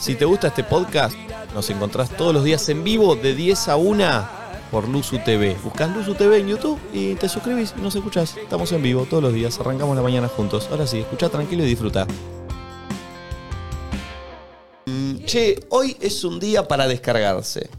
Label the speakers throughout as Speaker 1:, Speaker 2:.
Speaker 1: Si te gusta este podcast, nos encontrás todos los días en vivo de 10 a 1 por Luzu TV. Buscás Luzu TV en YouTube y te suscribís y nos escuchás. Estamos en vivo todos los días, arrancamos la mañana juntos. Ahora sí, escucha tranquilo y disfruta. Mm, Che, hoy es un día para descargarse.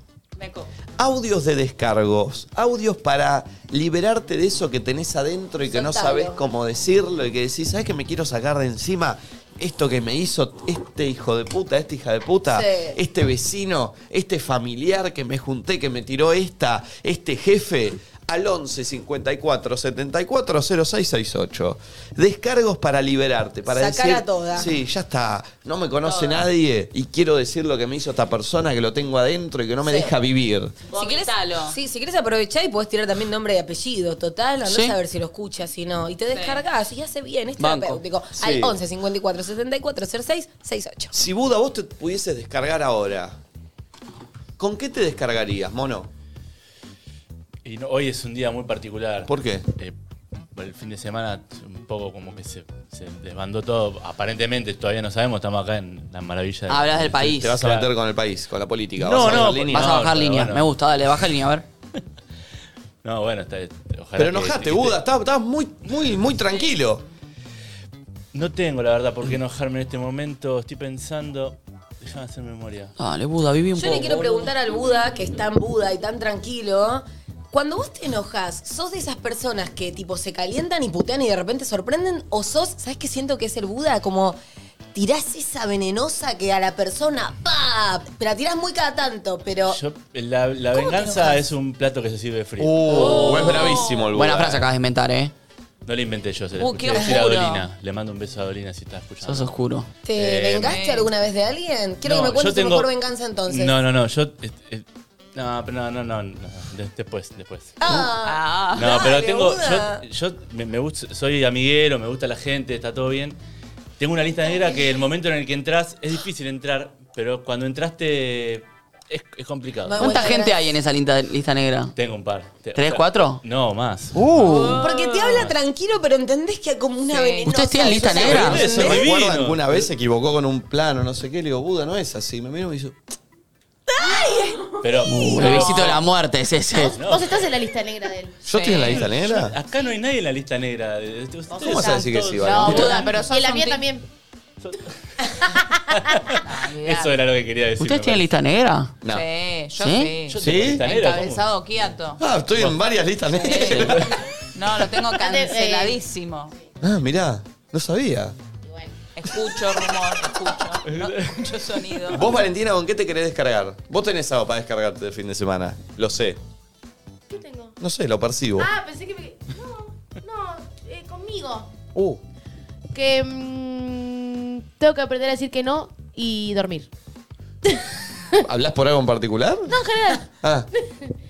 Speaker 1: Audios de descargos, audios para liberarte de eso que tenés adentro y que no
Speaker 2: Soltalo.
Speaker 1: sabes cómo decirlo y que decís, ¿sabes que me quiero sacar de encima esto que me hizo este hijo de puta, esta hija de puta,
Speaker 3: Sí.
Speaker 1: este vecino, este familiar que me junté, que me tiró esta, este jefe? Al 11 54 74 06 68. Descargos para liberarte, para
Speaker 4: Sacar
Speaker 1: decir,
Speaker 4: a toda.
Speaker 1: Sí, ya está. No me conoce
Speaker 4: Toda.
Speaker 1: nadie y quiero decir lo que me hizo esta persona que lo tengo adentro y que no me
Speaker 4: Sí.
Speaker 1: deja vivir.
Speaker 4: Si quieres, sí, si quieres aprovechar y podés tirar también nombre y apellido, total, andás
Speaker 1: Sí.
Speaker 4: a ver si lo escuchas, si no. Y te descargas y hace bien, es
Speaker 1: Banco.
Speaker 4: terapéutico.
Speaker 1: Sí.
Speaker 4: Al 11 54 74 06 68.
Speaker 1: Si Buda vos te pudieses descargar ahora, ¿con qué te descargarías, mono?
Speaker 5: Y no- hoy es un día muy particular.
Speaker 1: ¿Por qué?
Speaker 5: Eh, el fin de semana un poco como que se, se desbandó todo. Aparentemente todavía no sabemos, estamos acá en la maravilla.
Speaker 6: Hablas del país.
Speaker 1: Te vas a meter
Speaker 5: Claro.
Speaker 1: con el país, con la política.
Speaker 5: No,
Speaker 1: vas a
Speaker 5: no,
Speaker 1: bajar línea.
Speaker 6: pues, Vas a bajar
Speaker 5: pero
Speaker 6: línea.
Speaker 5: bueno.
Speaker 6: Me gusta, dale, baja línea, a ver.
Speaker 5: No, bueno, está, ojalá
Speaker 1: Pero
Speaker 5: que-
Speaker 1: enojate,
Speaker 5: que-
Speaker 1: Buda, estás, estás muy, muy, muy tranquilo.
Speaker 5: No tengo, la verdad, por qué enojarme en este momento. Estoy pensando. Déjame hacer memoria.
Speaker 6: Dale, Buda, viví un
Speaker 4: Yo
Speaker 6: poco.
Speaker 4: le quiero preguntar al Buda, que es tan Buda y tan tranquilo. Cuando vos te enojas, ¿sos de esas personas que tipo se calientan y putean y de repente sorprenden? ¿O sos, sabes qué siento que es el Buda? Como tirás esa venenosa que a la persona, ¡pa! Pero la tirás muy cada tanto, pero.
Speaker 5: Yo- la la venganza es un plato que se sirve frío.
Speaker 4: Oh.
Speaker 1: Uh, es bravísimo el Buda.
Speaker 6: Oh. Buena frase acabas de inventar, eh.
Speaker 5: No la inventé yo, se la
Speaker 4: Uh,
Speaker 5: escuché
Speaker 4: qué
Speaker 5: decir a
Speaker 4: oscuro.
Speaker 5: Dolina. Le mando un beso a Dolina si está escuchando.
Speaker 6: Sos oscuro.
Speaker 4: ¿Te
Speaker 5: Eh,
Speaker 4: vengaste alguna vez de alguien? Quiero
Speaker 5: No,
Speaker 4: que me cuentes
Speaker 5: yo tengo-
Speaker 4: tu mejor venganza entonces.
Speaker 5: No, no, no, yo... eh, eh, no, pero no, no, no, no, de- después, después.
Speaker 4: Ah,
Speaker 5: No, pero
Speaker 4: dale,
Speaker 5: tengo...
Speaker 4: Buda.
Speaker 5: Yo, yo me, me gusta, soy amiguero, me gusta la gente, está todo bien. Tengo una lista negra que el momento en el que entras es difícil entrar, pero cuando entraste es, es complicado.
Speaker 4: Me
Speaker 6: ¿Cuánta
Speaker 4: Buenas.
Speaker 6: gente hay en esa linda- lista negra?
Speaker 5: Tengo un par. Te-
Speaker 6: ¿Tres,
Speaker 5: o sea,
Speaker 6: cuatro?
Speaker 5: No, más.
Speaker 6: Uh.
Speaker 4: Porque te habla tranquilo, pero entendés que hay como una venenosa.
Speaker 6: ¿Ustedes tienen
Speaker 4: que
Speaker 6: lista
Speaker 4: sos
Speaker 6: negra?
Speaker 4: horrible.
Speaker 5: Eso,
Speaker 1: ¿No
Speaker 5: divino.
Speaker 1: recuerdan que una vez se equivocó con un plano, no sé qué? Le digo, Buda, no es así. Me miro y me dice,
Speaker 5: Pero...
Speaker 6: El visito de la muerte es ese.
Speaker 5: No.
Speaker 7: Vos estás en la lista negra de él.
Speaker 1: ¿yo estoy en la lista negra?
Speaker 5: Acá no hay nadie en la lista negra. de- de- ustedes
Speaker 1: vas a
Speaker 5: son
Speaker 1: decir que
Speaker 5: todos-
Speaker 1: sí, Valen? No,
Speaker 7: Buda,
Speaker 8: pero
Speaker 7: y
Speaker 8: sos
Speaker 7: en la
Speaker 8: un
Speaker 7: mía
Speaker 8: ti-
Speaker 7: también.
Speaker 5: Eso era lo que quería decir.
Speaker 6: ¿Ustedes
Speaker 5: me
Speaker 6: tienen
Speaker 5: parece.
Speaker 6: lista negra?
Speaker 1: No.
Speaker 8: Sí, yo
Speaker 6: ¿Sí?
Speaker 8: sí.
Speaker 5: Yo
Speaker 1: ¿Sí?
Speaker 5: tengo lista negra, ¿cómo?
Speaker 8: Encabezado quieto.
Speaker 1: Ah, estoy en varias listas negras.
Speaker 8: No, lo tengo
Speaker 7: eh,
Speaker 8: canceladísimo.
Speaker 1: Ah, mirá, no sabía.
Speaker 8: Escucho rumor, escucho. No escucho sonido.
Speaker 1: Vos, Valentina, ¿con qué te querés descargar? Vos tenés algo para descargarte del fin de semana. Lo sé.
Speaker 7: ¿Qué tengo?
Speaker 1: No sé, lo percibo.
Speaker 7: Ah, pensé que me. No, no, eh, conmigo.
Speaker 1: Uh,
Speaker 7: Que. mm, tengo que aprender a decir que no y dormir.
Speaker 1: ¿Hablás por algo en particular?
Speaker 7: No, en general.
Speaker 1: Ah,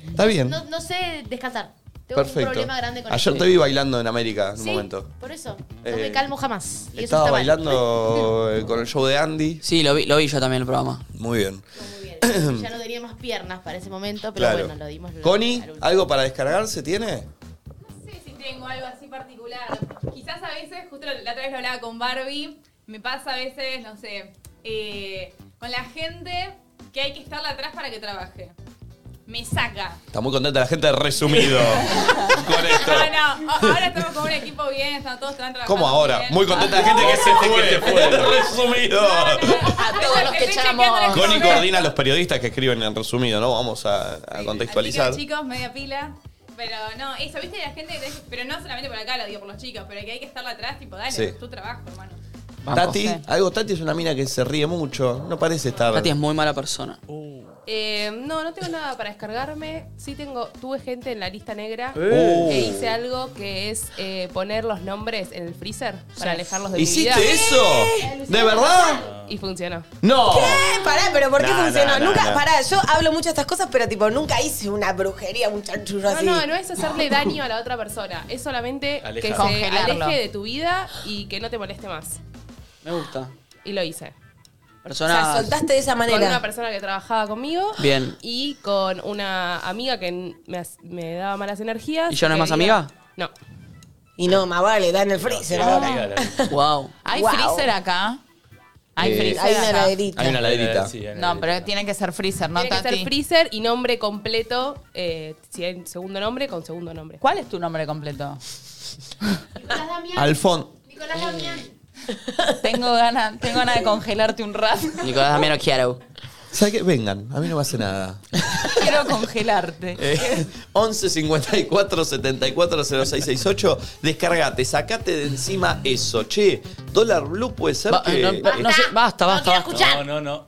Speaker 1: está bien.
Speaker 7: No, no sé descansar. Tengo
Speaker 1: Perfecto.
Speaker 7: un problema grande con
Speaker 1: Ayer
Speaker 7: eso.
Speaker 1: te vi bailando en América en
Speaker 7: Sí,
Speaker 1: un momento.
Speaker 7: Por eso. No
Speaker 1: Eh,
Speaker 7: me calmo jamás. Y eso
Speaker 1: Estabas
Speaker 7: está mal.
Speaker 1: bailando eh, con el show de Andy.
Speaker 6: Sí, lo vi, lo vi yo también el programa.
Speaker 1: Muy bien.
Speaker 7: Muy bien. Ya no tenía más piernas para ese momento, pero
Speaker 1: Claro.
Speaker 7: bueno, lo dimos. luego
Speaker 1: Connie,
Speaker 7: al último.
Speaker 1: ¿algo para descargarse tiene?
Speaker 9: No sé si tengo algo así particular. Quizás a veces, justo la otra vez lo hablaba con Barbie, me pasa a veces, no sé, eh, con la gente que hay que estarla atrás para que trabaje. Me saca.
Speaker 1: Está muy contenta la gente de resumido con esto.
Speaker 9: Ah, No, no, a- ahora estamos con un equipo bien, están todos están trabajando.
Speaker 1: ¿Cómo ahora?
Speaker 9: bien.
Speaker 1: Muy contenta la gente que se fue. resumido.
Speaker 9: A
Speaker 8: todos los que echamos.
Speaker 1: Connie coordina a los periodistas que escriben en resumido, ¿no? Vamos a, a contextualizar.
Speaker 9: Así que, chicos, media pila. Pero no, eso, viste, la gente, que te- pero no solamente por acá, lo digo por los chicos, pero que hay que estarla atrás, tipo, dale,
Speaker 1: Sí.
Speaker 9: es tu trabajo, hermano.
Speaker 1: Tati, algo Tati es una mina que se ríe mucho. No parece estar.
Speaker 6: Tati es muy mala persona.
Speaker 10: Eh, no, no tengo nada para descargarme. Sí tengo, tuve gente en la lista negra
Speaker 1: Oh.
Speaker 10: que hice algo que es eh, poner los nombres en el freezer para alejarlos de mi vida.
Speaker 1: ¿Hiciste
Speaker 10: Eh,
Speaker 1: eso? ¿De verdad?
Speaker 10: Y funcionó.
Speaker 1: No.
Speaker 4: Eh, Pará, pero ¿por qué
Speaker 1: No, no,
Speaker 4: funcionó?
Speaker 1: no,
Speaker 4: nunca,
Speaker 1: no.
Speaker 4: pará, yo hablo mucho de estas cosas, pero tipo, nunca hice una brujería, un chanchullo
Speaker 10: No,
Speaker 4: así.
Speaker 10: no, no es hacerle daño a la otra persona. Es solamente que se
Speaker 5: Alejarlo.
Speaker 8: Congelarlo.
Speaker 10: aleje de tu vida y que no te moleste más.
Speaker 6: Me gusta.
Speaker 10: Y lo hice.
Speaker 4: O sea,
Speaker 6: Personas.
Speaker 4: soltaste de esa
Speaker 10: Con una
Speaker 4: manera.
Speaker 10: persona que trabajaba conmigo.
Speaker 6: Bien.
Speaker 10: Y con una amiga que n- me, as- me daba malas energías.
Speaker 6: ¿Y ya no es
Speaker 10: que
Speaker 6: más
Speaker 10: quería-
Speaker 6: amiga?
Speaker 10: No.
Speaker 4: Y no, más vale, da en el
Speaker 5: Sí,
Speaker 4: freezer
Speaker 5: la
Speaker 4: ahora.
Speaker 5: amiga, la-
Speaker 6: wow.
Speaker 8: ¿Hay
Speaker 4: Wow.
Speaker 8: freezer acá?
Speaker 9: Hay
Speaker 1: Eh,
Speaker 9: freezer
Speaker 7: Hay una
Speaker 9: acá.
Speaker 7: laderita.
Speaker 1: Hay una laderita.
Speaker 5: Sí, hay una
Speaker 9: No, pero
Speaker 5: laderita.
Speaker 9: tiene que ser freezer, no
Speaker 10: Tiene que ser
Speaker 9: Tati.
Speaker 10: freezer y nombre completo, eh, si hay segundo nombre, con segundo nombre.
Speaker 9: ¿Cuál es tu nombre completo?
Speaker 11: Nicolás Damián.
Speaker 1: Alfon.
Speaker 11: Nicolás Damián.
Speaker 9: Tengo ganas tengo ganas de congelarte un rato.
Speaker 6: Nicolás Damiano Chiaro.
Speaker 1: ¿Sabes qué? Vengan, a mí no me hace nada.
Speaker 9: Quiero congelarte.
Speaker 1: Eh, 11 54 74 0668. Descargate, sacate de encima eso. Che, dólar blue puede ser
Speaker 6: Ba- no,
Speaker 1: que.
Speaker 6: ba- no sé, basta,
Speaker 11: No
Speaker 6: basta, basta.
Speaker 11: quiero escuchar.
Speaker 5: No, no, no.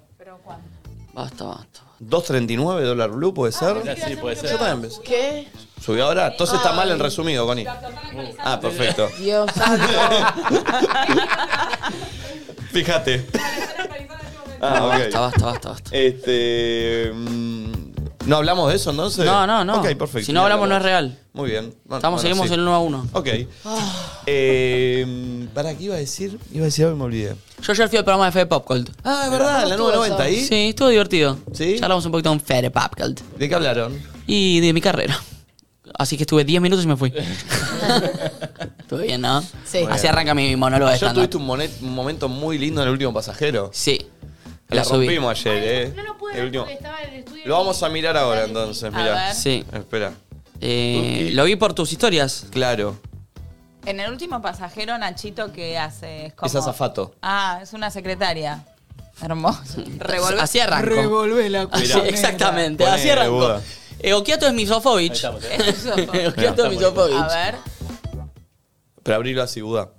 Speaker 6: Basta, basta.
Speaker 1: 2.39 dólar blue puede ser.
Speaker 5: Ya Ah, sí, puede ser.
Speaker 1: Yo también pensé.
Speaker 7: ¿Qué?
Speaker 1: Subió ahora. Entonces está mal en resumido, Connie. Ah, perfecto.
Speaker 7: Dios santo.
Speaker 1: Fíjate. Ah,
Speaker 6: Basta, basta, basta, basta.
Speaker 1: Este. mm, ¿No hablamos de eso entonces?
Speaker 6: No, no, no.
Speaker 1: Ok, perfecto.
Speaker 6: Si no hablamos, no es real.
Speaker 1: Muy bien. Bueno,
Speaker 6: Estamos,
Speaker 1: bueno,
Speaker 6: seguimos
Speaker 1: sí.
Speaker 6: en el 1 a Ah. 1.
Speaker 1: Ok. Eh, ¿Para qué iba a decir? Iba a decir algo y me olvidé.
Speaker 6: Yo ayer fui al programa de Fede Pop Cult.
Speaker 1: Ah, es verdad, en la
Speaker 7: ¿Cómo
Speaker 1: nube
Speaker 7: estuvo
Speaker 1: 90 ahí.
Speaker 6: Sí, estuvo divertido.
Speaker 1: ¿Sí?
Speaker 6: Charlamos un poquito con Fede Pop Cult.
Speaker 1: ¿De qué hablaron?
Speaker 6: Y de mi carrera. Así que estuve 10 minutos y me fui. Estuvo bien, ¿no?
Speaker 7: Sí.
Speaker 6: Así arranca mi monólogo de
Speaker 1: Yo
Speaker 6: stand
Speaker 1: tuviste un, monet- un momento muy lindo en el último pasajero.
Speaker 6: Sí.
Speaker 1: La
Speaker 6: La subí.
Speaker 1: rompimos ayer, eh.
Speaker 11: No lo pude
Speaker 1: El
Speaker 11: ver
Speaker 1: último.
Speaker 11: porque estaba en el estudio.
Speaker 1: Lo vamos a mirar ahora entonces,
Speaker 9: A
Speaker 1: mirá.
Speaker 9: ver.
Speaker 6: Sí.
Speaker 1: Espera.
Speaker 6: Eh, lo vi por tus historias.
Speaker 1: Claro.
Speaker 9: En el último pasajero, Nachito, ¿qué hace? como-
Speaker 1: Es azafato.
Speaker 9: Ah, es una secretaria. Hermoso. Revolver.
Speaker 6: Así arranco.
Speaker 9: la
Speaker 6: Así- exactamente,
Speaker 1: Ponele,
Speaker 6: así arranco.
Speaker 1: Buda.
Speaker 6: Eh, Okiato es misofovich.
Speaker 5: Ahí estamos, eh.
Speaker 6: Okiato es
Speaker 9: A
Speaker 6: misofovich.
Speaker 9: ver.
Speaker 1: Pero abrilo así, Buda.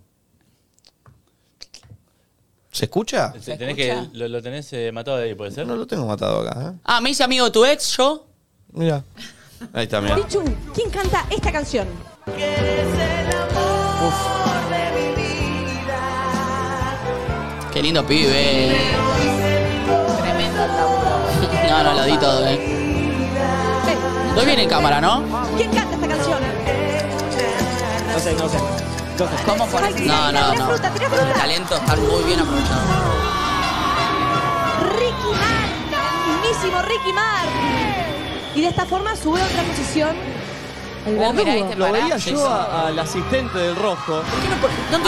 Speaker 1: ¿Se escucha?
Speaker 9: ¿Se
Speaker 5: Tenés
Speaker 9: escucha?
Speaker 5: que, lo, lo tenés eh, matado de ahí, ¿puede ser?
Speaker 1: No lo tengo matado acá, ¿eh?
Speaker 6: Ah, me hice amigo de tu ex, yo.
Speaker 1: Mirá. Ahí está, mirá.
Speaker 4: ¿quién canta esta canción?
Speaker 6: Qué lindo pibe.
Speaker 9: Tremendo laburo.
Speaker 6: No, no, lo di todo, eh. Doy bien en cámara, Ah, ¿no?
Speaker 4: ¿Quién canta esta canción?
Speaker 9: ¿Cómo pones
Speaker 4: Ay,
Speaker 6: No, no,
Speaker 4: tira
Speaker 6: no.
Speaker 4: fruta, tira fruta.
Speaker 6: El talento está muy bien aprovechado.
Speaker 4: Ricky Martin, mismísimo Ricky
Speaker 10: ¡Eh!
Speaker 4: Martin. Y de esta forma sube a otra posición.
Speaker 10: Oh,
Speaker 4: El
Speaker 9: Vos mirá,
Speaker 4: verdugo.
Speaker 9: este pará.
Speaker 12: yo a- al asistente del rojo.
Speaker 6: No entiendo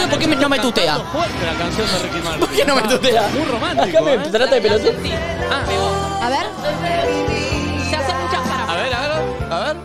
Speaker 6: por qué me- no me tutea.
Speaker 12: Fuerte la canción de Ricky Martin.
Speaker 6: ¿Por qué no me tutea?
Speaker 12: Muy romántico,
Speaker 6: Acá me
Speaker 12: ¿eh?
Speaker 6: trata de pelotudo.
Speaker 4: A ver.
Speaker 9: Ah, Se hace muchas para.
Speaker 12: A ver, a ver, a ver.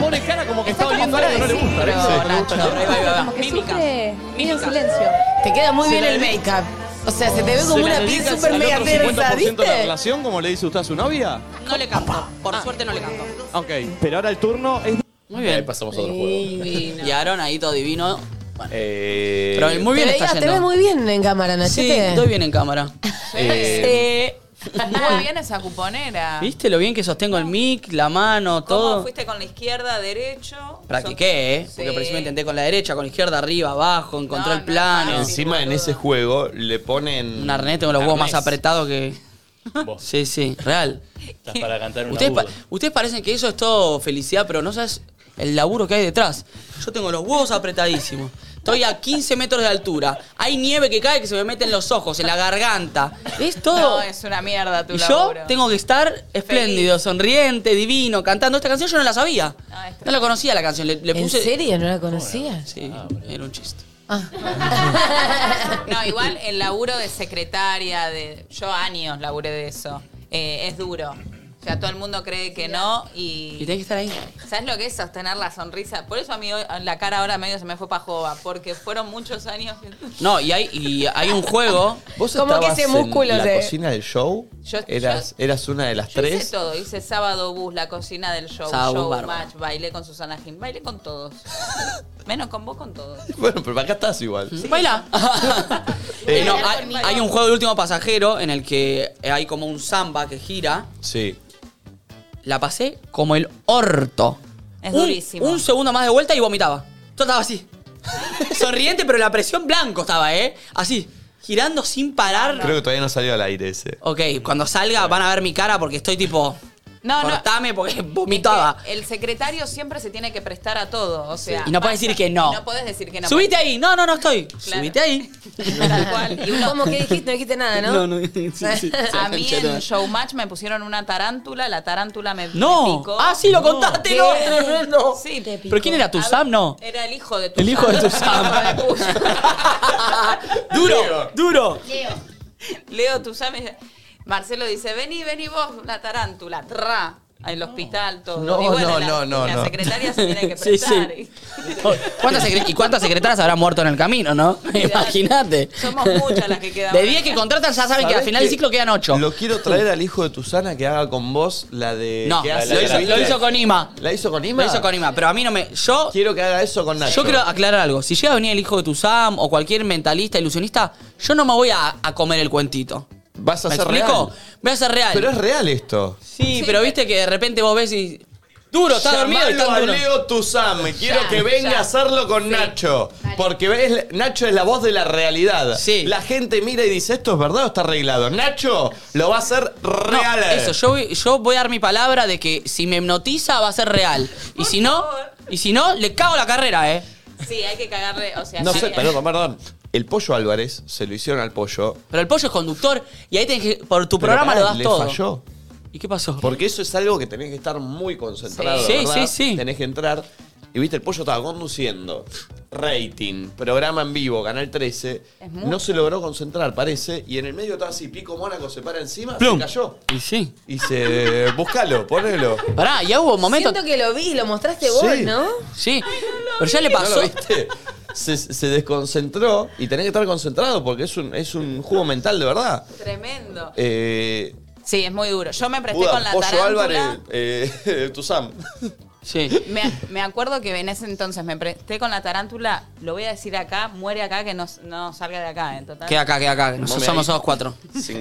Speaker 12: Pone cara como que está, oliendo algo que no le gusta.
Speaker 9: Pero,
Speaker 12: ¿viste?
Speaker 9: Nacho, ahí va, ahí va, ahí va.
Speaker 4: Como que
Speaker 9: Mímica.
Speaker 4: sufre medio en silencio.
Speaker 7: Te queda muy
Speaker 12: Se
Speaker 7: bien
Speaker 12: la
Speaker 7: el
Speaker 12: dedica-
Speaker 7: make-up. O sea, se te ve como
Speaker 12: ¿Se la
Speaker 7: una piel
Speaker 12: dedicas
Speaker 7: súper
Speaker 12: al
Speaker 7: mega
Speaker 12: otro
Speaker 7: tersa,
Speaker 12: 50% de la
Speaker 7: ¿viste?
Speaker 12: relación, como le dice usted a su novia?
Speaker 6: No le canto. Por suerte no le canto.
Speaker 12: Ok. Pero ahora el turno es...
Speaker 6: Muy
Speaker 1: Ahí
Speaker 6: bien.
Speaker 1: pasamos a otro juego.
Speaker 6: Y Aaron ahí todo divino. Bueno,
Speaker 1: Eh,
Speaker 6: pero muy bien
Speaker 7: te,
Speaker 6: está
Speaker 7: veías- te ves
Speaker 6: yendo.
Speaker 7: muy bien en cámara,
Speaker 6: Sí,
Speaker 7: Nachete.
Speaker 6: doy bien en cámara.
Speaker 1: eh,
Speaker 9: Muy bien esa cuponera.
Speaker 6: ¿Viste lo bien que sostengo el mic, la mano, todo?
Speaker 9: fuiste con la izquierda, derecho?
Speaker 6: Practiqué, ¿eh? Porque
Speaker 9: Sí.
Speaker 6: al principio intenté con la derecha, con la izquierda, arriba, abajo, encontré
Speaker 9: No,
Speaker 6: el
Speaker 9: no,
Speaker 6: plano.
Speaker 9: no.
Speaker 1: Encima en ese juego le ponen.
Speaker 6: Ah, Un arnés, tengo los huevos más
Speaker 1: Arnés.
Speaker 6: apretados que...
Speaker 5: Vos
Speaker 6: Sí, sí, real.
Speaker 5: estás para cantar una
Speaker 6: Ustedes, pa-
Speaker 5: agudo.
Speaker 6: ustedes parecen que eso es todo felicidad, pero no sabes el laburo que hay detrás. Yo tengo los huevos apretadísimos. Estoy a 15 metros de altura. Hay nieve que cae que se me mete en los ojos, en la garganta. Es todo.
Speaker 9: No, es una mierda tu
Speaker 6: y yo
Speaker 9: laburo.
Speaker 6: tengo que estar espléndido, sonriente, divino, cantando. Esta canción yo no la sabía.
Speaker 9: No,
Speaker 1: Ah,
Speaker 9: es tremendo.
Speaker 6: No la conocía la canción. Le, le
Speaker 7: ¿En
Speaker 6: puse.
Speaker 7: serio? ¿No la conocías?
Speaker 6: Sí,
Speaker 1: Ah,
Speaker 6: era un chiste.
Speaker 9: No, igual el laburo de secretaria, de yo años laburé de eso. Eh, es duro. O sea, todo el mundo cree que no
Speaker 6: Y
Speaker 9: y...
Speaker 6: tenés que estar ahí.
Speaker 9: ¿Sabes lo que es sostener la sonrisa? Por eso a mí hoy- la cara ahora medio se me fue pa' jova, porque fueron muchos años.
Speaker 6: No, y hay, y hay un juego.
Speaker 1: ¿Vos
Speaker 7: Como que
Speaker 1: estabas
Speaker 7: ese músculo
Speaker 1: en la
Speaker 7: se-
Speaker 1: cocina del show?
Speaker 9: Yo-
Speaker 1: eras, eras una de las
Speaker 9: Yo
Speaker 1: tres.
Speaker 9: hice todo, hice sábado bus, la cocina del show,
Speaker 6: Sábado Bus,
Speaker 9: show
Speaker 6: bárbaro.
Speaker 9: match, bailé con Susana Gil, bailé con todos. Menos con vos, con todos.
Speaker 1: Bueno, pero acá estás igual.
Speaker 6: Baila. Eh, no, hay, hay un juego del último pasajero en el que hay como un samba que gira.
Speaker 1: Sí.
Speaker 6: La pasé como el orto.
Speaker 9: Es
Speaker 6: Un-
Speaker 9: durísimo.
Speaker 6: Un segundo más de vuelta y vomitaba. Yo estaba así. Sonriente, pero la presión blanco estaba, ¿eh? Así. Girando sin parar.
Speaker 1: Creo que todavía no salió al aire ese.
Speaker 6: Ok, cuando salga van a ver mi cara porque estoy tipo.
Speaker 9: No, no.
Speaker 6: cortame porque vomitaba.
Speaker 9: Es que el secretario siempre se tiene que prestar a todo, o sea.
Speaker 6: Y no podés decir que no.
Speaker 9: Y no podés decir que no.
Speaker 6: Subite ahí. No, no, no estoy.
Speaker 9: Claro.
Speaker 6: Subite ahí.
Speaker 9: Tal cual.
Speaker 4: Y como que dijiste, no dijiste nada, ¿no?
Speaker 6: No, no, sí, sí,
Speaker 9: a mí
Speaker 6: ya
Speaker 9: en
Speaker 6: no.
Speaker 9: Showmatch me pusieron una tarántula, la tarántula me,
Speaker 6: No.
Speaker 9: me picó.
Speaker 6: Ah, sí, lo contaste, no,
Speaker 9: ¿Qué?
Speaker 6: tremendo.
Speaker 9: Sí.
Speaker 6: ¿Pero quién era? ¿Tusam? No.
Speaker 9: Era el hijo de tu
Speaker 6: El hijo de Tusam. ¡Duro! ¡Duro!
Speaker 9: Leo. Leo, tú sabes. Marcelo dice, vení, vení vos, la tarántula. Tra. Al hospital, todo.
Speaker 6: No,
Speaker 9: y
Speaker 6: no,
Speaker 9: bueno, la,
Speaker 6: no, no,
Speaker 9: La
Speaker 6: no.
Speaker 9: secretaria se tiene que
Speaker 6: Sí, sí.
Speaker 9: prestar.
Speaker 6: ¿Cuántas secre- ¿Y cuántas secretarias habrán muerto en el camino, no? Imagínate.
Speaker 9: Somos muchas las que quedan.
Speaker 6: De 10 que contratan, ya saben que al
Speaker 1: ¿Sabés
Speaker 6: final del
Speaker 1: qué?
Speaker 6: ciclo quedan 8.
Speaker 1: Lo quiero traer al hijo de Tusana que haga con vos la de.
Speaker 6: No,
Speaker 1: Eh, que
Speaker 6: lo
Speaker 1: hace-
Speaker 6: hizo,
Speaker 1: ¿viste?
Speaker 6: lo hizo con Ima.
Speaker 1: ¿La hizo con Ima?
Speaker 6: Lo hizo con Ima, pero a mí no me. Yo.
Speaker 1: Quiero que haga eso con Nacho.
Speaker 6: Yo quiero aclarar algo. Si llega a venir el hijo de tu Sam o cualquier mentalista, ilusionista, yo no me voy a, a comer el cuentito.
Speaker 1: Vas a
Speaker 6: ¿Me
Speaker 1: ser
Speaker 6: explico?
Speaker 1: real.
Speaker 6: Voy a ser real.
Speaker 1: Pero es real esto.
Speaker 6: Sí, pero viste que de repente vos ves y. Duro, está dormido y
Speaker 1: Llamalo
Speaker 6: está
Speaker 1: a
Speaker 6: duro.
Speaker 1: Leo Tusam. Quiero
Speaker 6: Ya,
Speaker 1: que venga
Speaker 6: ya.
Speaker 1: a hacerlo con Nacho. Porque ves, Nacho es la voz de la realidad. La gente mira y dice, ¿esto es verdad o está arreglado? Nacho lo va a hacer
Speaker 6: No,
Speaker 1: real.
Speaker 6: eso, yo, voy- yo voy a dar mi palabra de que si me hipnotiza va a ser real. Y si no, y si no, le cago la carrera, eh.
Speaker 9: Sí, hay que cagarle. O sea,
Speaker 1: No
Speaker 9: sí.
Speaker 1: sé, perdón, perdón. El pollo Álvarez se lo hicieron al pollo.
Speaker 6: Pero el pollo es conductor y ahí tenés que. Por tu
Speaker 1: Pero
Speaker 6: programa
Speaker 1: pará,
Speaker 6: lo das
Speaker 1: le
Speaker 6: todo.
Speaker 1: falló.
Speaker 6: ¿Y qué pasó?
Speaker 1: Porque eso es algo que tenés que estar muy concentrado.
Speaker 6: Sí,
Speaker 1: ¿verdad?
Speaker 6: sí,
Speaker 1: Tenés que entrar. Y viste, el pollo estaba conduciendo. Rating, programa en vivo, Canal 13.
Speaker 9: Es mucho.
Speaker 1: No se logró concentrar, parece. Y en el medio estaba así, Pico Mónaco se para encima,
Speaker 6: Plum.
Speaker 1: se cayó.
Speaker 6: Y sí.
Speaker 1: Y se... Búscalo, ponelo.
Speaker 6: Pará, ya hubo momentos.
Speaker 4: Siento que lo vi, lo mostraste vos,
Speaker 1: Sí.
Speaker 4: ¿no?
Speaker 6: Sí. Pero ya le
Speaker 1: ¿No
Speaker 6: pasó.
Speaker 1: lo viste? Se, se desconcentró y tenés que estar concentrado porque es un, es un juego mental de verdad.
Speaker 9: Tremendo.
Speaker 1: Eh,
Speaker 9: Sí, es muy duro. Yo me presté
Speaker 1: Buda,
Speaker 9: con la
Speaker 1: Pollo
Speaker 9: tarántula.
Speaker 1: Álvarez, eh, Tusam.
Speaker 6: Sí.
Speaker 9: Me, me acuerdo que en ese entonces me presté con la tarántula, lo voy a decir acá, muere acá, que no, no salga de acá, en total.
Speaker 6: Queda acá, queda acá. que Nosotros
Speaker 1: Momia
Speaker 6: somos
Speaker 1: ahí.
Speaker 6: todos cuatro.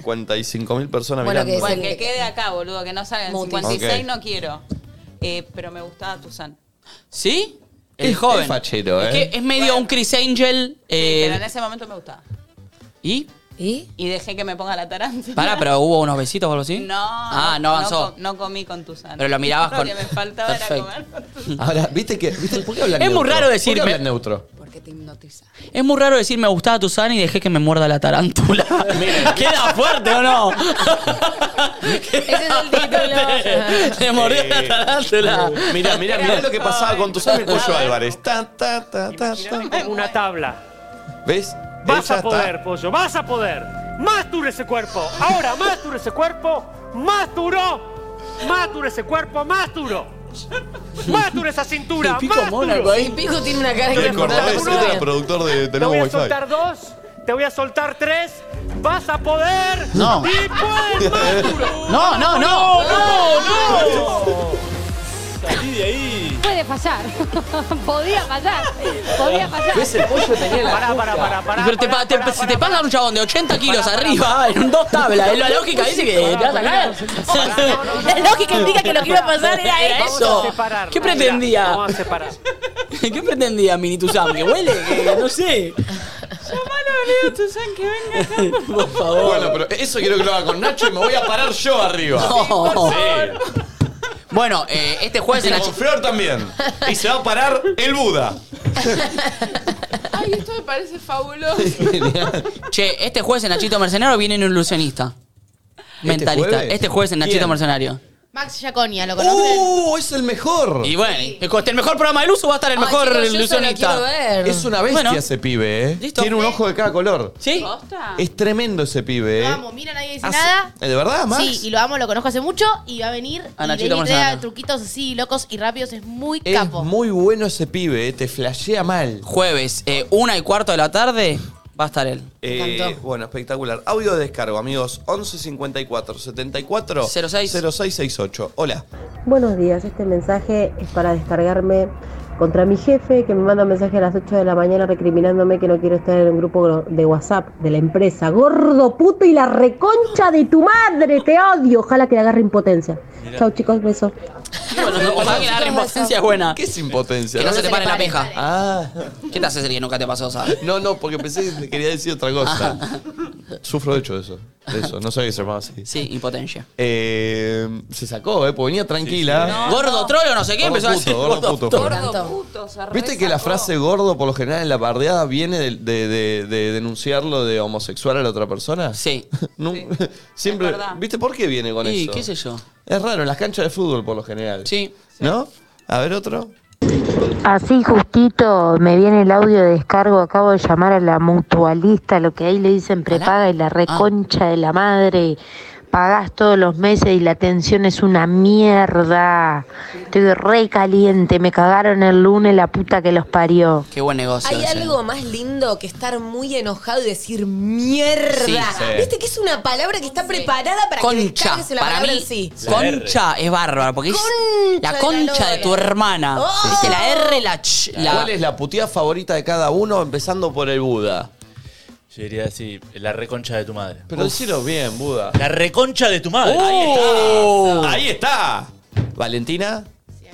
Speaker 1: 55.000 personas mirando.
Speaker 9: Bueno, que quede acá, boludo, que no salga. En
Speaker 4: Mute.
Speaker 9: 56
Speaker 1: Ok.
Speaker 9: no quiero. Eh, pero me gustaba Tuzán.
Speaker 6: ¿Sí? El
Speaker 1: Es-
Speaker 6: joven.
Speaker 1: es fachero,
Speaker 6: Es
Speaker 1: ¿eh?
Speaker 6: que es medio un Chris Angel. eh,
Speaker 9: Pero en ese momento me gustaba.
Speaker 6: ¿Y?
Speaker 4: ¿Y?
Speaker 9: Y dejé que me ponga la tarántula.
Speaker 6: Pará, pero hubo unos besitos o algo así.
Speaker 9: No.
Speaker 6: Ah, no avanzó.
Speaker 9: co- No, comí con Tuzán.
Speaker 6: Pero lo mirabas con-
Speaker 9: Lo que me faltaba
Speaker 6: Perfecto.
Speaker 9: era comer.
Speaker 1: Ahora, ¿viste que viste, ¿por qué hablan
Speaker 6: Es muy
Speaker 1: neutro?
Speaker 6: raro decirme-
Speaker 1: ¿Por qué hablan neutro?
Speaker 9: Porque te hipnotiza.
Speaker 6: Es muy raro decir me gustaba tu sana y dejé que me muerda la tarántula. Queda fuerte o no.
Speaker 4: Ese es el título.
Speaker 6: Me mordió la
Speaker 1: Eh,
Speaker 6: tarántula.
Speaker 1: uh,
Speaker 6: eh.
Speaker 1: Mirá, mirá, mirá lo que pasaba con Tusam y el Pollo Álvarez. Ta, ta, ta, ta, ta.
Speaker 13: Como una tabla.
Speaker 1: ¿Ves? Él
Speaker 13: Vas
Speaker 1: ya
Speaker 13: a poder,
Speaker 1: está.
Speaker 13: pollo, vas a poder. Más duro ese cuerpo. Ahora, más duro ese cuerpo. Más duro. Más duro ese cuerpo, más duro. Más duro esa cintura.
Speaker 6: El pico
Speaker 13: más
Speaker 6: mónaco
Speaker 13: duro.
Speaker 6: ahí.
Speaker 4: El pico tiene una cara que
Speaker 1: El
Speaker 4: no me acordaba.
Speaker 1: cordobés este era productor de
Speaker 13: Te voy
Speaker 1: Tenemos
Speaker 13: a
Speaker 1: Wi-Fi.
Speaker 13: soltar dos, te voy a soltar tres. Vas a poder.
Speaker 6: No.
Speaker 13: Y pues, puedes más duro.
Speaker 6: No, no, no, no,
Speaker 5: Salí de ahí.
Speaker 7: Puede pasar. Podía pasar. Podía pasar.
Speaker 1: ¿Ves? El pollo tenía la
Speaker 13: Pará, pará,
Speaker 1: justa.
Speaker 13: pará, pará.
Speaker 6: Pero te, pa- te- si te pagan un chabón de 80 kilos arriba en un dos tablas, la lógica dice que te vas a caer.
Speaker 4: La lógica indica que lo que iba a pasar era
Speaker 6: Era
Speaker 4: eso.
Speaker 6: eso.
Speaker 13: Vamos a separarla,
Speaker 6: ¿Qué pretendía?
Speaker 13: mirá, Vamos a separar.
Speaker 6: ¿Qué pretendía Mini Tusam? ¿Que huele? Que no sé.
Speaker 9: Llamalo, Leo Tuzán, que venga acá.
Speaker 6: Por favor.
Speaker 1: Bueno, pero eso quiero que lo haga con Nacho y me voy a parar yo arriba.
Speaker 6: No.
Speaker 1: Sí.
Speaker 6: Bueno, eh, este jueves en
Speaker 1: Y
Speaker 6: la
Speaker 1: con Flor también. Y se va a parar el Buda.
Speaker 14: Ay, esto me parece fabuloso.
Speaker 6: Che, este jueves en Nachito Mercenario viene un ilusionista. Mentalista.
Speaker 1: jueves?
Speaker 6: Este jueves en Nachito
Speaker 1: ¿Quién?
Speaker 6: Mercenario.
Speaker 7: Max Yaconia, ¿lo conocen?
Speaker 1: ¡Uh! Es el mejor.
Speaker 6: Y bueno, el mejor programa del uso va a estar el
Speaker 4: Ay,
Speaker 6: mejor
Speaker 4: chicos, yo solo quiero
Speaker 6: ilusionista.
Speaker 4: ver.
Speaker 1: Es una bestia
Speaker 6: Bueno.
Speaker 1: ese pibe, ¿eh?
Speaker 6: Listo.
Speaker 1: Tiene un ojo de cada color.
Speaker 6: ¿Sí?
Speaker 9: ¿Posta?
Speaker 1: Es tremendo ese pibe, ¿eh?
Speaker 7: Vamos, mira, nadie dice
Speaker 1: Hace- ¿Eh,
Speaker 7: nada.
Speaker 1: ¿De verdad, Max?
Speaker 7: Sí, y lo amo, lo conozco hace mucho y va a venir
Speaker 6: A
Speaker 7: y
Speaker 6: Nachito
Speaker 7: le trae
Speaker 6: Manzano.
Speaker 7: truquitos así locos y rápidos, es muy
Speaker 1: Es
Speaker 7: capo.
Speaker 1: muy bueno ese pibe, eh, te flashea mal.
Speaker 6: Jueves, eh, una y cuarto de la tarde, va a estar él.
Speaker 1: Eh,
Speaker 4: encantó.
Speaker 1: bueno, espectacular. Audio de descargo, amigos. 11 54 74
Speaker 6: 06.
Speaker 1: 0668. Hola.
Speaker 15: Buenos días, este mensaje es para descargarme contra mi jefe que me manda un mensaje a las 8 de la mañana recriminándome que no quiero estar en un grupo de WhatsApp de la empresa. Gordo puto y la reconcha de tu madre, te odio. Ojalá que le agarre impotencia. Chao chicos, besos.
Speaker 6: Bueno, ojalá que la impotencia es buena.
Speaker 1: ¿Qué es impotencia?
Speaker 6: Que no se te pare la peja.
Speaker 1: Ah,
Speaker 6: ¿Qué te hace ser que nunca te pasó, Ah. sabes?
Speaker 1: no, no, porque pensé que quería decir otra cosa. Sufro de hecho de eso. De eso. No sabía que se llamaba así.
Speaker 6: Sí, impotencia.
Speaker 1: Eh, se sacó, ¿eh? Porque venía tranquila.
Speaker 6: Gordo trolo, no sé qué,
Speaker 1: Gordo
Speaker 6: empezó a
Speaker 1: puto,
Speaker 6: decir.
Speaker 1: gordo puto fue.
Speaker 9: Gordo puto, se
Speaker 1: Viste que la frase gordo, por lo general, en la bardeada viene de, de- de- de denunciarlo de homosexual a la otra persona?
Speaker 6: Sí.
Speaker 1: Siempre.
Speaker 6: Es verdad.
Speaker 1: ¿Viste por qué viene con
Speaker 6: Y,
Speaker 1: eso?
Speaker 6: qué sé yo.
Speaker 1: Es raro, en las canchas de fútbol, por lo general.
Speaker 6: Sí.
Speaker 1: ¿No? A ver otro.
Speaker 16: Así justito me viene el audio de descargo, acabo de llamar a la mutualista, lo que ahí le dicen prepaga y
Speaker 1: Ah.
Speaker 16: la reconcha de la madre, pagás todos los meses y la atención es una mierda. Ah, Estoy re caliente, me cagaron el lunes la puta que los parió.
Speaker 6: Qué buen negocio.
Speaker 4: Hay
Speaker 6: ese.
Speaker 4: algo más lindo que estar muy enojado y decir mierda.
Speaker 6: Sí, sí.
Speaker 4: Viste que es una palabra que está preparada para que
Speaker 6: Concha.
Speaker 4: descargues la
Speaker 6: Para
Speaker 4: palabra
Speaker 6: mí,
Speaker 4: en sí.
Speaker 6: concha es bárbara, porque es la concha de tu hermana.
Speaker 4: Oh.
Speaker 6: Viste, la R, la ch, la-
Speaker 1: ¿Cuál es la puteada favorita de cada uno, empezando por el Buda?
Speaker 5: Yo diría así, la reconcha de tu madre.
Speaker 1: Pero decilo bien, Buda.
Speaker 5: La reconcha de tu madre.
Speaker 1: Ahí está. Ahí está. Valentina.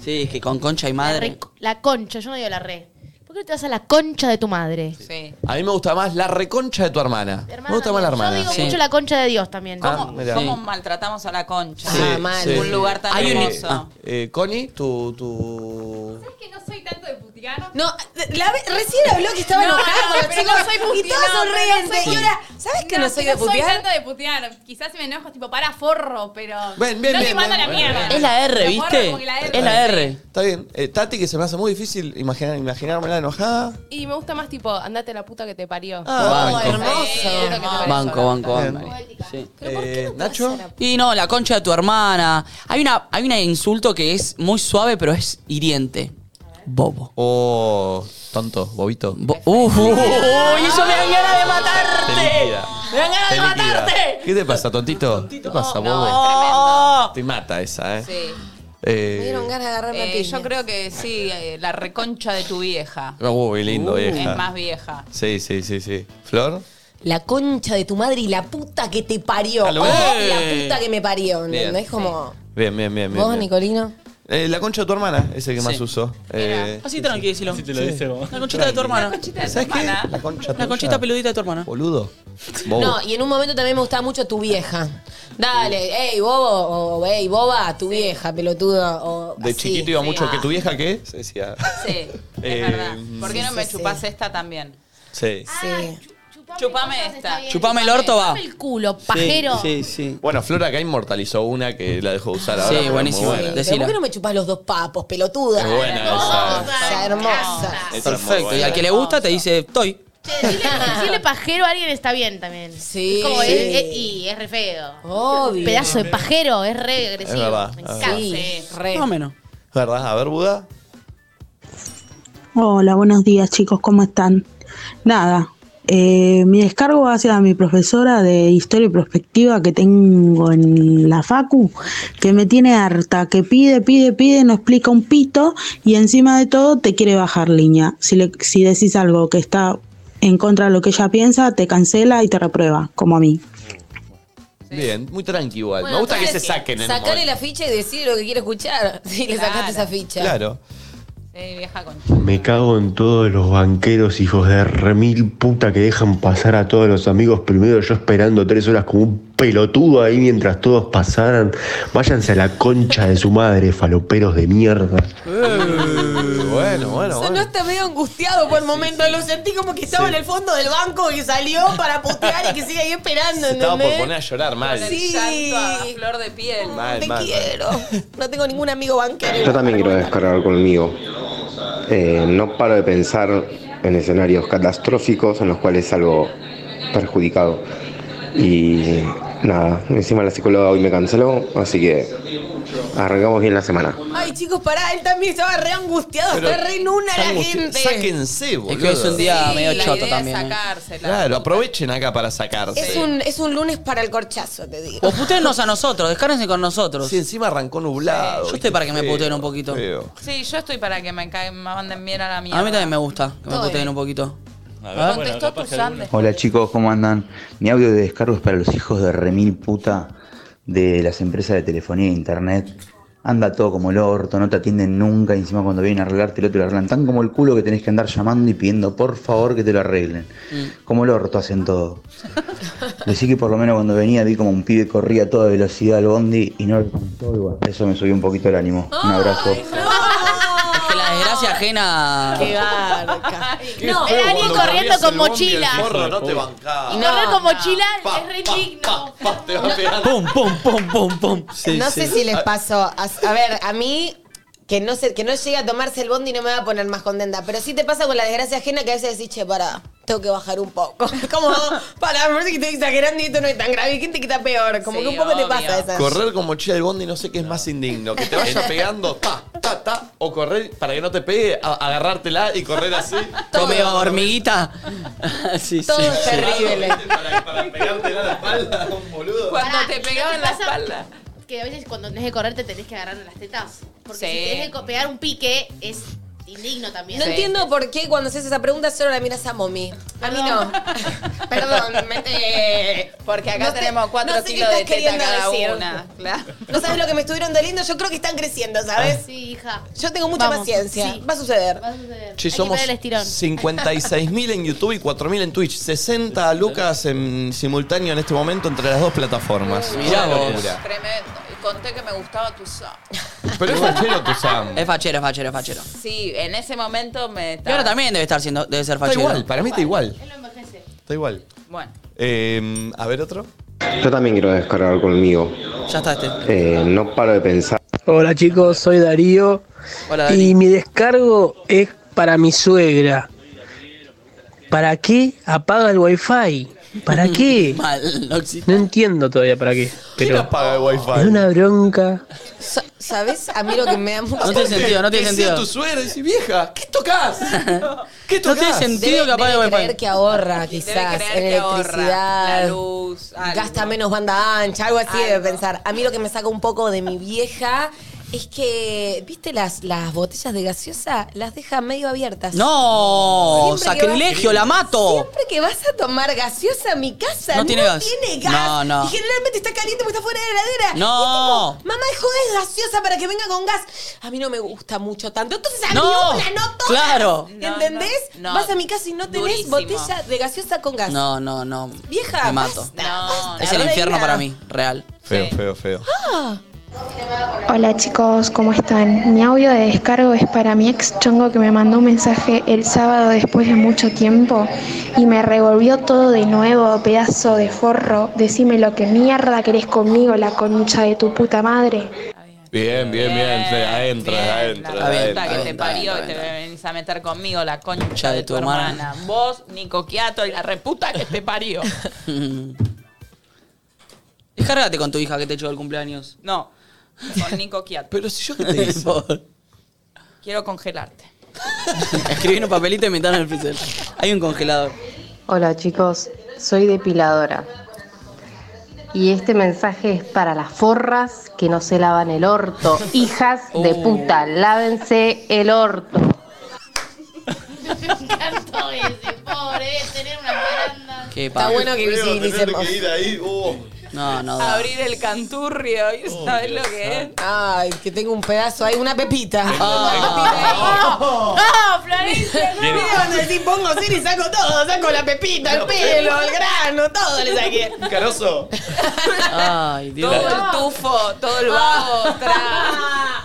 Speaker 6: Sí, es que con concha y madre.
Speaker 7: Re- la concha, yo no digo la re. ¿Por qué no te vas a la concha de tu madre?
Speaker 9: Sí.
Speaker 1: A mí me gusta más la reconcha de tu hermana. me gusta más la hermana.
Speaker 7: Yo digo mucho la concha de Dios también.
Speaker 1: ¿Cómo? Ah, mira.
Speaker 9: ¿Cómo
Speaker 1: Sí.
Speaker 9: maltratamos a la concha? Ah,
Speaker 1: Sí,
Speaker 6: Ah,
Speaker 1: sí.
Speaker 9: Un lugar tan
Speaker 1: Hay un-
Speaker 9: hermoso.
Speaker 1: Ah, eh, Connie, tu... tu...
Speaker 14: que no soy tanto de putigano.
Speaker 4: No, la ve- recién habló que estaba
Speaker 14: No,
Speaker 4: enojada con los
Speaker 14: pero
Speaker 4: chicos
Speaker 14: no soy
Speaker 4: y
Speaker 14: puteada,
Speaker 4: todos
Speaker 14: no,
Speaker 4: sonrientes.
Speaker 14: no soy-
Speaker 4: Y ahora, ¿sabes que no, soy de
Speaker 14: No soy
Speaker 4: putear?
Speaker 14: tanto de putear. Quizás si me enojo, tipo, para forro, pero.
Speaker 1: Ven, ven,
Speaker 14: no te
Speaker 1: ven,
Speaker 14: mando a la
Speaker 1: ven,
Speaker 14: mierda.
Speaker 1: ven.
Speaker 14: Pero
Speaker 6: Es la R,
Speaker 14: forro
Speaker 6: ¿viste?
Speaker 14: como que la R.
Speaker 6: Es la R.
Speaker 1: Está bien. Eh, Tati, que se me hace muy difícil imaginar, imaginarme la enojada.
Speaker 10: Y me gusta más tipo, andate a la puta que te parió.
Speaker 1: Ah, Oh, banco.
Speaker 9: hermoso.
Speaker 10: Sí, es lo que te parece.
Speaker 6: Banco, banco,
Speaker 1: Bien.
Speaker 6: banco. Sí. Eh,
Speaker 1: ¿Nacho?
Speaker 6: Y no, la concha de tu hermana. Hay una, hay un insulto que es muy suave, pero es hiriente. Bobo.
Speaker 1: Oh, tonto, bobito.
Speaker 6: ¡Uf!
Speaker 17: ¡Uy,
Speaker 6: eso me dan ganas de
Speaker 17: matarte!
Speaker 1: ¡Me
Speaker 17: dan ganas de matarte!
Speaker 1: ¿Qué te pasa, tontito? ¿Qué pasa, bobo? Te mata esa, ¿eh?
Speaker 9: Sí.
Speaker 1: Eh,
Speaker 9: ganas de agarrar
Speaker 4: la
Speaker 9: Yo creo que sí, eh, la reconcha de tu vieja.
Speaker 1: ah, Uy, lindo, vieja.
Speaker 9: Es más vieja.
Speaker 1: Sí, sí, sí, sí. ¿Flor?
Speaker 4: La concha de tu madre y la puta que te parió.
Speaker 1: A lo
Speaker 4: O
Speaker 1: bien.
Speaker 4: la puta que me parió,
Speaker 1: Bien.
Speaker 4: ¿entendés? Como.
Speaker 1: Bien, bien, bien. bien,
Speaker 4: ¿Vos,
Speaker 1: bien.
Speaker 4: Nicolino?
Speaker 1: Eh, la concha de tu hermana es el que más
Speaker 6: Sí.
Speaker 1: uso. Eh,
Speaker 6: Así tranqui, decilo.
Speaker 1: lo
Speaker 6: Sí.
Speaker 1: dice, vos.
Speaker 6: La conchita de tu hermana.
Speaker 1: ¿Sabes qué? La concha
Speaker 6: La conchita peludita de tu hermana.
Speaker 1: Boludo. Bobo.
Speaker 4: No, y en un momento también me gustaba mucho tu vieja. Dale, ey, bobo, o ey, boba, tu vieja, pelotuda. O
Speaker 1: De
Speaker 4: así.
Speaker 1: chiquito iba
Speaker 4: Sí.
Speaker 1: mucho
Speaker 4: Ah.
Speaker 1: que tu vieja qué? Se decía.
Speaker 9: Sí, es
Speaker 1: Eh,
Speaker 9: verdad. ¿Por qué no
Speaker 4: sí,
Speaker 9: me
Speaker 4: sí,
Speaker 9: chupás esta también?
Speaker 1: Sí.
Speaker 4: Sí.
Speaker 9: Chupame esta.
Speaker 6: Chupame el orto, va.
Speaker 7: El culo, pajero.
Speaker 6: Sí, sí.
Speaker 1: Bueno, Flor acá inmortalizó una que la dejó usar ahora.
Speaker 6: Sí,
Speaker 1: pero es muy
Speaker 6: buenísimo.
Speaker 1: buena.
Speaker 4: Pero ¿Por qué no me chupás los dos papos, pelotuda?
Speaker 1: Es buena esa.
Speaker 4: Hermosa, hermosa.
Speaker 1: Esa es muy
Speaker 6: Perfecto.
Speaker 1: buena.
Speaker 6: Y al que le gusta te dice, estoy.
Speaker 7: Decirle pajero a alguien está bien también.
Speaker 4: Sí.
Speaker 7: Es como,
Speaker 4: Sí.
Speaker 7: es- es- y es re feo.
Speaker 4: Obvio.
Speaker 7: Pedazo de pajero, es re
Speaker 1: Es
Speaker 7: agresivo.
Speaker 1: verdad.
Speaker 7: Me
Speaker 1: es verdad.
Speaker 7: encanta.
Speaker 4: Sí, re.
Speaker 6: Más o menos.
Speaker 1: ¿Verdad? A ver, Buda.
Speaker 18: Hola, buenos días chicos, ¿cómo están? Nada, eh, mi descargo va hacia mi profesora de historia y prospectiva que tengo en la Facu, que me tiene harta, que pide, pide, pide, no explica un pito y encima de todo te quiere bajar línea. Si, le, si decís algo que está en contra de lo que ella piensa, te cancela y te reprueba, como a mí.
Speaker 1: Bien, muy tranqui igual.
Speaker 4: Bueno,
Speaker 1: Me gusta que se
Speaker 4: entonces,
Speaker 1: saquen en un
Speaker 4: Sacale
Speaker 1: momento.
Speaker 4: la ficha y decirle lo que quiere escuchar. Sí, le sacaste esa ficha.
Speaker 1: Claro.
Speaker 9: Sí, vieja concha.
Speaker 19: Me cago en todos los banqueros, hijos de remil puta, que dejan pasar a todos los amigos primero, yo esperando tres horas como un pelotudo ahí mientras todos pasaran. Váyanse a la concha de su madre, faloperos de mierda.
Speaker 1: bueno, bueno,
Speaker 4: Sonó hasta medio angustiado por el momento. Lo sentí como que estaba en el fondo del banco y salió para putear y que sigue ahí esperando.
Speaker 1: Se estaba por
Speaker 4: ¿entendés?
Speaker 1: poner a llorar mal.
Speaker 4: Sí.
Speaker 9: Llanto a flor de piel.
Speaker 1: Mal,
Speaker 4: Te
Speaker 1: mal, mal.
Speaker 4: quiero. No tengo ningún amigo banquero.
Speaker 20: Yo también quiero descargar conmigo. Eh, no paro de pensar en escenarios catastróficos en los cuales salgo perjudicado. Y nada, encima la psicóloga hoy me canceló, así que arrancamos bien la semana.
Speaker 4: Ay, chicos, pará. Él también estaba re angustiado.
Speaker 1: Pero
Speaker 4: está re en una la
Speaker 1: Está angusti-
Speaker 4: gente.
Speaker 1: Sáquense, boludo.
Speaker 6: Es que hoy es un día
Speaker 4: Sí,
Speaker 6: medio
Speaker 4: la
Speaker 6: choto
Speaker 4: idea es
Speaker 6: también. ¿eh?
Speaker 4: sacársela.
Speaker 1: Claro, aprovechen acá para sacarse.
Speaker 4: Es, un, es un lunes para el corchazo, te digo.
Speaker 6: O putéennos a nosotros, descárguense con nosotros. Sí,
Speaker 1: encima arrancó nublado.
Speaker 6: Yo estoy para que me
Speaker 1: Feo,
Speaker 6: puteen un poquito.
Speaker 9: Sí, yo estoy para que me, ca- me manden bien a la mierda.
Speaker 6: A mí también me gusta que me
Speaker 9: Estoy.
Speaker 6: puteen un poquito.
Speaker 9: Contestó tu Sandes.
Speaker 2: Hola chicos, ¿cómo andan? Mi audio de descargo es para los hijos de remil puta de las empresas de telefonía e internet anda todo como el orto, no te atienden nunca y encima cuando vienen a arreglarte el otro lo arreglan tan como el culo que tenés que andar llamando y pidiendo por favor que te lo arreglen.
Speaker 6: Mm.
Speaker 2: Como el orto hacen todo. Decí que por lo menos cuando venía vi como un pibe corría a toda velocidad al bondi y no lo contó y bueno, eso me subió un poquito el ánimo. Un abrazo.
Speaker 6: Es que la desgracia ajena.
Speaker 4: Qué
Speaker 7: garca.
Speaker 4: Qué
Speaker 7: no,
Speaker 4: feo
Speaker 7: era alguien
Speaker 4: cuando
Speaker 7: corriendo
Speaker 4: cambias
Speaker 7: con
Speaker 4: el bondi, el
Speaker 7: mochila.
Speaker 1: Porro, no te bancás.
Speaker 7: Y correr con mochila
Speaker 1: Pa,
Speaker 7: es re digno.
Speaker 1: Te va a pegar.
Speaker 6: Pum, pum, pum, pum, pum. Sí,
Speaker 4: no
Speaker 6: sí.
Speaker 4: sé si les
Speaker 11: Ah.
Speaker 4: pasó. A, a ver, a mí. Que no, se, que no llegue a tomarse el bondi no me va a poner más contenta. Pero sí te pasa con la desgracia ajena que a veces decís, che, para, tengo que bajar un poco. Como, para, me parece que estoy exagerando y esto no es tan grave. ¿Quién te quita peor? Como que un poco te pasa esa.
Speaker 1: Correr con mochila del bondi no sé qué es más indigno. Que te vaya pegando, ta, ta, ta. O correr para que no te pegue, a- agarrártela y correr así.
Speaker 6: Come hormiguita. sí, sí.
Speaker 1: Todo es
Speaker 6: sí.
Speaker 1: terrible.
Speaker 9: Cuando
Speaker 7: Pará,
Speaker 9: te
Speaker 7: ¿y no
Speaker 9: pegaban la
Speaker 7: pasa
Speaker 9: espalda.
Speaker 7: Que a veces cuando tenés que correr te tenés que agarrar de las tetas. Porque
Speaker 4: Sí.
Speaker 7: si tenés que co- pegar un pique es indigno también.
Speaker 4: No entiendo por qué cuando haces esa pregunta solo la miras a Momi. A mí Ah, no. Perdón. me- eh,
Speaker 9: Porque acá
Speaker 4: no sé-
Speaker 9: tenemos cuatro
Speaker 4: no sé qué
Speaker 9: kilos de
Speaker 4: estás
Speaker 9: teta
Speaker 4: queriendo
Speaker 9: cada
Speaker 4: decir.
Speaker 9: una. Claro.
Speaker 4: No sabes lo que me estuvieron doliendo. Yo creo que están creciendo, ¿sabes?
Speaker 7: Sí, hija.
Speaker 4: Yo tengo mucha
Speaker 7: Vamos,
Speaker 4: paciencia.
Speaker 7: sí.
Speaker 4: Va a suceder.
Speaker 7: Va a suceder.
Speaker 1: Che,
Speaker 7: Hay que
Speaker 1: somos
Speaker 7: pegar el estirón.
Speaker 1: 56.000 en YouTube y 4.000 en Twitch. 60 lucas en simultáneo en este momento entre las dos plataformas.
Speaker 6: Mirá
Speaker 1: Una
Speaker 6: vos.
Speaker 1: locura.
Speaker 9: Tremendo. Y conté que me gustaba tu son.
Speaker 1: Pero es fachero tu Sam.
Speaker 6: Es fachero, es fachero, es fachero.
Speaker 9: Sí, en ese momento me.
Speaker 6: Y ahora también debe estar siendo, debe ser
Speaker 1: Está
Speaker 6: fachero.
Speaker 1: igual, para mí está igual.
Speaker 7: Él no envejece.
Speaker 1: Está igual.
Speaker 9: Bueno.
Speaker 1: Eh, a ver otro.
Speaker 20: Yo también quiero descargar conmigo.
Speaker 6: Ya está este.
Speaker 20: Eh, no paro de pensar.
Speaker 11: Hola chicos, soy Darío.
Speaker 6: Hola,
Speaker 11: Y mi descargo es para mi suegra. ¿Para qué apaga el wifi? ¿Para qué?
Speaker 6: Mal, no existe.
Speaker 11: No entiendo todavía para qué. Pero
Speaker 1: apaga el wifi?
Speaker 11: Es una bronca.
Speaker 4: Sa- ¿Sabes? A mí lo que me da mucho.
Speaker 6: No tiene sentido, no tiene
Speaker 1: Que sea
Speaker 6: sentido.
Speaker 1: tu suegra y decís, vieja, ¿qué tocas? ¿Qué
Speaker 6: No
Speaker 1: tocas?
Speaker 6: tiene sentido que apague
Speaker 4: Debe
Speaker 6: el wifi.
Speaker 4: creer que ahorra, quizás,
Speaker 9: creer
Speaker 4: en
Speaker 9: que ahorra,
Speaker 4: electricidad.
Speaker 9: la luz, algo.
Speaker 4: Gasta menos banda ancha, algo así debe pensar. A mí lo que me saca un poco de mi vieja es que, ¿viste las, las botellas de gaseosa? Las deja medio abiertas.
Speaker 6: No,
Speaker 4: Siempre que
Speaker 6: sacrilegio,
Speaker 4: vas-
Speaker 6: la mato.
Speaker 4: Siempre que vas a tomar gaseosa a mi casa,
Speaker 6: No
Speaker 4: no,
Speaker 6: tiene
Speaker 4: tiene,
Speaker 6: gas.
Speaker 4: gas.
Speaker 6: No, no.
Speaker 4: Y generalmente está caliente porque está fuera de la heladera.
Speaker 6: No.
Speaker 4: Y es tipo, Mamá, dejó de gaseosa para que venga con gas. A mí no me gusta mucho tanto. Entonces a mí
Speaker 6: No,
Speaker 4: una, no todas.
Speaker 6: claro.
Speaker 4: ¿Entendés?
Speaker 9: No, no.
Speaker 4: Vas a mi casa y no tenés
Speaker 9: Durísimo.
Speaker 4: botella de gaseosa con gas.
Speaker 6: No, no, no.
Speaker 4: Vieja,
Speaker 6: Me mato.
Speaker 4: basta, basta,
Speaker 6: Es el
Speaker 4: reina.
Speaker 6: infierno para mí, real.
Speaker 1: Feo, feo, feo.
Speaker 4: Ah.
Speaker 21: Hola chicos, ¿cómo están? Mi audio de descargo es para mi ex chongo que me mandó un mensaje el sábado después de mucho tiempo y me revolvió todo de nuevo, pedazo de forro. Decime lo que mierda querés conmigo, la concha de tu puta madre.
Speaker 1: Bien, bien, bien. sí, Adentro, adentro.
Speaker 9: La puta que
Speaker 1: adentro.
Speaker 9: te parió y te venís a meter conmigo la concha de, tu,
Speaker 6: tu
Speaker 9: hermana.
Speaker 6: hermana.
Speaker 9: Vos, Nico Quiato, y la reputa que te parió.
Speaker 6: Descárgate con tu hija que te echó el cumpleaños.
Speaker 9: No, con Nico Quiato.
Speaker 1: Pero si yo
Speaker 9: Quiero congelarte.
Speaker 6: Escribí en un papelito y meterlo en el freezer. Hay un congelador.
Speaker 22: Hola chicos, soy depiladora. Y este mensaje es para las forras que no se lavan el orto. Hijas de
Speaker 6: Uh.
Speaker 22: puta, lávense el orto.
Speaker 7: Me encantó ese, pobre, tener una baranda.
Speaker 6: Qué
Speaker 4: Está
Speaker 6: paja.
Speaker 4: bueno que visibilicemos.
Speaker 1: uh.
Speaker 6: No, no. da.
Speaker 9: Abrir el canturrio y sabés lo que es.
Speaker 4: Ay, que tengo un pedazo ahí, una pepita.
Speaker 9: Ah.
Speaker 4: No,
Speaker 9: No,
Speaker 4: Florencia,
Speaker 9: no.
Speaker 4: Me van a decir, pongo cera y saco todo, saco la pepita, el pelo, el grano, todo le saqué.
Speaker 1: Caroso.
Speaker 6: Ay, Dios.
Speaker 9: Todo el tufo, todo el vago, tra.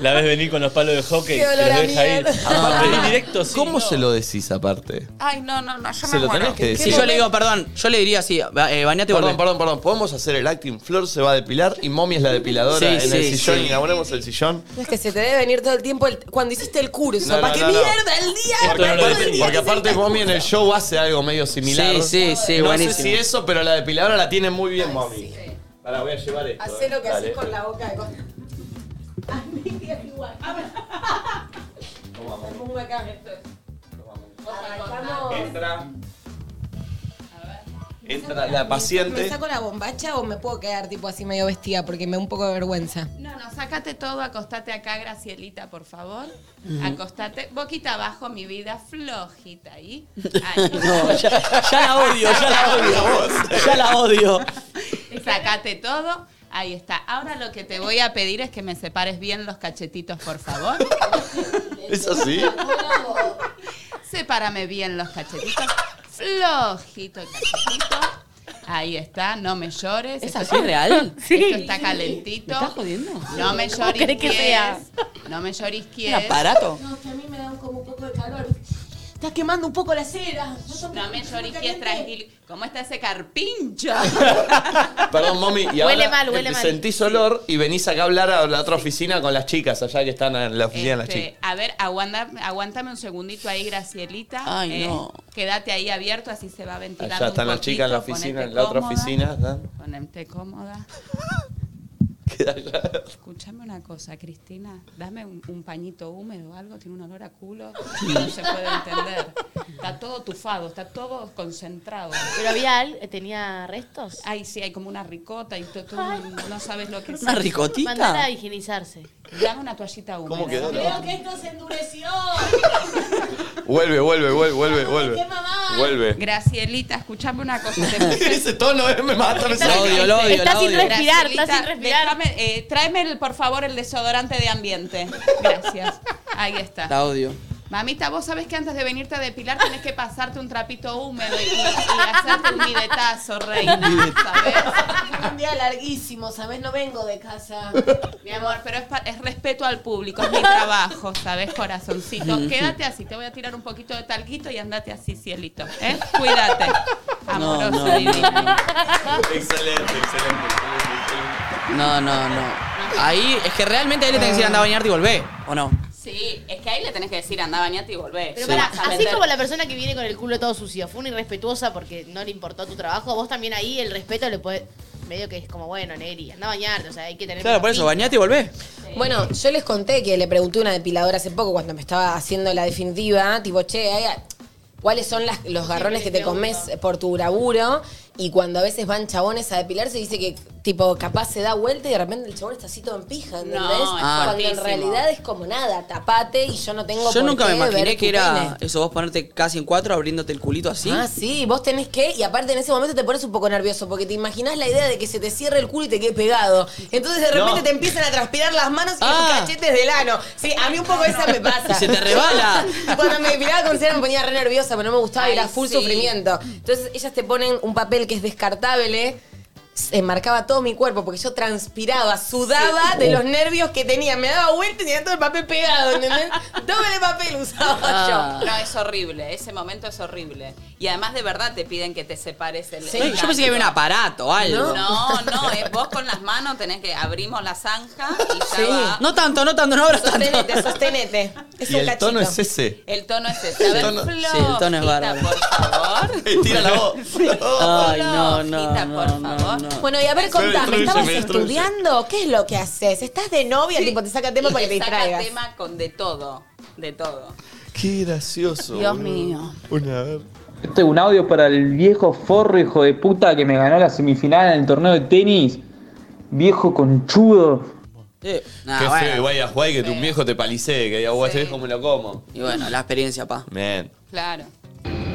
Speaker 5: La ves venir con los palos de hockey y
Speaker 9: Qué
Speaker 5: los
Speaker 9: olor a
Speaker 5: deja ir.
Speaker 9: mierda.
Speaker 5: Aparte, ahí directo, sí.
Speaker 1: Ah. ¿Cómo se lo decís aparte?
Speaker 9: Ay, no, no, no, yo
Speaker 1: Se
Speaker 9: me
Speaker 1: lo
Speaker 9: muero.
Speaker 1: tenés que decir.
Speaker 6: Si yo le digo, perdón, yo le diría así, ba- eh, bañate y
Speaker 1: Perdón,
Speaker 6: volvé.
Speaker 1: perdón, perdón. ¿Podemos hacer el acting? Flor se va a depilar y Mommy es la depiladora
Speaker 6: Sí,
Speaker 1: en el
Speaker 6: sí,
Speaker 1: sillón.
Speaker 6: sí.
Speaker 1: Inauguramos el sillón.
Speaker 4: No, Es que se te debe venir todo el tiempo el- cuando hiciste el curso.
Speaker 1: No, no,
Speaker 4: ¿Para qué
Speaker 1: no, no.
Speaker 4: mierda el día?
Speaker 1: Porque,
Speaker 4: ¿Para todo el
Speaker 1: aparte,
Speaker 4: día
Speaker 1: porque
Speaker 4: que se-
Speaker 1: aparte Mommy en el show hace algo medio similar.
Speaker 6: Sí, sí, sí,
Speaker 1: No sé
Speaker 6: buenísimo.
Speaker 1: si eso, pero la depiladora la tiene muy bien Mommy. Ahora voy a llevar esto.
Speaker 4: Hacé lo que
Speaker 1: Dale.
Speaker 4: haces con la boca de costa. A mí que es igual. Me pongo acá. Arrancamos.
Speaker 1: Entra. Entra la paciente.
Speaker 4: ¿Me saco la bombacha o me puedo quedar tipo así medio vestida? Porque me da un poco de vergüenza.
Speaker 14: No, no, sácate todo, acostate acá, Gracielita, por favor.
Speaker 4: Ujú.
Speaker 14: Acostate, boquita abajo, mi vida, flojita ahí.
Speaker 6: No, ya, ya la odio, ya la odio. Ya la odio.
Speaker 14: Sácate todo.
Speaker 9: Ahí está. Ahora lo que te voy a pedir es que me separes bien los cachetitos, por favor.
Speaker 1: ¿Es así?
Speaker 9: Sepárame bien los cachetitos. Flojito el cachetito. Ahí está, no me llores.
Speaker 6: ¿Es
Speaker 9: Esto
Speaker 6: así real?
Speaker 9: Esto está calentito.
Speaker 6: ¿Me estás jodiendo?
Speaker 9: No me
Speaker 6: ¿Cómo
Speaker 9: llores
Speaker 6: querés que sea?
Speaker 9: No me llores
Speaker 6: ¿Un
Speaker 9: quieres.
Speaker 6: aparato?
Speaker 4: No, que a mí me da como un poco de calor. Estás quemando un poco la cera.
Speaker 9: No me lloriquees, tranquilo. ¿Cómo está ese carpincho?
Speaker 1: Perdón, mami. Y
Speaker 9: Huele
Speaker 1: ahora
Speaker 9: mal, huele mal.
Speaker 1: Sentís olor y venís acá a hablar a la otra oficina con las chicas, allá que están en la oficina de las
Speaker 9: Este,
Speaker 1: chicas.
Speaker 9: a ver, aguanta, aguántame un segundito ahí, Gracielita. Eh,
Speaker 1: Ay, no.
Speaker 9: Quédate ahí abierto, así se va ventilando.
Speaker 1: Allá están
Speaker 9: un
Speaker 1: las chicas en la
Speaker 9: poquito,
Speaker 1: oficina,
Speaker 9: ponete
Speaker 1: en la otra
Speaker 9: cómoda,
Speaker 1: oficina. están.
Speaker 9: Ponete cómoda.
Speaker 1: Queda claro.
Speaker 9: Escúchame una cosa, Cristina. Dame un, un pañito húmedo o algo. Tiene un olor a culo. No se puede entender. Está todo tufado, está todo concentrado.
Speaker 7: Pero había al- tenía restos.
Speaker 9: Ay, sí, hay como una ricota y tú, tú no sabes lo que es.
Speaker 7: Mandala a higienizarse.
Speaker 9: Dame una toallita húmeda.
Speaker 1: ¿Cómo quedó?
Speaker 4: Creo que esto se endureció.
Speaker 1: Vuelve, vuelve, vuelve, vuelve, vuelve. Vuelve.
Speaker 9: Gracielita, escuchame una cosa. te puse-
Speaker 1: Ese tono eh, me mata, me
Speaker 9: Está-
Speaker 1: saca.
Speaker 9: Lo odio, lo odio, Está lo sin odio.
Speaker 7: respirar,
Speaker 9: Gracielita,
Speaker 7: está sin respirar.
Speaker 9: déjame, eh, tráeme, el, por favor, el desodorante de ambiente. Gracias. Ahí está.
Speaker 6: La odio.
Speaker 9: Mamita, vos sabés que antes de venirte a depilar tenés que pasarte un trapito húmedo y, y hacerte un bidetazo, reina.
Speaker 4: Tengo un día larguísimo, ¿sabes? No vengo de casa.
Speaker 9: Mi amor, pero es, pa- es respeto al público, es mi trabajo, ¿sabes, corazoncito?
Speaker 6: Ujú.
Speaker 9: Quédate así, te voy a tirar un poquito de talguito y andate así, cielito. ¿eh? Cuídate.
Speaker 6: no,
Speaker 9: Amoroso,
Speaker 6: no.
Speaker 9: divino.
Speaker 1: Excelente, excelente.
Speaker 6: No, no, no. Ahí, es que realmente ahí le tenés que decir anda a bañarte y volvé, ¿o no?
Speaker 9: Sí, es que ahí le tenés que decir, anda, bañate y volvé.
Speaker 7: Pero
Speaker 6: Sí.
Speaker 7: pará,
Speaker 9: Vas a
Speaker 7: así
Speaker 9: vender.
Speaker 7: como la persona que viene con el culo todo sucio fue una irrespetuosa porque no le importó tu trabajo, vos también ahí el respeto le puede. medio que es como, bueno, negri, anda a bañarte, o sea, hay que tener.
Speaker 6: Claro, por eso, bañate y volvé.
Speaker 4: Bueno, yo les conté que le pregunté a una depiladora hace poco cuando me estaba haciendo la definitiva, tipo, che, ay, ay, ¿cuáles son las- los garrones que te comes por tu laburo? Y cuando a veces van chabones a depilarse, dice que, tipo, capaz se da vuelta y de repente el chabón está así todo en pija, ¿entendés?
Speaker 6: No, es
Speaker 4: cuando en
Speaker 6: fuertísimo.
Speaker 4: realidad es como nada, tapate y yo no tengo
Speaker 6: Ah, Yo
Speaker 4: por
Speaker 6: nunca me
Speaker 4: qué ver
Speaker 6: imaginé
Speaker 4: tu
Speaker 6: que era
Speaker 4: pene.
Speaker 6: eso, vos ponerte casi en cuatro, abriéndote el culito así.
Speaker 4: Ah, sí, vos tenés que, y aparte en ese momento te pones un poco nervioso, porque te imaginás la idea de que se te cierre el culo y te quede pegado. Entonces de repente
Speaker 6: No.
Speaker 4: te empiezan a transpirar las manos y
Speaker 6: Ah.
Speaker 4: los cachetes del ano. Sí, a mí un poco esa me pasa.
Speaker 6: Y se te rebala.
Speaker 4: Y Cuando me depilaba con cera me ponía re nerviosa, pero no me gustaba y
Speaker 9: Ay,
Speaker 4: era full
Speaker 9: sí.
Speaker 4: sufrimiento. Entonces ellas te ponen un papel que es descartable. Se marcaba todo mi cuerpo porque yo transpiraba, sudaba
Speaker 6: Sí.
Speaker 4: de los nervios que tenía. Me daba vuelta y tenía todo el papel pegado, ¿entendés? Doble papel usaba
Speaker 6: Ah.
Speaker 4: yo.
Speaker 9: No, es horrible, ese momento es horrible. Y además de verdad te piden que te separes el...
Speaker 6: Sí,
Speaker 9: el
Speaker 6: yo pensé que
Speaker 9: gancho.
Speaker 6: había un aparato o algo.
Speaker 9: No, no, es vos con las manos tenés que abrimos la zanja y ya va.
Speaker 6: No tanto, no tanto, no abras tanto.
Speaker 4: Sostenete, sostenete. Es
Speaker 1: Y
Speaker 4: un
Speaker 1: el
Speaker 4: cachito.
Speaker 1: tono es ese.
Speaker 9: El tono es ese. A ver,
Speaker 6: tono-
Speaker 9: flojita,
Speaker 6: sí, el tono es bárbaro.
Speaker 9: Por favor.
Speaker 1: Tira la voz.
Speaker 6: Ay, no, no,
Speaker 9: Flojita,
Speaker 6: no.
Speaker 9: por favor.
Speaker 4: Bueno, y a ver,
Speaker 9: Soy
Speaker 4: contame,
Speaker 9: truce,
Speaker 4: ¿estabas
Speaker 9: me truce.
Speaker 4: estudiando? ¿Qué es lo que haces? ¿Estás de novia? Tipo, te saca tema
Speaker 9: Y
Speaker 4: para que te
Speaker 9: saca
Speaker 4: distraigas.
Speaker 9: tema con de todo, de todo.
Speaker 1: Qué gracioso.
Speaker 9: Dios
Speaker 1: boludo.
Speaker 9: mío.
Speaker 1: Una vez.
Speaker 23: Este es un audio para el viejo forro hijo de puta que me ganó la semifinal en el torneo de tenis. Viejo conchudo.
Speaker 6: Sí. Nah,
Speaker 1: Qué
Speaker 6: bueno.
Speaker 1: feo, igual a jugar que tu viejo te palicee, que diga, vos este viejo me lo como.
Speaker 6: Y bueno, la experiencia, pa.
Speaker 1: Man.
Speaker 9: Claro.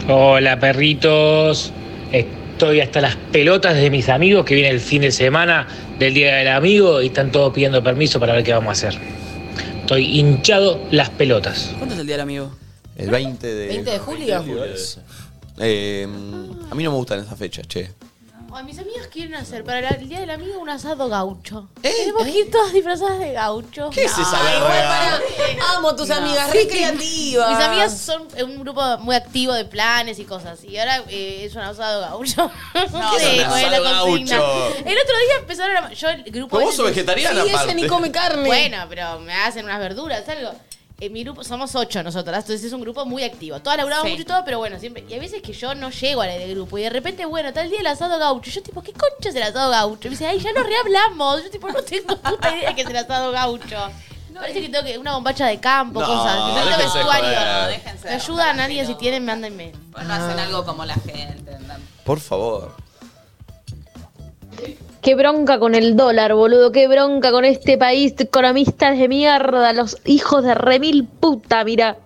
Speaker 11: Hola perritos, estoy hasta las pelotas de mis amigos que viene el fin de semana del Día del Amigo y están todos pidiendo permiso para ver qué vamos a hacer. Estoy hinchado las pelotas.
Speaker 6: ¿Cuándo es el día del amigo?
Speaker 1: El 20 de...
Speaker 4: 20 de julio.
Speaker 1: es. Eh, a mí no me gustan esas fechas, che.
Speaker 7: Ay, mis amigos quieren hacer para la- el día del amigo un asado gaucho. Tenemos que ir todas disfrazadas de gaucho.
Speaker 1: ¿Eh? ¿Qué es esa verga?
Speaker 4: Amo tus amigas, re creativas.
Speaker 7: Mis amigas son un grupo muy activo de planes y cosas. Y ahora eh, es un asado gaucho. No,
Speaker 1: ¿Qué es un asado gaucho?
Speaker 7: El otro día empezaron a. Yo, el grupo.
Speaker 1: Pero vos
Speaker 7: ese-
Speaker 1: sos vegetariana, Sí, ella aparte. ni come carne.
Speaker 7: Bueno, pero me hacen unas verduras, algo. En mi grupo somos ocho nosotras, entonces es un grupo muy activo. Todas laburamos
Speaker 9: Sí.
Speaker 7: mucho y todo, pero bueno, siempre. Y a veces que yo no llego a la del grupo y de repente, bueno, tal día el asado gaucho. Yo, tipo, ¿qué concha es el asado gaucho? Y me dice, ay, ya nos rehablamos. Yo, tipo, no tengo puta idea que es el asado gaucho. Parece que tengo que una bombacha de campo,
Speaker 9: No,
Speaker 1: Ah,
Speaker 7: cosas. que tengo
Speaker 9: déjense
Speaker 7: vestuario.
Speaker 9: joder. Déjense
Speaker 7: Me ayudan a alguien si tienen, mándenme.
Speaker 9: No hacen
Speaker 4: Ah.
Speaker 9: algo como la gente. ¿no?
Speaker 1: Por favor.
Speaker 15: Qué bronca con el dólar, boludo. Qué bronca con este país. Economistas de mierda. Los hijos de remil puta, mira.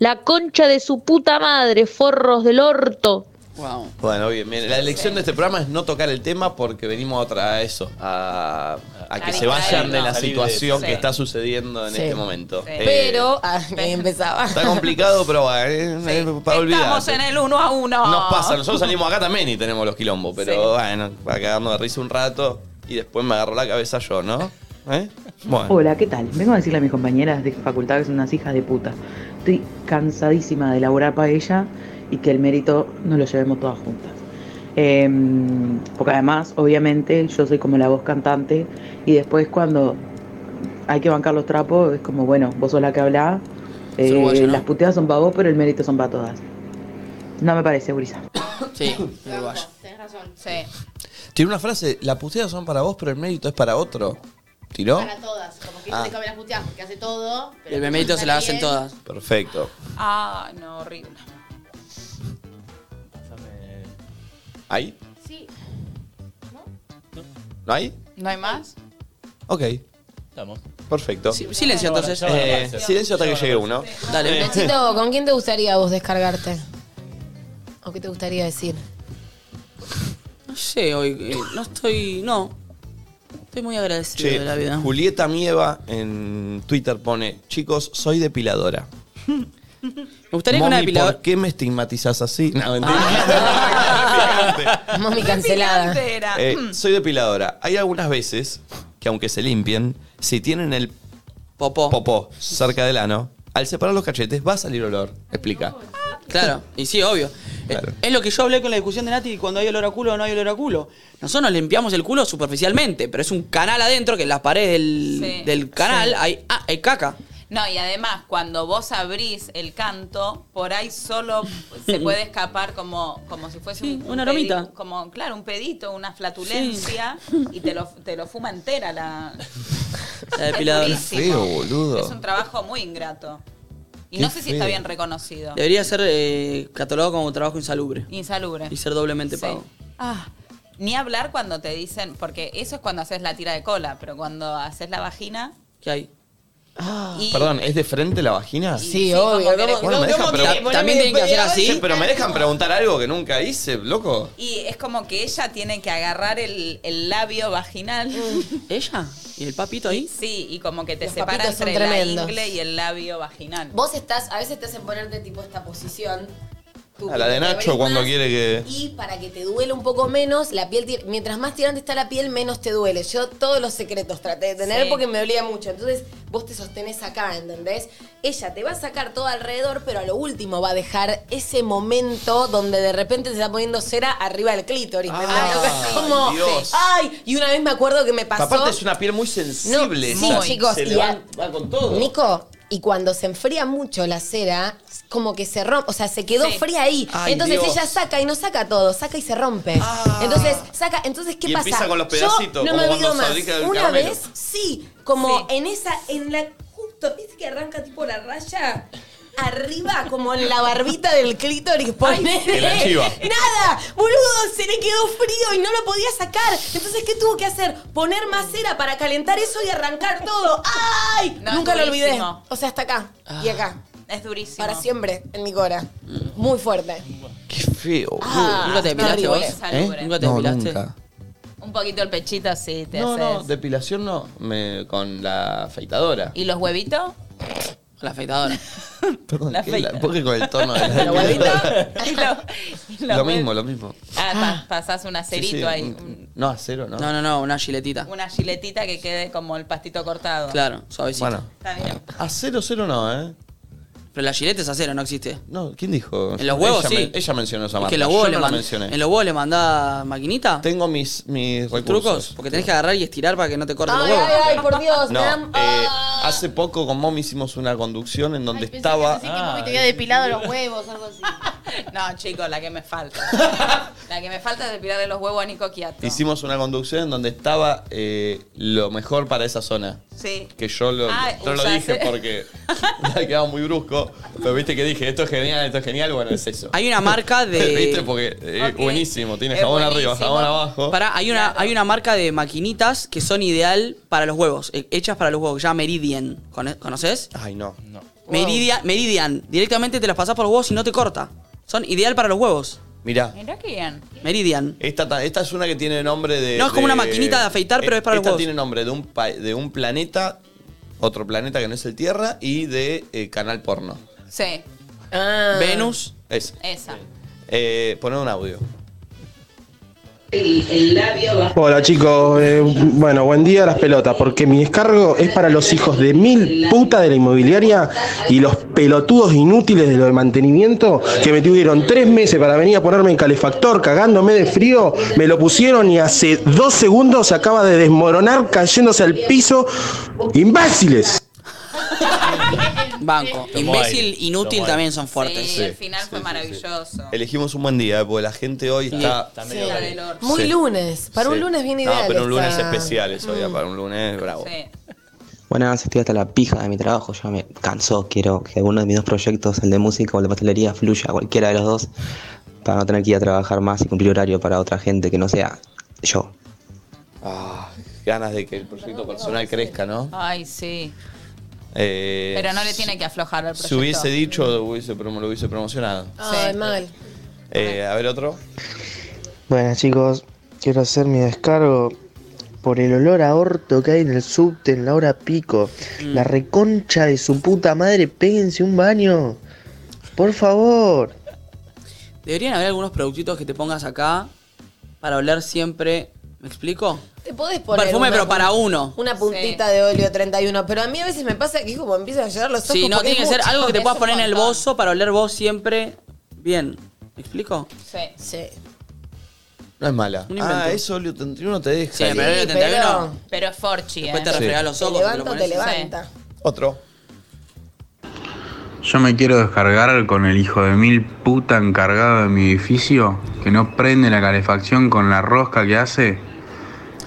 Speaker 15: La concha de su puta madre. Forros del orto.
Speaker 6: Wow.
Speaker 1: Bueno, bien, bien. La elección de este programa es no tocar el tema porque venimos a, otra- a eso, a, a que
Speaker 4: A
Speaker 1: se vayan de la
Speaker 4: distraernos.
Speaker 1: situación
Speaker 4: Sí.
Speaker 1: que está sucediendo en
Speaker 4: Sí.
Speaker 1: este momento. Eh,
Speaker 4: Pero, ah, ahí empezaba.
Speaker 1: Está complicado, pero va, eh, eh, para olvidar.
Speaker 9: Estamos en el uno a uno.
Speaker 1: Nos pasa, nosotros salimos acá también y tenemos los quilombos, pero bueno, para quedarnos de risa un rato y después me agarró la cabeza yo, ¿no? ¿Eh? Bueno.
Speaker 9: Hola, ¿qué tal? Vengo a decirle a mis compañeras de facultad que son unas hijas de puta. Estoy cansadísima de elaborar para ella y que el mérito nos lo llevemos todas juntas. Em, porque además, obviamente, yo soy como la voz cantante y después cuando hay que bancar los trapos, es como, bueno, vos sos la que habla,
Speaker 6: uruguaya, ¿no?
Speaker 9: las puteadas son para vos, pero el mérito son para todas. No me parece, Brisa.
Speaker 6: Sí, uruguayo.
Speaker 7: Tenés razón.
Speaker 24: Sí.
Speaker 1: Tiene una frase, las puteadas son para vos, pero el mérito es para otro. ¿Tiró?
Speaker 7: Para todas. Como que
Speaker 1: Ah.
Speaker 7: no te cabe las puteadas porque hace todo. pero
Speaker 6: El memento se la hacen
Speaker 7: también-
Speaker 6: todas.
Speaker 1: Perfecto.
Speaker 9: Ah, no, horrible.
Speaker 1: ¿Ahí?
Speaker 7: Sí.
Speaker 1: ¿No hay?
Speaker 9: ¿No hay más?
Speaker 1: Ok.
Speaker 5: Estamos.
Speaker 1: Perfecto.
Speaker 6: silencio, entonces.
Speaker 1: Eh, silencio hasta que llegue uno. Eh,
Speaker 6: Dale.
Speaker 4: Nachito, ¿con quién te gustaría vos descargarte? ¿O qué te gustaría decir?
Speaker 6: No sé, hoy eh, no estoy. No. Estoy muy agradecido
Speaker 1: Che,
Speaker 6: de la vida.
Speaker 1: Julieta Mieva en Twitter pone, chicos, soy depiladora.
Speaker 6: Me gustaría que una
Speaker 1: Mami,
Speaker 6: depiladora.
Speaker 1: ¿Por qué me estigmatizas así? No, mentira.
Speaker 4: Mami cancelada.
Speaker 1: Eh,
Speaker 11: Ah,
Speaker 1: soy depiladora. Hay algunas veces que aunque se limpien, si tienen el
Speaker 6: popó,
Speaker 1: cerca del ano, al separar los cachetes va a salir olor. Explica.
Speaker 6: Claro, y sí, obvio. Eh, Es lo que yo hablé con la discusión de Nati, cuando hay olor a culo o no hay olor a culo. Nosotros nos limpiamos el culo superficialmente, pero es un canal adentro que en las paredes del,
Speaker 9: Sí.
Speaker 6: del canal
Speaker 9: Sí.
Speaker 6: hay, ah, hay caca.
Speaker 9: No, y además, cuando vos abrís el canto, por ahí solo se puede escapar como, como si fuese un, un
Speaker 6: una aromita.
Speaker 9: pedi- Como, claro, un pedito, una flatulencia, y te lo, te lo fuma entera la.
Speaker 6: La depiladora.
Speaker 9: Es durísimo.
Speaker 6: Feo, boludo.
Speaker 9: Es un trabajo muy ingrato. Y
Speaker 6: Qué
Speaker 9: no sé si está
Speaker 6: feo.
Speaker 9: bien reconocido.
Speaker 6: Debería ser eh, catalogado como trabajo insalubre.
Speaker 9: Insalubre.
Speaker 6: Y ser doblemente
Speaker 9: Sí.
Speaker 6: pago.
Speaker 9: Ah, ni hablar cuando te dicen, porque eso es cuando haces la tira de cola, pero cuando haces la vagina.
Speaker 6: ¿Qué hay? Ah,
Speaker 9: y-
Speaker 1: Perdón, ¿es de frente la vagina?
Speaker 9: Ah, Sí, obvio,
Speaker 1: como que-
Speaker 9: ¿cómo-
Speaker 1: Bueno, me
Speaker 9: cómo
Speaker 1: dejan
Speaker 9: te-
Speaker 1: pregun-
Speaker 9: poneme También tienen que hacer así.
Speaker 1: Che, Pero me dejan preguntar algo que nunca hice, loco.
Speaker 9: Y es como que ella tiene que agarrar el, el labio vaginal.
Speaker 6: ¿Ella? ¿Y el papito ahí?
Speaker 9: Sí, y como que te
Speaker 4: Los
Speaker 9: separa
Speaker 4: papitos son
Speaker 9: entre la
Speaker 4: tremendos.
Speaker 9: ingle y el labio vaginal.
Speaker 4: Vos estás, a veces te hacen ponerte tipo esta posición. tú
Speaker 1: A la de
Speaker 4: te abrís
Speaker 1: Nacho cuando
Speaker 4: más,
Speaker 1: quiere que.
Speaker 4: Y para que te duele un poco menos, la piel tira- mientras más tirante está la piel, menos te duele. Yo todos los secretos traté de tener
Speaker 9: Sí.
Speaker 4: porque me dolía mucho. Entonces vos te sostenés acá, ¿entendés? Ella te va a sacar todo alrededor, pero a lo último va a dejar ese momento donde de repente se está poniendo cera arriba del clítoris. ¿entendés? O sea, es como,
Speaker 1: Ah, Dios.
Speaker 4: ay, y una vez me acuerdo que me pasó.
Speaker 1: Aparte es una piel muy sensible.
Speaker 4: No, sí,
Speaker 1: esa.
Speaker 4: chicos,
Speaker 1: Se
Speaker 4: y
Speaker 1: le va,
Speaker 4: a-
Speaker 1: va con todo.
Speaker 4: Nico, y cuando se enfría mucho la cera, como que se rompe, o sea, se quedó
Speaker 9: Sí.
Speaker 4: fría ahí.
Speaker 1: Ay,
Speaker 4: entonces
Speaker 1: Dios. Ah.
Speaker 4: ella saca y no saca todo, saca y se rompe. Entonces, saca, entonces ¿qué
Speaker 1: Y
Speaker 4: pasa?
Speaker 1: empieza con los
Speaker 4: Yo
Speaker 1: pedacitos,
Speaker 4: no
Speaker 1: como
Speaker 4: me
Speaker 1: cuando
Speaker 4: olvido más.
Speaker 1: fabrica el
Speaker 4: Una
Speaker 1: caramelo.
Speaker 4: vez, sí, como en esa en la justo, ¿viste que arranca tipo la raya? Arriba, como en la barbita del clítoris, pone.
Speaker 1: En la chiva.
Speaker 4: Nada, boludo, se le quedó frío y no lo podía sacar. Entonces, ¿qué tuvo que hacer? Poner más cera para calentar eso y arrancar todo. ¡Ay!
Speaker 9: No,
Speaker 4: Nunca lo olvidé.
Speaker 9: durísimo.
Speaker 4: O sea, hasta acá y acá.
Speaker 6: Ah.
Speaker 9: Es durísimo.
Speaker 4: Para siempre, en mi cora. Muy fuerte.
Speaker 1: Qué feo. ¿Eh?
Speaker 4: Ah,
Speaker 6: ¿Nunca te depilaste
Speaker 4: horrible.
Speaker 6: vos?
Speaker 9: Insalubre.
Speaker 6: ¿Nunca te
Speaker 1: No,
Speaker 6: depilaste?
Speaker 1: nunca.
Speaker 9: Un poquito el pechito sí te
Speaker 1: No, no,
Speaker 9: haces.
Speaker 1: depilación no. Me- con la afeitadora.
Speaker 9: ¿Y los huevitos?
Speaker 6: La afeitadora.
Speaker 1: Perdón,
Speaker 9: La
Speaker 1: ¿qué es la-
Speaker 9: afeitadora.
Speaker 1: ¿por qué con el tono de
Speaker 9: ¿La huevita? Y lo- y los
Speaker 1: Lo
Speaker 9: hue-
Speaker 1: mismo, lo mismo.
Speaker 9: Ah, pa- pasás un acerito
Speaker 1: Sí, sí,
Speaker 9: ahí.
Speaker 1: un-
Speaker 9: un-
Speaker 1: No, acero, ¿no?
Speaker 6: No, no, no, una giletita.
Speaker 9: una giletita que quede como el pastito cortado.
Speaker 6: Claro, suavecito.
Speaker 1: Bueno.
Speaker 9: Está bien.
Speaker 1: Acero, cero no, ¿eh?
Speaker 6: Pero la gileta es acero, no existe.
Speaker 1: No, ¿quién dijo?
Speaker 6: En los huevos,
Speaker 1: ella
Speaker 6: sí.
Speaker 1: men- ella mencionó esa
Speaker 6: Es
Speaker 1: marca.
Speaker 6: que en los huevos
Speaker 1: Yo
Speaker 6: le
Speaker 1: no la
Speaker 6: mand-
Speaker 1: mencioné.
Speaker 6: ¿En los huevos le mandás maquinita?
Speaker 1: Tengo mis, mis recursos.
Speaker 6: trucos. Porque tenés que agarrar y estirar para que no te corten los
Speaker 4: Ay,
Speaker 6: huevos.
Speaker 4: ay, ay, por Dios,
Speaker 1: No,
Speaker 4: me dan-
Speaker 1: eh, hace poco con Mom hicimos una conducción en donde
Speaker 7: Ah. Pensé
Speaker 1: estaba... Ah,
Speaker 7: que, pensé que Mami te había depilado los huevos algo así.
Speaker 9: No, chicos, la que me falta. la que me falta es depilarle los huevos a Nico Quiato.
Speaker 1: Hicimos una conducción en donde estaba eh, lo mejor para esa zona.
Speaker 9: Sí.
Speaker 1: Que yo lo,
Speaker 9: Ah,
Speaker 1: yo lo
Speaker 9: usaste.
Speaker 1: dije porque me quedaba muy brusco. Pero viste que dije, esto es genial, esto es genial, bueno, es eso.
Speaker 6: Hay una marca de-
Speaker 1: viste, porque eh, es buenísimo. Tiene
Speaker 6: Es
Speaker 1: jabón arriba,
Speaker 6: buenísimo.
Speaker 1: jabón abajo.
Speaker 6: Pará, hay una, hay una marca de maquinitas que son ideal para los huevos, eh, hechas para los huevos, ya Meridian. ¿Cono- ¿Conoces?
Speaker 1: Ay, no.
Speaker 6: Meridia- Meridian. Directamente te las pasás por los huevos y no te corta. Son ideal para los huevos.
Speaker 1: Mirá.
Speaker 13: Mirá quién.
Speaker 6: Meridian.
Speaker 1: Esta, ta- esta es una que tiene nombre de.
Speaker 6: No, es como
Speaker 1: de-
Speaker 6: una maquinita de afeitar, pero es para los
Speaker 1: Esta
Speaker 6: huevos.
Speaker 1: tiene nombre de un, pa- de un planeta, otro planeta que no es el Tierra, y de eh, canal porno.
Speaker 13: Sí,
Speaker 1: Ah.
Speaker 4: Ah.
Speaker 6: Venus.
Speaker 1: Es.
Speaker 13: esa.
Speaker 1: Eh, poner un audio.
Speaker 25: Hola chicos, Eh, bueno, buen día a las pelotas, porque mi descargo es para los hijos de mil puta de la inmobiliaria y los pelotudos inútiles de lo de mantenimiento que me tuvieron tres meses para venir a ponerme el calefactor cagándome de frío, me lo pusieron y hace dos segundos se acaba de desmoronar cayéndose al piso. ¡Imbéciles!
Speaker 6: Banco.
Speaker 1: Tomó
Speaker 6: Imbécil,
Speaker 1: aire.
Speaker 6: inútil
Speaker 1: Tomó
Speaker 6: también
Speaker 1: aire.
Speaker 6: son fuertes.
Speaker 1: Sí, el
Speaker 13: final fue maravilloso.
Speaker 1: Elegimos un buen día, eh, porque la gente hoy está.
Speaker 4: Sí. Muy lunes. Para un
Speaker 1: Sí.
Speaker 4: lunes bien
Speaker 1: No,
Speaker 4: ideal.
Speaker 1: pero un lunes
Speaker 4: está.
Speaker 1: especial, eso ya,
Speaker 4: Mm.
Speaker 1: para un lunes bravo.
Speaker 26: Buenas, estoy hasta la pija de mi trabajo, ya me cansó, quiero que alguno de mis dos proyectos, el de música o el de pastelería, fluya, cualquiera de los dos, para no tener que ir a trabajar más y cumplir horario para otra gente que no sea yo.
Speaker 1: Ah, ganas de que el proyecto personal crezca, ¿no?
Speaker 13: Ay, sí.
Speaker 1: Eh,
Speaker 13: Pero no le tiene que aflojar al proyecto.
Speaker 1: Si hubiese dicho, hubiese promo- lo hubiese promocionado.
Speaker 4: Ay, mal.
Speaker 1: Eh, a ver otro.
Speaker 3: Bueno chicos, quiero hacer mi descargo por el olor a orto que hay en el subte en la hora pico.
Speaker 1: Mm.
Speaker 3: La reconcha de su puta madre, péguense un baño. Por favor.
Speaker 6: Deberían haber algunos productitos que te pongas acá para oler siempre. ¿Me explico?
Speaker 4: Te podés poner.
Speaker 6: Perfume,
Speaker 4: una
Speaker 6: pero para
Speaker 4: pun-
Speaker 6: uno.
Speaker 4: Una puntita de óleo 31. Pero a mí a veces me pasa que es como empiezan a llorar los ojos.
Speaker 6: Sí, no,
Speaker 4: porque
Speaker 6: tiene que
Speaker 4: es
Speaker 6: ser
Speaker 4: mucho.
Speaker 6: algo que te
Speaker 4: Es
Speaker 6: puedas
Speaker 4: un
Speaker 6: poner en el
Speaker 4: montón.
Speaker 6: bozo para oler vos siempre bien. ¿Me explico?
Speaker 13: Sí.
Speaker 4: Sí.
Speaker 1: No es mala.
Speaker 6: Un invento.
Speaker 1: Ah, eso Olio 31 te deja.
Speaker 6: Sí,
Speaker 1: ahí.
Speaker 6: pero el Olio Sí, 31. pero-
Speaker 13: Pero es Forchi,
Speaker 6: Después
Speaker 13: ¿eh?
Speaker 6: te refregás los ojos.
Speaker 4: Te levanta, te levanta.
Speaker 1: Otro.
Speaker 27: Yo me quiero descargar con el hijo de mil puta encargado de mi edificio que no prende la calefacción con la rosca que hace.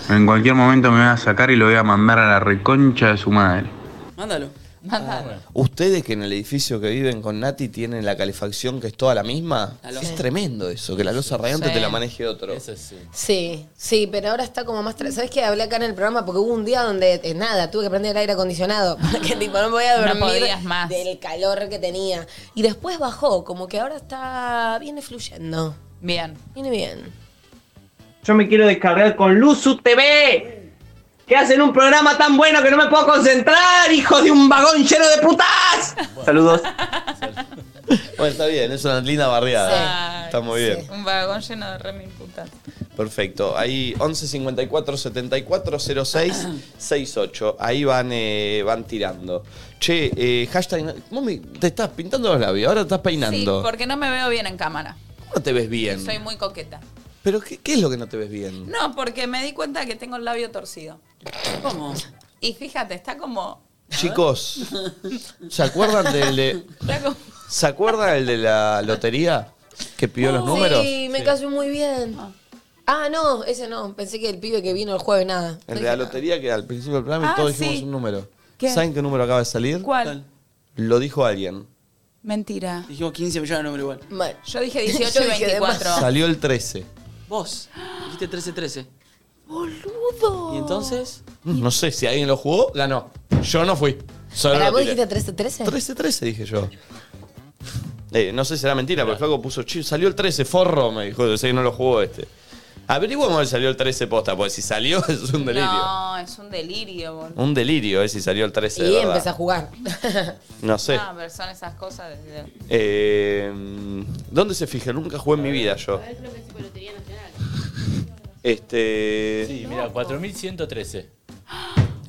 Speaker 27: En cualquier momento me va a sacar y lo voy a mandar a la reconcha de su madre.
Speaker 6: Mándalo.
Speaker 1: Ah,
Speaker 13: Mándalo.
Speaker 1: Ustedes que en el edificio que viven con Nati tienen la calefacción que es toda la misma.
Speaker 4: La loza.
Speaker 1: es tremendo eso, que la losa radiante
Speaker 4: Sí.
Speaker 1: te la maneje otro. Eso
Speaker 5: sí.
Speaker 4: Sí, sí, pero ahora está como más... tra- ¿Sabes qué? Hablé acá en el programa porque hubo un día donde, eh, nada, tuve que prender el aire acondicionado porque tipo no me voy a
Speaker 13: No
Speaker 4: dormir
Speaker 13: podías más.
Speaker 4: del calor que tenía. Y después bajó, como que ahora está... viene fluyendo.
Speaker 13: Bien.
Speaker 4: Viene bien.
Speaker 28: Yo me quiero descargar con Luzu TV. Que hacen un programa tan bueno que no me puedo concentrar, hijo de un vagón lleno de putas.
Speaker 1: Saludos. bueno, está bien, es una linda barriada.
Speaker 13: Ay,
Speaker 1: Está muy
Speaker 13: sí.
Speaker 1: bien.
Speaker 13: Un vagón lleno de remil putas.
Speaker 1: Perfecto. Ahí 11 54 74 06 68. Ahí van, eh, van tirando. Che, eh, hashtag. vos me- te estás pintando los labios, ahora estás
Speaker 13: Sí,
Speaker 1: peinando.
Speaker 13: porque no me veo bien en cámara.
Speaker 1: ¿Cómo no te ves bien?
Speaker 13: Soy muy coqueta.
Speaker 1: ¿Pero qué, qué es lo que no te ves bien?
Speaker 13: No, porque me di cuenta que tengo el labio torcido.
Speaker 6: ¿Cómo?
Speaker 13: Y fíjate, está como.
Speaker 1: Chicos, ¿se acuerdan del de,
Speaker 13: Está como-
Speaker 1: ¿se acuerdan el de la lotería que pidió los números?
Speaker 4: Sí, me cayó muy bien. Ah, no, ese no. Pensé que el pibe que vino el jueves, nada.
Speaker 1: El de la lotería que al principio del programa
Speaker 4: Ah,
Speaker 1: todos dijimos
Speaker 4: sí.
Speaker 1: un número.
Speaker 4: ¿Qué?
Speaker 1: ¿Saben qué número acaba de salir?
Speaker 13: ¿Cuál?
Speaker 1: Lo dijo alguien.
Speaker 13: Mentira.
Speaker 6: Dijimos 15 millones de número igual.
Speaker 13: Yo dije 18 y
Speaker 4: Yo dije de más.
Speaker 13: 24.
Speaker 1: Salió el 13.
Speaker 6: Vos dijiste 13-13.
Speaker 4: ¡Boludo!
Speaker 6: ¿Y entonces?
Speaker 1: Mm, No sé si alguien lo jugó, ganó. Yo no fui. Solo
Speaker 4: Pará,
Speaker 1: lo
Speaker 4: ¿Vos
Speaker 1: tiré.
Speaker 4: dijiste 13 13?
Speaker 1: 13, 13 dije yo. Eh, no sé si era mentira, pero el flaco puso, "Che, salió el 13, forro, me dijo, yo sé que no lo jugó este. Averiguamos si salió el 13 posta, porque si salió es un delirio.
Speaker 13: No, es un delirio, boludo.
Speaker 1: Un delirio, eh, si salió el 13 de
Speaker 4: Y
Speaker 1: verdad.
Speaker 4: empecé a jugar.
Speaker 1: No sé.
Speaker 13: Ah, pero son esas cosas. de- de-
Speaker 1: Eh, ¿Dónde se fija? Nunca jugué en mi vida yo. Este.
Speaker 5: Sí, mira, 4113.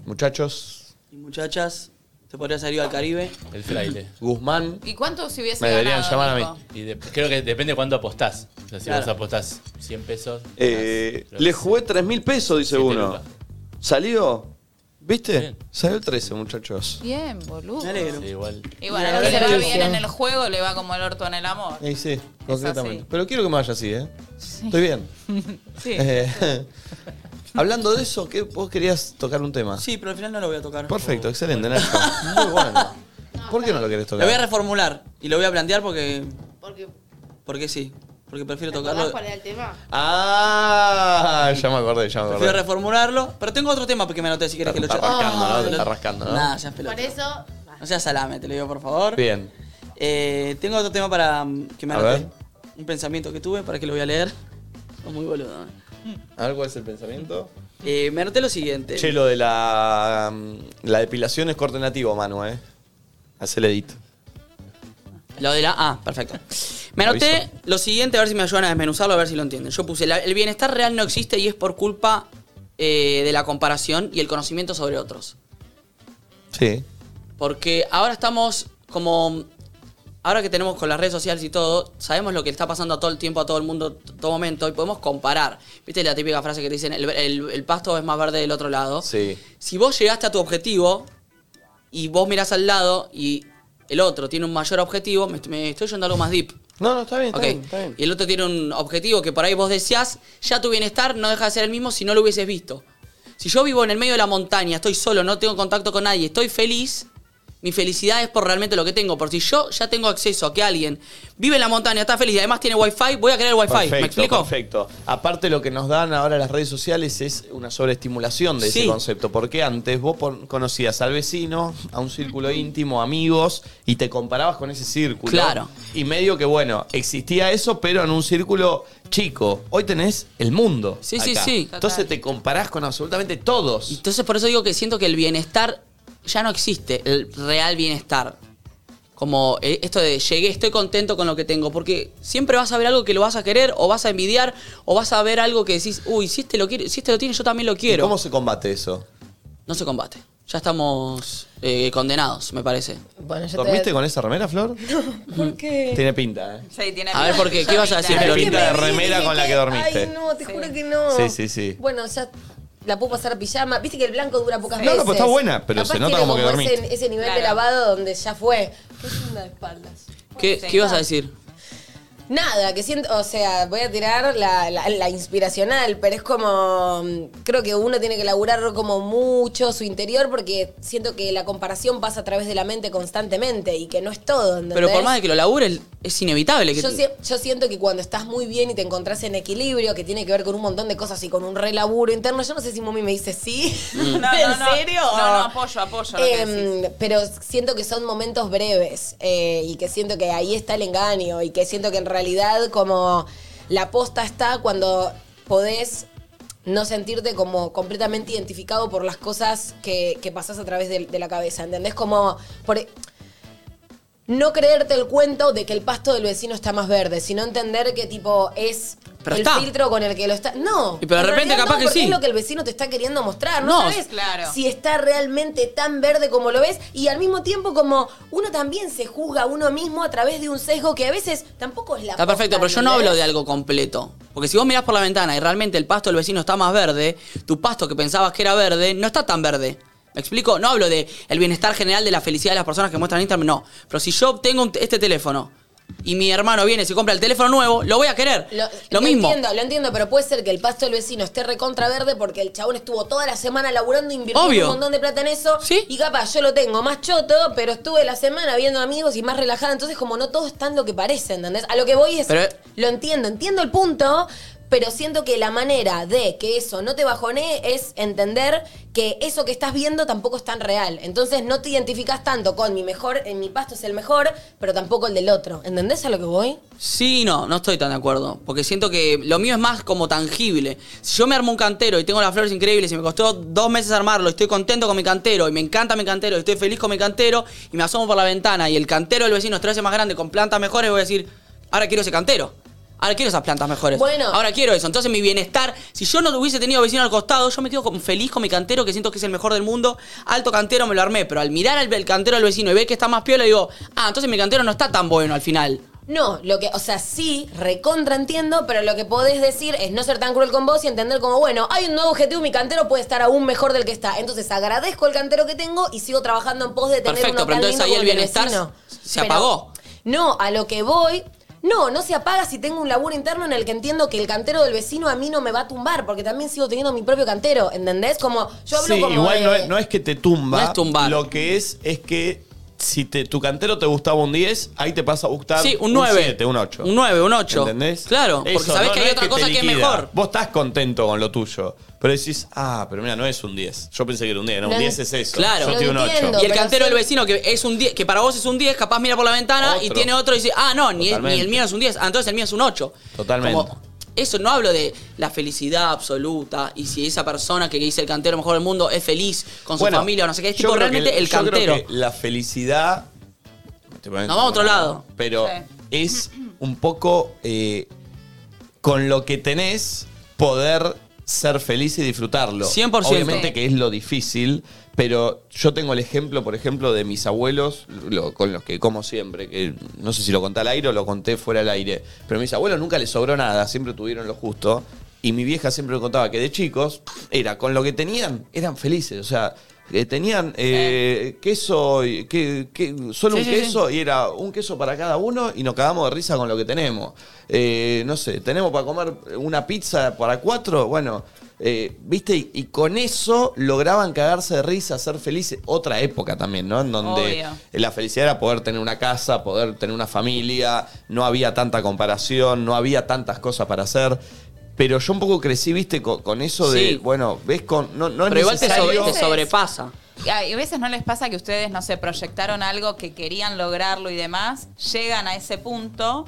Speaker 1: Muchachos.
Speaker 6: Y muchachas, te podrías haber ido al Caribe.
Speaker 5: El fraile.
Speaker 1: Guzmán.
Speaker 13: ¿Y cuánto si hubiese
Speaker 5: Me deberían
Speaker 13: ganado?
Speaker 5: llamar
Speaker 13: Nico?
Speaker 5: a mí. Y de- creo que depende cuánto apostás. O sea, si
Speaker 1: Claro.
Speaker 5: vos apostás 100 pesos.
Speaker 1: Eh, le jugué 3 mil pesos, dice uno. ¿Salió? ¿Viste? Salió el 13, muchachos.
Speaker 13: Bien, boludo.
Speaker 5: Sí, igual.
Speaker 13: Y bueno, a
Speaker 1: Mira,
Speaker 13: lo que le
Speaker 1: la
Speaker 13: va
Speaker 1: verdad.
Speaker 13: bien en el juego le va como el orto en el amor.
Speaker 1: Ahí sí,
Speaker 13: así.
Speaker 1: concretamente. Pero quiero que me vaya así, ¿eh? Estoy bien.
Speaker 6: Sí.
Speaker 1: Eh, hablando de eso, ¿qué, vos querías tocar un tema.
Speaker 6: Sí, pero al final no lo voy a tocar.
Speaker 1: Perfecto, excelente, Nacho. Muy bueno. ¿Por qué no lo querés
Speaker 6: Lo
Speaker 1: tocar?
Speaker 6: voy a reformular y lo voy a plantear porque. Porque sí. Porque prefiero tocarlo.
Speaker 1: Ah, ya me acordé, ya me
Speaker 6: Prefiero
Speaker 1: acordé.
Speaker 6: reformularlo. Pero tengo otro tema porque me anoté si querés que lo
Speaker 1: Está
Speaker 6: cheque.
Speaker 1: rascando, ¿no? Está rascando, ¿no?
Speaker 6: Nada, seas pelota.
Speaker 7: Por eso,
Speaker 6: No seas salame, te lo digo por favor.
Speaker 1: Bien.
Speaker 6: Eh, tengo otro tema para mm, que me
Speaker 1: A
Speaker 6: anoté. Un pensamiento que tuve, ¿para que lo voy a leer? Sos muy boludo.
Speaker 1: ¿Algo es el pensamiento?
Speaker 6: Eh, me anoté lo siguiente.
Speaker 1: Che, lo de la, mm, la depilación es corte nativo, Manu, ¿eh? Haz el edit.
Speaker 6: Lo de la Ah, perfecto. Me anoté lo siguiente, a ver si me ayudan a desmenuzarlo, a ver si lo entienden. Yo puse, la- el bienestar real no existe y es por culpa eh, de la comparación y el conocimiento sobre otros.
Speaker 1: Sí.
Speaker 6: Porque ahora estamos como... Ahora que tenemos con las redes sociales y todo, sabemos lo que está pasando a todo el tiempo, a todo el mundo, t- todo momento, y podemos comparar. ¿Viste la típica frase que te dicen, el, el- el pasto es más verde del otro lado?
Speaker 1: Sí.
Speaker 6: Si vos llegaste a tu objetivo y vos mirás al lado y el otro tiene un mayor objetivo, me, me estoy yendo a algo más deep.
Speaker 1: No, no, está bien, está
Speaker 6: Ok.
Speaker 1: bien, está bien.
Speaker 6: Y el otro tiene un objetivo que por ahí vos deseás, ya tu bienestar no deja de ser el mismo si no lo hubieses visto. Si yo vivo en el medio de la montaña, estoy solo, no tengo contacto con nadie, estoy feliz, mi felicidad es por realmente lo que tengo. Por si yo ya tengo acceso a que alguien vive en la montaña, está feliz y además tiene wifi, voy a querer wifi. ¿Me explico?
Speaker 1: Perfecto. Aparte lo que nos dan ahora las redes sociales es una sobreestimulación de
Speaker 6: Sí.
Speaker 1: ese concepto, porque antes vos pon- conocías al vecino, a un círculo íntimo, amigos, y te comparabas con ese círculo.
Speaker 6: Claro.
Speaker 1: Y medio que, bueno, existía eso, pero en un círculo chico. Hoy tenés el mundo.
Speaker 6: Sí, sí,
Speaker 1: acá.
Speaker 6: sí.
Speaker 1: Entonces te comparás con absolutamente todos.
Speaker 6: Entonces por eso digo que siento que el bienestar ya no existe, el real bienestar. Como eh, esto de llegué, estoy contento con lo que tengo, porque siempre vas a ver algo que lo vas a querer o vas a envidiar o vas a ver algo que decís, uy, si este lo quiere, si este lo tiene, yo también lo quiero.
Speaker 1: ¿Y ¿Cómo se combate eso?
Speaker 6: No se combate. Ya estamos eh, condenados, me parece.
Speaker 4: Bueno, yo
Speaker 1: ¿Dormiste con esa remera, Flor?
Speaker 4: ¿Por qué?
Speaker 1: Tiene pinta, ¿eh?
Speaker 13: Sí, tiene
Speaker 6: A ver, ¿por qué? ¿Qué vas a decir,
Speaker 1: Tiene
Speaker 6: Florita?
Speaker 1: pinta de
Speaker 6: Es que me vi,
Speaker 1: remera
Speaker 4: dije
Speaker 1: con la que
Speaker 4: que-
Speaker 1: dormiste.
Speaker 4: Ay, no, te juro que no.
Speaker 1: Sí, sí, sí.
Speaker 4: Bueno, ya la puedo pasar pijama. Viste que el blanco dura pocas
Speaker 1: No, no,
Speaker 4: veces.
Speaker 1: pero está buena, pero
Speaker 4: Capaz
Speaker 1: se nota
Speaker 4: tiene
Speaker 1: como que dormiste.
Speaker 4: ese, ese nivel de
Speaker 13: Claro.
Speaker 4: lavado donde ya fue. ¿Qué es una de espaldas?
Speaker 6: ¿Qué,
Speaker 4: Sí.
Speaker 6: qué ibas a decir?
Speaker 4: Nada, que siento, o sea, voy a tirar la, la- la inspiracional, pero es como, mm, creo que uno tiene que laburar como mucho su interior porque siento que la comparación pasa a través de la mente constantemente y que no es todo, ¿entendés?
Speaker 6: Pero por más de que lo labures, es inevitable que
Speaker 4: Yo, si- yo siento que cuando estás muy bien y te encontrás en equilibrio, que tiene que ver con un montón de cosas y con un re laburo interno, yo no sé si Mami me dice sí.
Speaker 5: Mm.
Speaker 13: No, no,
Speaker 4: ¿En
Speaker 13: no.
Speaker 4: serio?
Speaker 13: No, no, apoyo, apoyo. lo que decís.
Speaker 4: Em, pero siento que son momentos breves eh, y que siento que ahí está el engaño y que siento que en realidad como la posta está cuando podés no sentirte como completamente identificado por las cosas que, que pasás a través de, de la cabeza, ¿entendés? Como por, e-, no creerte el cuento de que el pasto del vecino está más verde, sino entender que tipo es
Speaker 6: Pero
Speaker 4: el
Speaker 6: está.
Speaker 4: filtro con el que lo está. No.
Speaker 6: Y pero de
Speaker 4: en
Speaker 6: repente
Speaker 4: realidad
Speaker 6: capaz
Speaker 4: no,
Speaker 6: que
Speaker 4: porque
Speaker 6: sí.
Speaker 4: Es lo que el vecino te está queriendo mostrar, ¿no?
Speaker 6: No,
Speaker 4: sabes
Speaker 13: claro.
Speaker 4: si está realmente tan verde como lo ves y al mismo tiempo como uno también se juzga a uno mismo a través de un sesgo que a veces tampoco es la
Speaker 6: Está perfecto, pero yo no hablo de algo completo. Porque si vos mirás por la ventana y realmente el pasto del vecino está más verde, tu pasto que pensabas que era verde no está tan verde. ¿Me explico? No hablo de el bienestar general de la felicidad de las personas que muestran Instagram, no. Pero si yo tengo un- este teléfono y mi hermano viene y se compra el teléfono nuevo, lo voy a querer. Lo, mismo.
Speaker 4: entiendo, lo entiendo, pero puede ser que el pasto del vecino esté recontra verde porque el chabón estuvo toda la semana laburando, invirtiendo
Speaker 6: Obvio.
Speaker 4: un montón de plata en eso. Y capaz yo lo tengo más choto, pero estuve la semana viendo amigos y más relajada. Entonces, como no todo es tan lo que parece, ¿entendés? A lo que voy es.
Speaker 6: Pero-
Speaker 4: Lo entiendo, entiendo el punto, pero siento que la manera de que eso no te bajonee es entender que eso que estás viendo tampoco es tan real. Entonces, no te identificas tanto con mi mejor, en mi pasto es el mejor, pero tampoco el del otro. ¿Entendés a lo que voy?
Speaker 6: Sí, y no, no estoy tan de acuerdo. Porque siento que lo mío es más como tangible. Si yo me armo un cantero y tengo las flores increíbles y me costó dos meses armarlo, y estoy contento con mi cantero y me encanta mi cantero y estoy feliz con mi cantero y me asomo por la ventana y el cantero del vecino es tres veces más grande con plantas mejores, voy a decir, ahora quiero ese cantero. Ahora quiero esas plantas mejores.
Speaker 4: Bueno.
Speaker 6: Ahora quiero eso. Entonces mi bienestar, si yo no hubiese tenido vecino al costado, yo me quedo con- feliz con mi cantero que siento que es el mejor del mundo. Alto cantero me lo armé, pero al mirar al el cantero del vecino y ver que está más piola, digo, ah, entonces mi cantero no está tan bueno al final.
Speaker 4: No, lo que, o sea, sí, recontra entiendo, pero lo que podés decir es no ser tan cruel con vos y entender como, bueno, hay un nuevo objetivo, mi cantero puede estar aún mejor del que está. Entonces agradezco el cantero que tengo y sigo trabajando en pos de tener
Speaker 6: Perfecto,
Speaker 4: uno
Speaker 6: pero
Speaker 4: tan
Speaker 6: entonces
Speaker 4: lindo
Speaker 6: ahí
Speaker 4: como
Speaker 6: el
Speaker 4: del
Speaker 6: bienestar
Speaker 4: vecino.
Speaker 6: se
Speaker 4: Pero-
Speaker 6: apagó.
Speaker 4: No, a lo que voy. No, no se apaga si tengo un laburo interno en el que entiendo que el cantero del vecino a mí no me va a tumbar, porque también sigo teniendo mi propio cantero, ¿entendés? Como yo hablo
Speaker 1: sí,
Speaker 4: como
Speaker 1: igual
Speaker 4: de-
Speaker 1: no, es, no es que te tumba.
Speaker 6: No es tumbar.
Speaker 1: Lo que es es que si te- tu cantero te gustaba un 10, ahí te pasa a gustar
Speaker 6: Sí, un 9.
Speaker 1: Un 7, un 8.
Speaker 6: Un 9, un 8.
Speaker 1: ¿Entendés?
Speaker 6: Claro, porque sabés que hay otra
Speaker 1: te
Speaker 6: cosa que es
Speaker 1: liquida.
Speaker 6: mejor.
Speaker 1: Vos estás contento con lo tuyo, pero decís, ah, pero mira, no es un 10. Yo pensé que era un 10, no,
Speaker 6: No,
Speaker 1: un 10 es eso.
Speaker 6: Claro.
Speaker 1: Yo tengo un 8.
Speaker 6: Y el cantero del vecino que es un 10, que para vos es un 10, capaz mira por la ventana y
Speaker 1: Otro.
Speaker 6: tiene otro y dice, ah, no, ni,
Speaker 1: Totalmente.
Speaker 6: ni el mío es un 10, ah, entonces el mío es un 8.
Speaker 1: Totalmente.
Speaker 6: Como, eso no hablo de la felicidad absoluta y si esa persona que dice el cantero mejor del mundo es feliz con su
Speaker 1: Bueno,
Speaker 6: familia o no sé qué, es
Speaker 1: yo
Speaker 6: tipo
Speaker 1: creo
Speaker 6: realmente
Speaker 1: que-
Speaker 6: el
Speaker 1: yo creo
Speaker 6: cantero.
Speaker 1: que la felicidad. Nos
Speaker 6: Nos vamos a otro lado.
Speaker 1: Pero es un poco eh, con lo que tenés poder ser feliz y disfrutarlo.
Speaker 6: 100%.
Speaker 1: Obviamente que es lo difícil, pero yo tengo el ejemplo, por ejemplo, de mis abuelos, lo- con los que como siempre, que no sé si lo conté al aire o lo conté fuera al aire, pero a mis abuelos nunca les sobró nada, siempre tuvieron lo justo. Y mi vieja siempre me contaba que de chicos era con lo que tenían, eran felices. O sea, eh, tenían eh, queso, y- que, que- solo
Speaker 6: Sí,
Speaker 1: un
Speaker 6: sí,
Speaker 1: queso y era un queso para cada uno y nos cagamos de risa con lo que tenemos. Eh, no sé, tenemos para comer una pizza para cuatro, bueno, eh, viste, y, y con eso lograban cagarse de risa, ser felices. Otra época también, ¿no? En donde
Speaker 6: Obvio.
Speaker 1: la felicidad era poder tener una casa, poder tener una familia, no había tanta comparación, no había tantas cosas para hacer. Pero yo un poco crecí, viste, con, con eso
Speaker 6: Sí.
Speaker 1: de, bueno, ves con. No, no es
Speaker 6: Pero igual te,
Speaker 1: necesario-
Speaker 6: sobre- te sobrepasa.
Speaker 17: Y a y a veces no les pasa que ustedes, no sé, proyectaron algo que querían lograrlo y demás, llegan a ese punto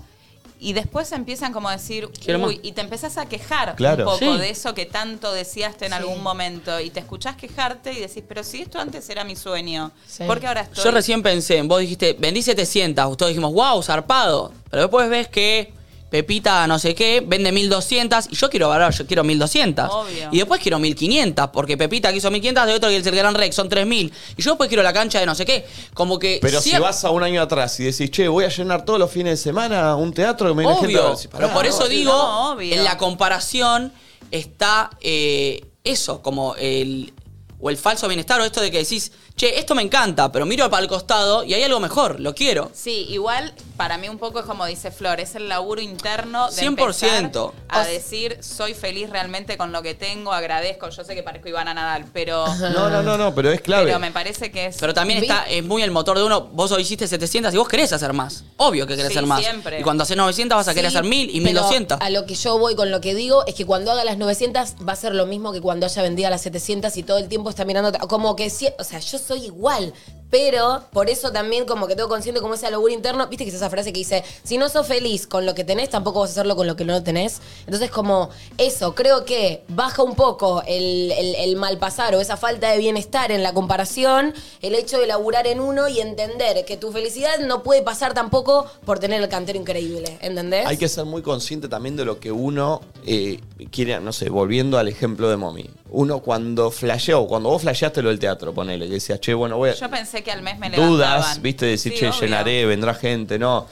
Speaker 17: y después empiezan como a decir,
Speaker 6: Quiero más.
Speaker 17: uy, y te empezás a quejar un
Speaker 6: Claro.
Speaker 17: poco
Speaker 6: Sí.
Speaker 17: de eso que tanto deseaste en algún momento y te escuchás quejarte y decís, pero si esto antes era mi sueño, ¿por qué ahora estoy?
Speaker 6: Yo recién pensé, en- vos dijiste, vendí 700, todos dijimos, wow, zarpado. Pero después ves que Pepita no sé qué, vende 1200 y yo quiero valorar, yo quiero 1200.
Speaker 17: Obvio.
Speaker 6: Y después quiero 1500, porque Pepita quiso 1500, de otro que es el Gran Rex son 3000. Y yo después quiero la cancha de no sé qué. Como que...
Speaker 1: Pero si
Speaker 6: siempre-
Speaker 1: vas a un año atrás y decís, che, voy a llenar todos los fines de semana un teatro que me viene gente a ver",
Speaker 6: Obvio,
Speaker 1: decís,
Speaker 6: pero
Speaker 1: "Pará,
Speaker 6: por eso
Speaker 1: boludo".
Speaker 6: digo,
Speaker 17: No, obvio.
Speaker 6: en la comparación está eh, eso, como el, o el falso bienestar, o esto de que decís, che, esto me encanta, pero miro para el costado y hay algo mejor, lo quiero.
Speaker 17: Sí, igual para mí un poco es como dice Flor, es el laburo interno de
Speaker 6: 100%.
Speaker 17: empezar a decir soy feliz realmente con lo que tengo, agradezco, yo sé que parezco Ivana Nadal, pero
Speaker 1: No, no, eh, no, no, pero es clave.
Speaker 17: Pero me parece que es
Speaker 6: Pero también está, es muy el motor de uno, vos hoy hiciste 700 y vos querés hacer más. Obvio que querés
Speaker 17: Sí,
Speaker 6: hacer más.
Speaker 17: siempre.
Speaker 6: Y cuando haces 900 vas a querer
Speaker 4: Sí,
Speaker 6: hacer 1000 y
Speaker 4: pero
Speaker 6: 1200.
Speaker 4: A lo que yo voy con lo que digo es que cuando haga las 900 va a ser lo mismo que cuando haya vendido las 700 y todo el tiempo está mirando. otra- Como que, sí, o sea, yo soy igual. Pero por eso también como que tengo consciente como ese logro interno, viste que es esa frase que dice, si no sos feliz con lo que tenés, tampoco vas a hacerlo con lo que no tenés. Entonces como eso, creo que baja un poco el, el, el malpasar o esa falta de bienestar en la comparación, el hecho de laburar en uno y entender que tu felicidad no puede pasar tampoco por tener el cantero increíble, ¿entendés?
Speaker 1: Hay que ser muy consciente también de lo que uno eh, quiere, no sé, volviendo al ejemplo de Mommy. Uno cuando flasheó, cuando vos flasheaste lo del teatro, ponele, que decías, che, bueno, voy a...
Speaker 17: Yo pensé que al mes me
Speaker 1: dudas,
Speaker 17: levantaban.
Speaker 1: viste, decir,
Speaker 17: Sí,
Speaker 1: che,
Speaker 17: obvio.
Speaker 1: llenaré, vendrá gente, no.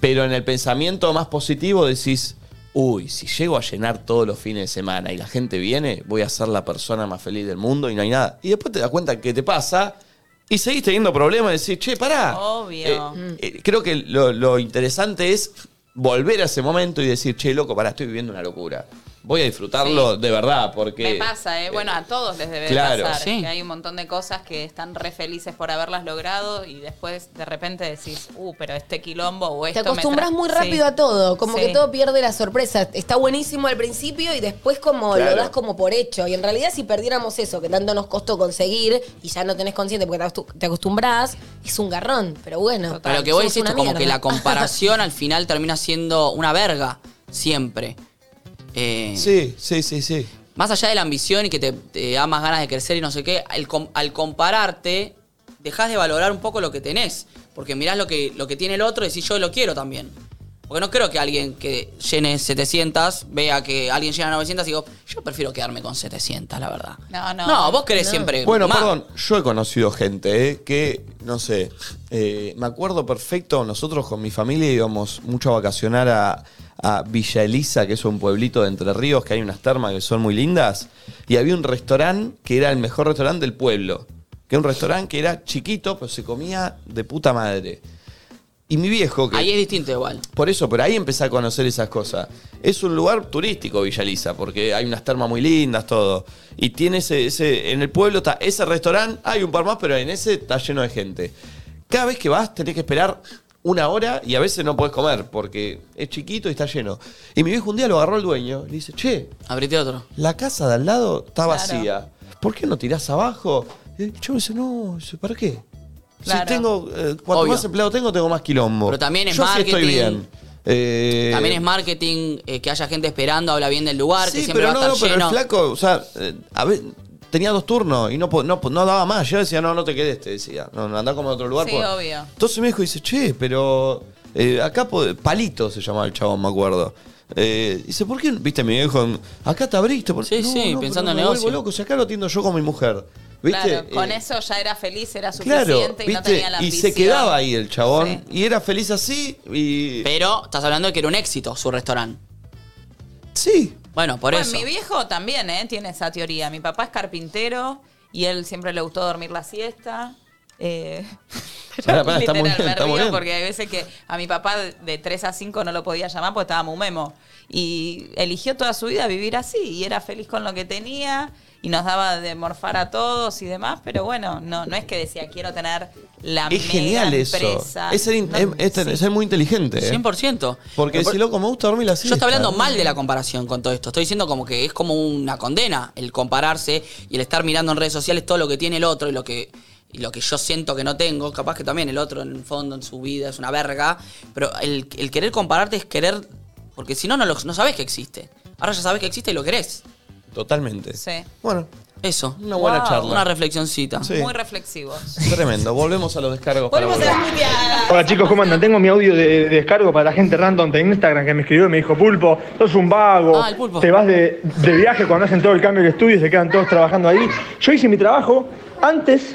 Speaker 1: Pero en el pensamiento más positivo decís, uy, si llego a llenar todos los fines de semana y la gente viene, voy a ser la persona más feliz del mundo y no hay nada. Y después te das cuenta que te pasa y seguís teniendo problemas y decís, che, pará.
Speaker 17: Obvio. Mm.
Speaker 1: Eh, eh, creo que lo, lo interesante es volver a ese momento y decir, che, loco, pará, estoy viviendo una locura. Voy a disfrutarlo de verdad, porque...
Speaker 17: Me pasa, ¿eh? Bueno, a todos les debe
Speaker 1: claro.
Speaker 17: pasar.
Speaker 1: Sí.
Speaker 17: Que hay un montón de cosas que están re felices por haberlas logrado y después de repente decís, uh, pero este quilombo o
Speaker 4: Te
Speaker 17: esto. me
Speaker 4: acostumbras
Speaker 17: tra-
Speaker 4: muy
Speaker 17: Sí.
Speaker 4: rápido a todo, como
Speaker 17: Sí.
Speaker 4: que todo pierde la sorpresa. Está buenísimo al principio y después como lo
Speaker 17: Claro.
Speaker 4: das como por hecho. Y en realidad si perdiéramos eso, que tanto nos costó conseguir y ya no tenés consciente porque te acostu- te acostumbrás, es un garrón. Pero bueno,
Speaker 6: Pero lo que vos
Speaker 4: somos
Speaker 6: decís
Speaker 4: una
Speaker 6: es como que
Speaker 4: mierda.
Speaker 6: la comparación al final termina siendo una verga, siempre.
Speaker 1: sí, sí, sí, sí.
Speaker 6: Más allá de la ambición y que te, te da más ganas de crecer y no sé qué, al, com- al compararte, dejas de valorar un poco lo que tenés. Porque mirás lo que, lo que tiene el otro y decís, yo lo quiero también. Porque no creo que alguien que llene 700 vea que alguien llena 900 y digo, yo prefiero quedarme con 700, la verdad.
Speaker 17: No, no.
Speaker 6: No, vos querés siempre
Speaker 1: Bueno,
Speaker 6: más.
Speaker 1: perdón, yo he conocido gente eh, que, no sé, eh, me acuerdo perfecto, nosotros con mi familia íbamos mucho a vacacionar a, a Villa Elisa, que es un pueblito de Entre Ríos, que hay unas termas que son muy lindas, y había un restaurante que era el mejor restaurante del pueblo, que era un restaurante que era chiquito, pero se comía de puta madre. Y mi viejo, que
Speaker 6: Ahí es distinto igual.
Speaker 1: por eso, pero ahí empecé a conocer esas cosas. Es un lugar turístico Villa Lisa, porque hay unas termas muy lindas, todo. Y tiene ese, ese- en el pueblo está ese restaurante, hay un par más, pero en ese está lleno de gente. Cada vez que vas tenés que esperar una hora y a veces no podés comer porque es chiquito y está lleno. Y mi viejo un día lo agarró el dueño y le dice, che,
Speaker 6: abrete otro.
Speaker 1: La casa de al lado está vacía. ¿Por qué no tirás abajo? Y el chavo dice, no, dice, ¿para qué?
Speaker 6: Claro.
Speaker 1: Si tengo, eh, cuanto
Speaker 6: Obvio.
Speaker 1: más empleado tengo, tengo más quilombo.
Speaker 6: Pero también es
Speaker 1: Yo sí estoy
Speaker 6: marketing.
Speaker 1: bien. Eh,
Speaker 6: También es marketing, eh, que haya gente esperando, habla bien del lugar, que
Speaker 1: Sí,
Speaker 6: siempre
Speaker 1: pero
Speaker 6: va
Speaker 1: no,
Speaker 6: a
Speaker 1: no,
Speaker 6: estar
Speaker 1: pero el
Speaker 6: lleno.
Speaker 1: flaco, o sea, eh, a ver, tenía dos turnos y no, po- no, po- no daba más. Yo decía, no, no te quedes, te decía. No, no, andá como a otro lugar.
Speaker 9: Sí,
Speaker 1: po-
Speaker 9: obvio.
Speaker 1: Entonces mi hijo dice, che, pero eh, acá, po- Palito se llamaba el chabón, me acuerdo. Eh, dice, ¿por qué? Viste, mi viejo, acá te abriste. Por...
Speaker 6: Sí, sí, pensando en
Speaker 1: me
Speaker 6: negocio.
Speaker 1: vuelvo loco, si acá lo atiendo yo con mi mujer. ¿Viste?
Speaker 9: Claro, con
Speaker 1: Eh,
Speaker 9: eso ya era feliz, era suficiente
Speaker 1: claro,
Speaker 9: y
Speaker 1: ¿viste?
Speaker 9: no tenía la
Speaker 1: y
Speaker 9: ambición.
Speaker 1: se quedaba ahí el chabón y era feliz así y...
Speaker 6: Pero estás hablando de que era un éxito su restaurante.
Speaker 1: Sí.
Speaker 6: Bueno, por
Speaker 9: Bueno,
Speaker 6: eso.
Speaker 9: mi viejo también, ¿eh? Tiene esa teoría. Mi papá es carpintero y él siempre le gustó dormir la siesta. Eh,
Speaker 1: Pará, pará, está muy
Speaker 9: literal,
Speaker 1: bien,
Speaker 9: me
Speaker 1: está muy
Speaker 9: río
Speaker 1: bien.
Speaker 9: porque hay veces que a mi papá de- de 3 a 5 no lo podía llamar porque estaba muy memo. Y eligió toda su vida vivir así y era feliz con lo que tenía y nos daba de morfar a todos y demás, pero bueno, no, no es que decía quiero tener la
Speaker 1: Es genial
Speaker 9: mega
Speaker 1: eso.
Speaker 9: empresa.
Speaker 1: Es ser, in- es- es tener- ser muy inteligente. eh.
Speaker 6: 100%.
Speaker 1: Porque
Speaker 6: Por-
Speaker 1: si loco me gusta dormir la siesta.
Speaker 6: Yo estoy hablando mal de la comparación con todo esto. Estoy diciendo como que es como una condena el compararse y el estar mirando en redes sociales todo lo que tiene el otro y lo que y lo que yo siento que no tengo. Capaz que también el otro en el fondo, en su vida, es una verga. Pero el, el querer compararte es querer. Porque si no, no, lo, no sabes que existe. Ahora ya sabes que existe y lo querés.
Speaker 1: Totalmente.
Speaker 9: Sí.
Speaker 1: Bueno.
Speaker 6: Eso. Una
Speaker 1: buena Wow. charla.
Speaker 6: Una reflexioncita.
Speaker 1: Sí.
Speaker 9: Muy reflexivos.
Speaker 1: Tremendo. Volvemos a los descargos. para volver.
Speaker 16: Hola chicos, ¿cómo andan? Tengo mi audio de, de descargo para la gente random de Instagram que me escribió y me dijo, Pulpo, sos un vago,
Speaker 6: Ah, el Pulpo.
Speaker 16: te vas de, de viaje cuando hacen todo el cambio de estudio y se quedan todos trabajando ahí. Yo hice mi trabajo antes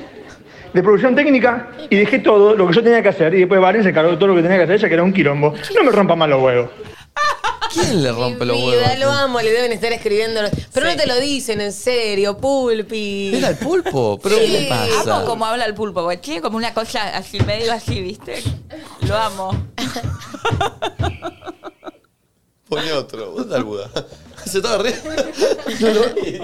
Speaker 16: de producción técnica y dejé todo lo que yo tenía que hacer y después Varen se cargó todo lo que tenía que hacer ella que era un quilombo. No me rompa más los huevos.
Speaker 1: ¿Quién le rompe los huevos?
Speaker 7: Vida, lo amo, le deben estar escribiendo. Pero no te lo dicen, en serio, Pulpi.
Speaker 1: Era el pulpo. ¿Pero qué le pasa?
Speaker 9: Amo como habla el pulpo, porque tiene como una cosa así medio así, ¿viste? Lo amo.
Speaker 1: Pone otro. ¿Dónde está el Buda? Se estaba riendo. No lo vi.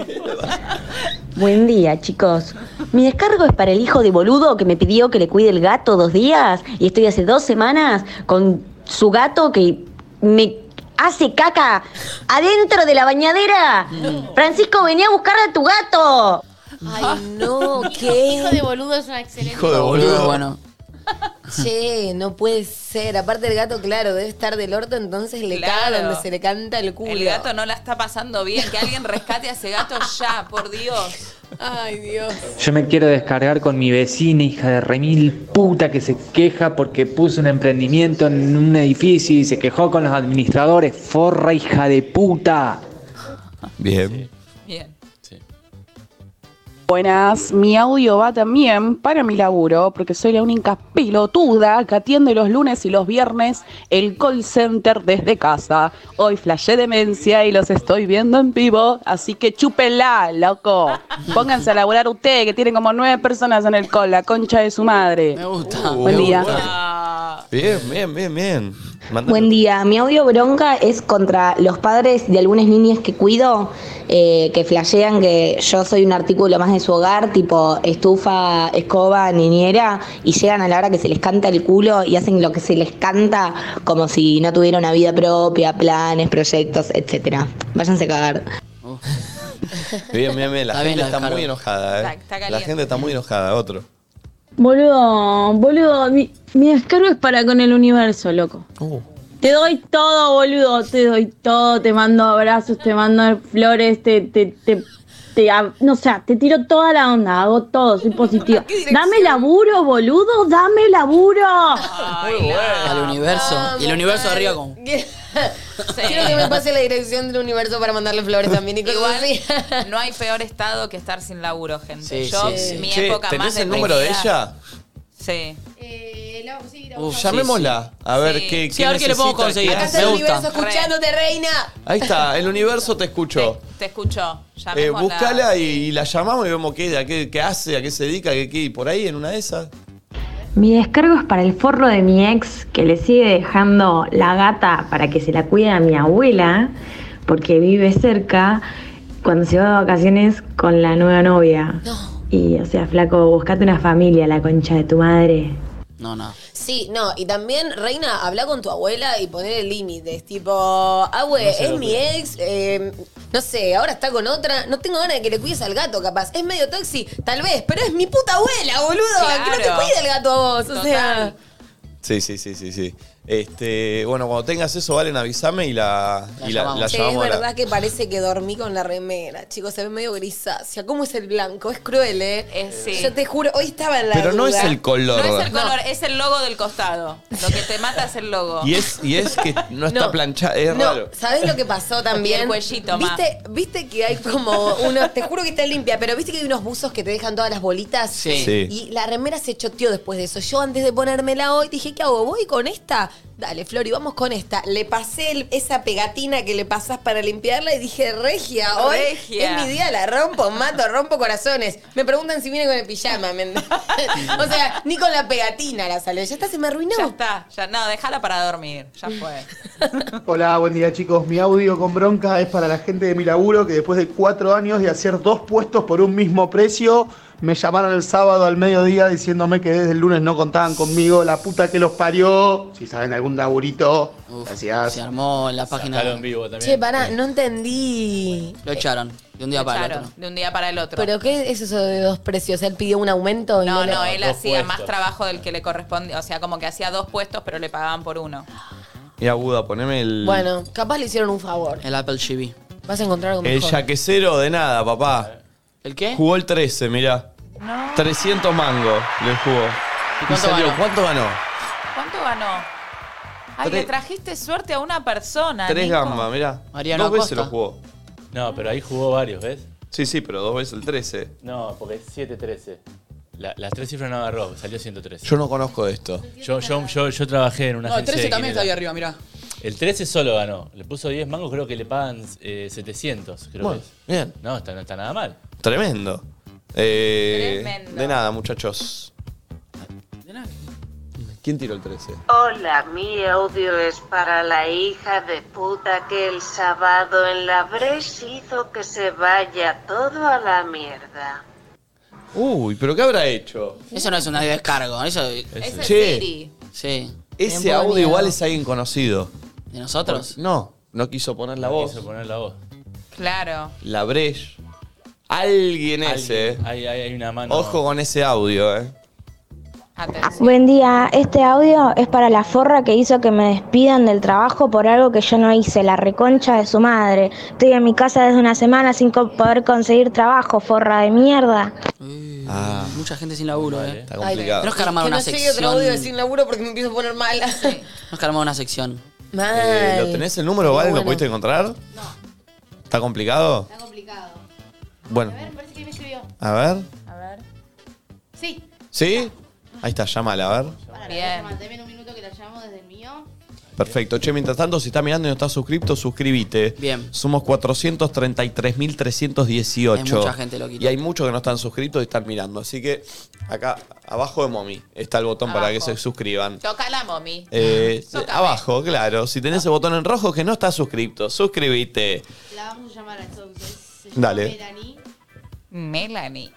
Speaker 29: Buen día, chicos. Mi descargo es para el hijo de boludo que me pidió que le cuide el gato dos días y estoy hace dos semanas con su gato que me hace caca adentro de la bañadera. Francisco, venía a buscar a tu gato.
Speaker 7: Ay, no, qué.
Speaker 30: Hijo de boludo es una excelente.
Speaker 1: Hijo de boludo.
Speaker 6: Bueno.
Speaker 7: Che, no puede ser. Aparte el gato, claro, debe estar del orto, entonces le
Speaker 9: Claro.
Speaker 7: cae donde se le canta el culo.
Speaker 9: El gato no la está pasando bien. Que alguien rescate a ese gato ya, por Dios.
Speaker 7: Ay, Dios.
Speaker 11: Yo me quiero descargar con mi vecina, hija de remil puta, que se queja porque puso un emprendimiento en un edificio y se quejó con los administradores. Forra, hija de puta.
Speaker 1: Bien.
Speaker 9: Bien.
Speaker 5: Buenas, mi audio va también para mi laburo, porque soy la única pelotuda que atiende los lunes y los viernes el call center desde casa. Hoy flashé demencia y los estoy viendo en vivo, así que chúpela, loco. Pónganse a laburar ustedes, que tienen como nueve personas en el call, la concha de su madre. Me
Speaker 6: gusta.
Speaker 5: Buen
Speaker 1: Uh, me
Speaker 5: día.
Speaker 1: Bien, bien, bien, bien. Mandá-
Speaker 4: Buen día, mi audio bronca es contra los padres de algunas niñas que cuido, eh, que flashean que yo soy un artículo más de su hogar, tipo estufa, escoba, niñera, y llegan a la hora que se les canta el culo y hacen lo que se les canta como si no tuvieran una vida propia, planes, proyectos, etcétera. Váyanse a cagar.
Speaker 1: Bien, bien, bien. La
Speaker 6: Está bien,
Speaker 1: gente está
Speaker 6: la descargo.
Speaker 1: muy enojada. eh.
Speaker 6: Está- está
Speaker 1: la
Speaker 6: caliente.
Speaker 1: gente está muy enojada. Otro.
Speaker 18: Boludo, boludo, mi, mi descargo es para con el universo, loco. Te doy todo, boludo, te doy todo, te mando abrazos, te mando flores, te, te, te, te ab- no, o sea, te tiro toda la onda, hago todo, soy positiva. Dame laburo, boludo, dame laburo.
Speaker 6: Al universo. y el universo arriba como.
Speaker 7: Quiero que me pase la dirección del universo para mandarle flores también. Y cosas así.
Speaker 9: No hay peor estado que estar sin laburo, gente.
Speaker 1: Sí,
Speaker 9: Yo,
Speaker 1: sí, sí.
Speaker 9: mi
Speaker 1: Che,
Speaker 9: época
Speaker 1: ¿tenés
Speaker 9: más
Speaker 1: el número de ella?
Speaker 9: Sí.
Speaker 1: Uf, llamémosla. A ver qué.
Speaker 6: Sí, a ver qué le podemos
Speaker 1: necesita,
Speaker 6: conseguir.
Speaker 1: qué
Speaker 6: Acá
Speaker 1: hace.
Speaker 6: está el Me
Speaker 7: Universo, escuchándote, reina.
Speaker 1: Ahí está, el universo te escuchó.
Speaker 9: Te escucho.
Speaker 1: Eh,
Speaker 9: Llamémosla.
Speaker 1: buscala y, y la llamamos y vemos qué, a qué, qué hace, a qué se dedica, qué, qué, y por ahí en una de esas.
Speaker 18: Mi descargo es para el forro de mi ex que le sigue dejando la gata para que se la cuide a mi abuela porque vive cerca cuando se va de vacaciones con la nueva novia. Y o sea, flaco, buscate una familia, la concha de tu madre.
Speaker 6: No, no.
Speaker 4: Sí, no, y también, Reina, habla con tu abuela y poner límites. Tipo, abue,
Speaker 6: No se
Speaker 4: es
Speaker 6: lo
Speaker 4: mi
Speaker 6: cuida.
Speaker 4: ex, eh, no sé, ahora está con otra. No tengo ganas de que le cuides al gato, capaz. Es medio toxi, tal vez, pero es mi puta abuela, boludo. Que no te
Speaker 17: Claro.
Speaker 4: cuide el gato a vos, o sea.
Speaker 1: Sí, sí, sí, sí, sí. Este, bueno, cuando tengas eso, Valen, avísame y la, y la, la
Speaker 4: Che,
Speaker 1: llamamos. a
Speaker 4: es
Speaker 1: la-
Speaker 4: verdad que parece que dormí con la remera, chicos, se ve medio grisácea. ¿Cómo es el blanco? Es cruel, ¿eh? Yo te juro, hoy estaba en la
Speaker 1: Pero no
Speaker 4: duda.
Speaker 1: es el color.
Speaker 17: No es el color, es el logo del costado. Lo que te mata es el logo.
Speaker 1: Y es, y es que no está planchado, es
Speaker 4: No,
Speaker 1: raro.
Speaker 4: ¿sabés lo que pasó también?
Speaker 17: Y el cuellito, ma.
Speaker 4: ¿Viste, viste que hay como unos, te juro que está limpia, pero viste que hay unos buzos que te dejan todas las bolitas.
Speaker 6: Sí. Sí.
Speaker 4: Y la remera se choteó después de eso. Yo antes de ponérmela hoy dije, ¿qué hago? ¿Voy con esta? Dale, Flori, vamos con esta. Le pasé el- esa pegatina que le pasás para limpiarla y dije, regia, hoy
Speaker 17: Regia.
Speaker 4: es mi día, la rompo, mato, rompo corazones. Me preguntan si viene con el pijama, ¿me entendés? O sea, ni con la pegatina la salió. Ya está, se me arruinó.
Speaker 17: Ya está, ya no, déjala para dormir, ya fue.
Speaker 23: Hola, buen día chicos. Mi audio con bronca es para la gente de mi laburo que después de cuatro años de hacer dos puestos por un mismo precio, me llamaron el sábado al mediodía diciéndome que desde el lunes no contaban conmigo, la puta que los parió. Si saben algún laburito, gracias. Se
Speaker 6: armó la página. Eh,
Speaker 5: Sacalo en vivo
Speaker 4: Che, pará, no entendí.
Speaker 6: Lo echaron de un día
Speaker 4: Lo
Speaker 6: para el
Speaker 4: echaron.
Speaker 6: otro.
Speaker 17: De un día para el otro.
Speaker 4: ¿Pero qué es eso de dos precios? ¿Él pidió un aumento? y
Speaker 17: No,
Speaker 4: le-
Speaker 17: no, él hacía más trabajo del que le correspondía. O sea, como que hacía dos puestos, pero le pagaban por uno.
Speaker 1: Mira, Buda, poneme el.
Speaker 4: Bueno, capaz le hicieron un favor.
Speaker 6: El Apple TV.
Speaker 4: Vas a encontrar algo
Speaker 1: El
Speaker 4: mejor.
Speaker 1: yaquecero de nada, papá.
Speaker 6: ¿El qué?
Speaker 1: Jugó el 13, mirá. 300 mango le jugó. ¿Y
Speaker 6: cuánto
Speaker 1: salió,
Speaker 6: ganó?
Speaker 1: ¿Cuánto ganó?
Speaker 17: ¿Cuánto ganó? Ay, le
Speaker 1: Tres-
Speaker 17: trajiste suerte a una
Speaker 9: Ah,
Speaker 17: persona.
Speaker 1: Tres
Speaker 17: Nico.
Speaker 1: gambas, Ah, mirá.
Speaker 17: Mariano
Speaker 1: dos veces
Speaker 17: Acosta.
Speaker 1: lo jugó.
Speaker 5: No, pero ahí jugó varios, ¿ves?
Speaker 1: Sí, sí, pero dos veces el 13.
Speaker 5: No, porque es 7-13. La- las tres cifras no agarró, salió 113.
Speaker 1: Yo no conozco de esto.
Speaker 5: Yo, yo, yo, yo trabajé en una
Speaker 6: No, el
Speaker 5: agencia
Speaker 6: 13
Speaker 5: de
Speaker 6: también está ahí
Speaker 5: quiniela.
Speaker 6: arriba, mirá.
Speaker 5: El 13 solo ganó. Le puso 10 mangos, creo que le pagan eh, 700. Creo
Speaker 1: Bueno,
Speaker 5: que es.
Speaker 1: bien.
Speaker 5: No, está, no está nada mal.
Speaker 1: Tremendo. Eh,
Speaker 9: Tremendo.
Speaker 1: De nada, muchachos. ¿Quién tiró el 13?
Speaker 9: Hola, mi audio es para la hija de puta que el sábado en la Breche hizo que se vaya todo a la mierda.
Speaker 1: Uy, pero ¿qué habrá hecho?
Speaker 6: Eso no es un descargo, eso
Speaker 1: Ese Che. Siri.
Speaker 6: Sí.
Speaker 1: Ese audio igual es alguien conocido.
Speaker 6: ¿De nosotros?
Speaker 1: No, no quiso poner la voz.
Speaker 5: Quiso poner la voz.
Speaker 17: Claro.
Speaker 1: La Breche. Alguien ese. eh.
Speaker 5: Hay, hay- hay una mano.
Speaker 1: Ojo con ese audio, eh.
Speaker 18: Buen día, este audio es para la forra que hizo que me despidan del trabajo por algo que yo no hice, la reconcha de su madre. Estoy en mi casa desde una semana sin co- poder conseguir trabajo, forra de mierda.
Speaker 1: Ah.
Speaker 6: Mucha gente sin laburo, eh. Está
Speaker 1: complicado.
Speaker 6: Tenemos que armar
Speaker 4: Que
Speaker 6: una
Speaker 4: no llegue otro
Speaker 6: sección.
Speaker 4: audio
Speaker 6: Tenemos
Speaker 4: sin laburo porque me empiezo a poner mala.
Speaker 6: que armar una sección.
Speaker 4: Mal.
Speaker 1: Eh, ¿Lo tenés el número, Valen? ¿Lo pudiste encontrar? No. ¿Está complicado?
Speaker 7: Está complicado.
Speaker 1: Bueno,
Speaker 7: A ver, me parece que ahí me escribió.
Speaker 1: a ver.
Speaker 7: A ver. Sí.
Speaker 1: ¿Sí? Ahí está, llámala, a ver.
Speaker 7: Para, Bien. Manteme un minuto que la llamo desde el mío.
Speaker 1: Perfecto. Che, mientras tanto, si estás mirando y no estás suscripto, suscríbete.
Speaker 6: Bien.
Speaker 1: Somos 433.318.
Speaker 6: Es mucha gente, loquito.
Speaker 1: Y hay muchos que no están suscritos y están mirando. Así que acá, abajo de Momi, está el botón para que
Speaker 17: Abajo.
Speaker 1: se suscriban.
Speaker 17: Toca la momi.
Speaker 1: Eh,
Speaker 17: Tócame.
Speaker 1: abajo, claro. Si tenés el botón en rojo que no estás suscripto, suscribite.
Speaker 7: La vamos a llamar a entonces.
Speaker 1: Dale.
Speaker 7: Melanie.
Speaker 17: Melanie.